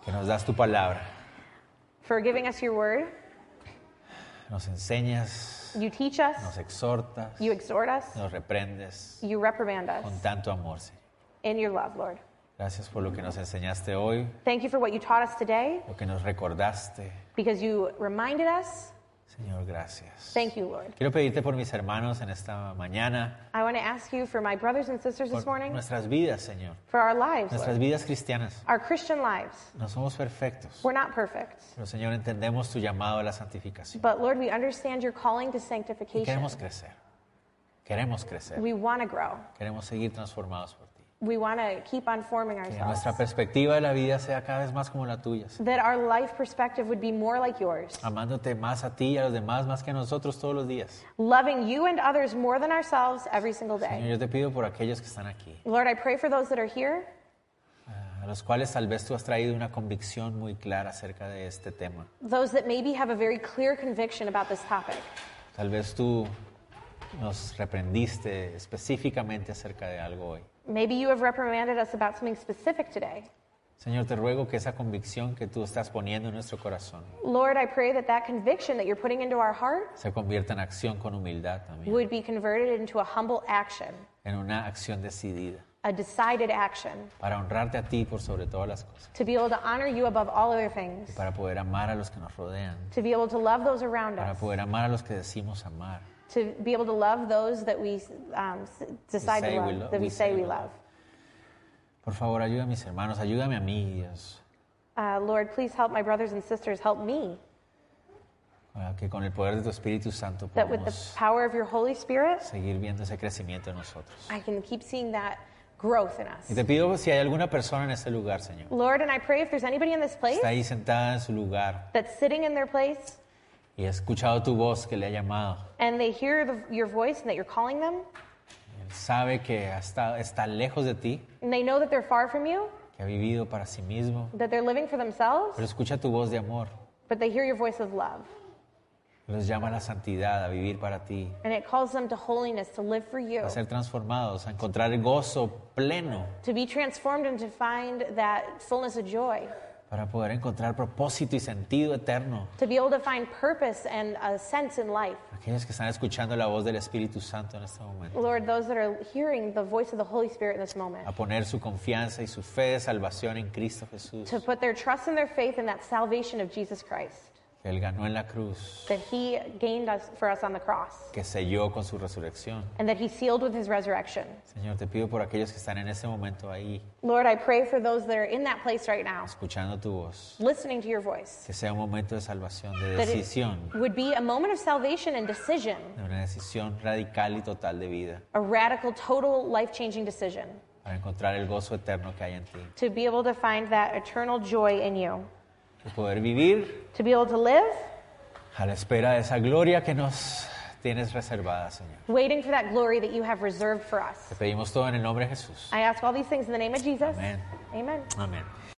Speaker 1: que nos das tu palabra,
Speaker 2: for giving us your word.
Speaker 1: nos enseñas,
Speaker 2: You teach us,
Speaker 1: nos exhortas,
Speaker 2: you exhort us,
Speaker 1: nos reprendes
Speaker 2: you reprimand us
Speaker 1: con tanto amor, Señor.
Speaker 2: in your love, Lord.
Speaker 1: Gracias por lo que nos enseñaste hoy,
Speaker 2: Thank you for what you taught us today
Speaker 1: lo que nos recordaste.
Speaker 2: because you reminded us.
Speaker 1: Señor, gracias.
Speaker 2: Thank you, Lord.
Speaker 1: Quiero pedirte por mis hermanos en esta mañana,
Speaker 2: I want to ask you for my brothers and sisters
Speaker 1: por
Speaker 2: this morning,
Speaker 1: nuestras vidas, Señor,
Speaker 2: for our lives,
Speaker 1: nuestras
Speaker 2: Lord.
Speaker 1: vidas cristianas.
Speaker 2: our Christian lives.
Speaker 1: No somos perfectos,
Speaker 2: We're not perfect,
Speaker 1: pero Señor, entendemos tu llamado a la santificación.
Speaker 2: but Lord, we understand your calling to
Speaker 1: Y
Speaker 2: sanctification.
Speaker 1: queremos crecer, queremos crecer,
Speaker 2: We want to grow.
Speaker 1: queremos seguir transformados por ti.
Speaker 2: We want to keep on forming
Speaker 1: Que
Speaker 2: ourselves.
Speaker 1: nuestra perspectiva de la vida sea cada vez más como la tuya, Señor.
Speaker 2: That our life perspective would be more like yours,
Speaker 1: amándote más a ti y a los demás más que a nosotros todos los días.
Speaker 2: loving you and others more than ourselves every single
Speaker 1: Señor,
Speaker 2: day.
Speaker 1: yo te pido por aquellos que están aquí,
Speaker 2: Lord, I pray for those that are here
Speaker 1: a los cuales tal vez tú has traído una convicción muy clara acerca de este tema.
Speaker 2: those that maybe have a very clear conviction about this topic.
Speaker 1: Tal vez tú nos reprendiste específicamente acerca de algo hoy.
Speaker 2: Maybe you have reprimanded us about something specific today.
Speaker 1: Señor, te ruego que esa convicción que tú estás poniendo en nuestro corazón
Speaker 2: Lord, I pray that that conviction that you're putting into our heart
Speaker 1: se convierta en acción con humildad también,
Speaker 2: would be converted into a humble action,
Speaker 1: en una acción decidida,
Speaker 2: a decided action,
Speaker 1: para honrarte a ti por sobre todas las cosas,
Speaker 2: to be able to honor you above all other things,
Speaker 1: para poder amar a los que nos rodean,
Speaker 2: to be able to love those around
Speaker 1: para
Speaker 2: us,
Speaker 1: poder amar a los que decimos amar.
Speaker 2: to be able to love those that we um, s- decide
Speaker 1: say
Speaker 2: to
Speaker 1: we
Speaker 2: love,
Speaker 1: lo-
Speaker 2: that we,
Speaker 1: we
Speaker 2: say
Speaker 1: say
Speaker 2: we
Speaker 1: we
Speaker 2: love.
Speaker 1: Por favor, ayuda a mis hermanos, ayúdame a mí, Dios,
Speaker 2: Uh, Lord, please help my brothers and sisters, help me,
Speaker 1: a que con el poder de tu Espíritu Santo
Speaker 2: that with the
Speaker 1: podamos
Speaker 2: power of your Holy Spirit,
Speaker 1: seguir viendo ese crecimiento en nosotros.
Speaker 2: I can keep seeing that growth in us.
Speaker 1: Y te pido si hay alguna persona en este lugar, Señor,
Speaker 2: Lord, and I pray if there's anybody in this place
Speaker 1: está ahí sentada en su lugar
Speaker 2: that's sitting in their place
Speaker 1: y ha escuchado tu voz que le ha llamado,
Speaker 2: and they hear the, your voice and that you're calling them,
Speaker 1: sabe que hasta, está lejos de ti,
Speaker 2: and they know that they're far from you,
Speaker 1: que ha vivido para sí mismo,
Speaker 2: that they're living for themselves,
Speaker 1: pero escucha tu voz de amor,
Speaker 2: but they hear your voice of love.
Speaker 1: los llama a la santidad, a vivir para ti,
Speaker 2: And it calls them to holiness, to live for you,
Speaker 1: a ser transformados, a encontrar el gozo pleno,
Speaker 2: to be transformed and to find that fullness of joy,
Speaker 1: para poder encontrar propósito y sentido eterno.
Speaker 2: to be able to find purpose and a sense in life.
Speaker 1: Aquellos que están escuchando la voz del Espíritu Santo en este momento,
Speaker 2: Lord, those that are hearing the voice of the Holy Spirit in this moment,
Speaker 1: a poner su confianza y su fe de salvación en Cristo Jesús,
Speaker 2: to put their trust and their faith in that salvation of Jesus Christ
Speaker 1: que Él ganó en la cruz,
Speaker 2: that He gained us for us on the cross,
Speaker 1: que selló con su resurrección.
Speaker 2: and that He sealed with His resurrection.
Speaker 1: Señor, te pido por aquellos que están en este momento ahí,
Speaker 2: Lord, I pray for those that are in that place right now,
Speaker 1: escuchando tu voz,
Speaker 2: listening to Your voice,
Speaker 1: que sea un momento de salvación, de
Speaker 2: that
Speaker 1: decisión,
Speaker 2: it would be a moment of salvation and decision,
Speaker 1: de una decisión radical y total de vida,
Speaker 2: a radical, total, life-changing decision
Speaker 1: para encontrar el gozo eterno que hay en ti,
Speaker 2: to be able to find that eternal joy in You,
Speaker 1: y poder vivir
Speaker 2: to be able to live,
Speaker 1: a la espera de esa gloria que nos tienes reservada, Señor.
Speaker 2: waiting for that glory that You have reserved for us.
Speaker 1: Te pedimos todo en el nombre de Jesús.
Speaker 2: I ask all these things in the name of Jesus.
Speaker 1: Amen.
Speaker 2: Amen.
Speaker 1: Amén.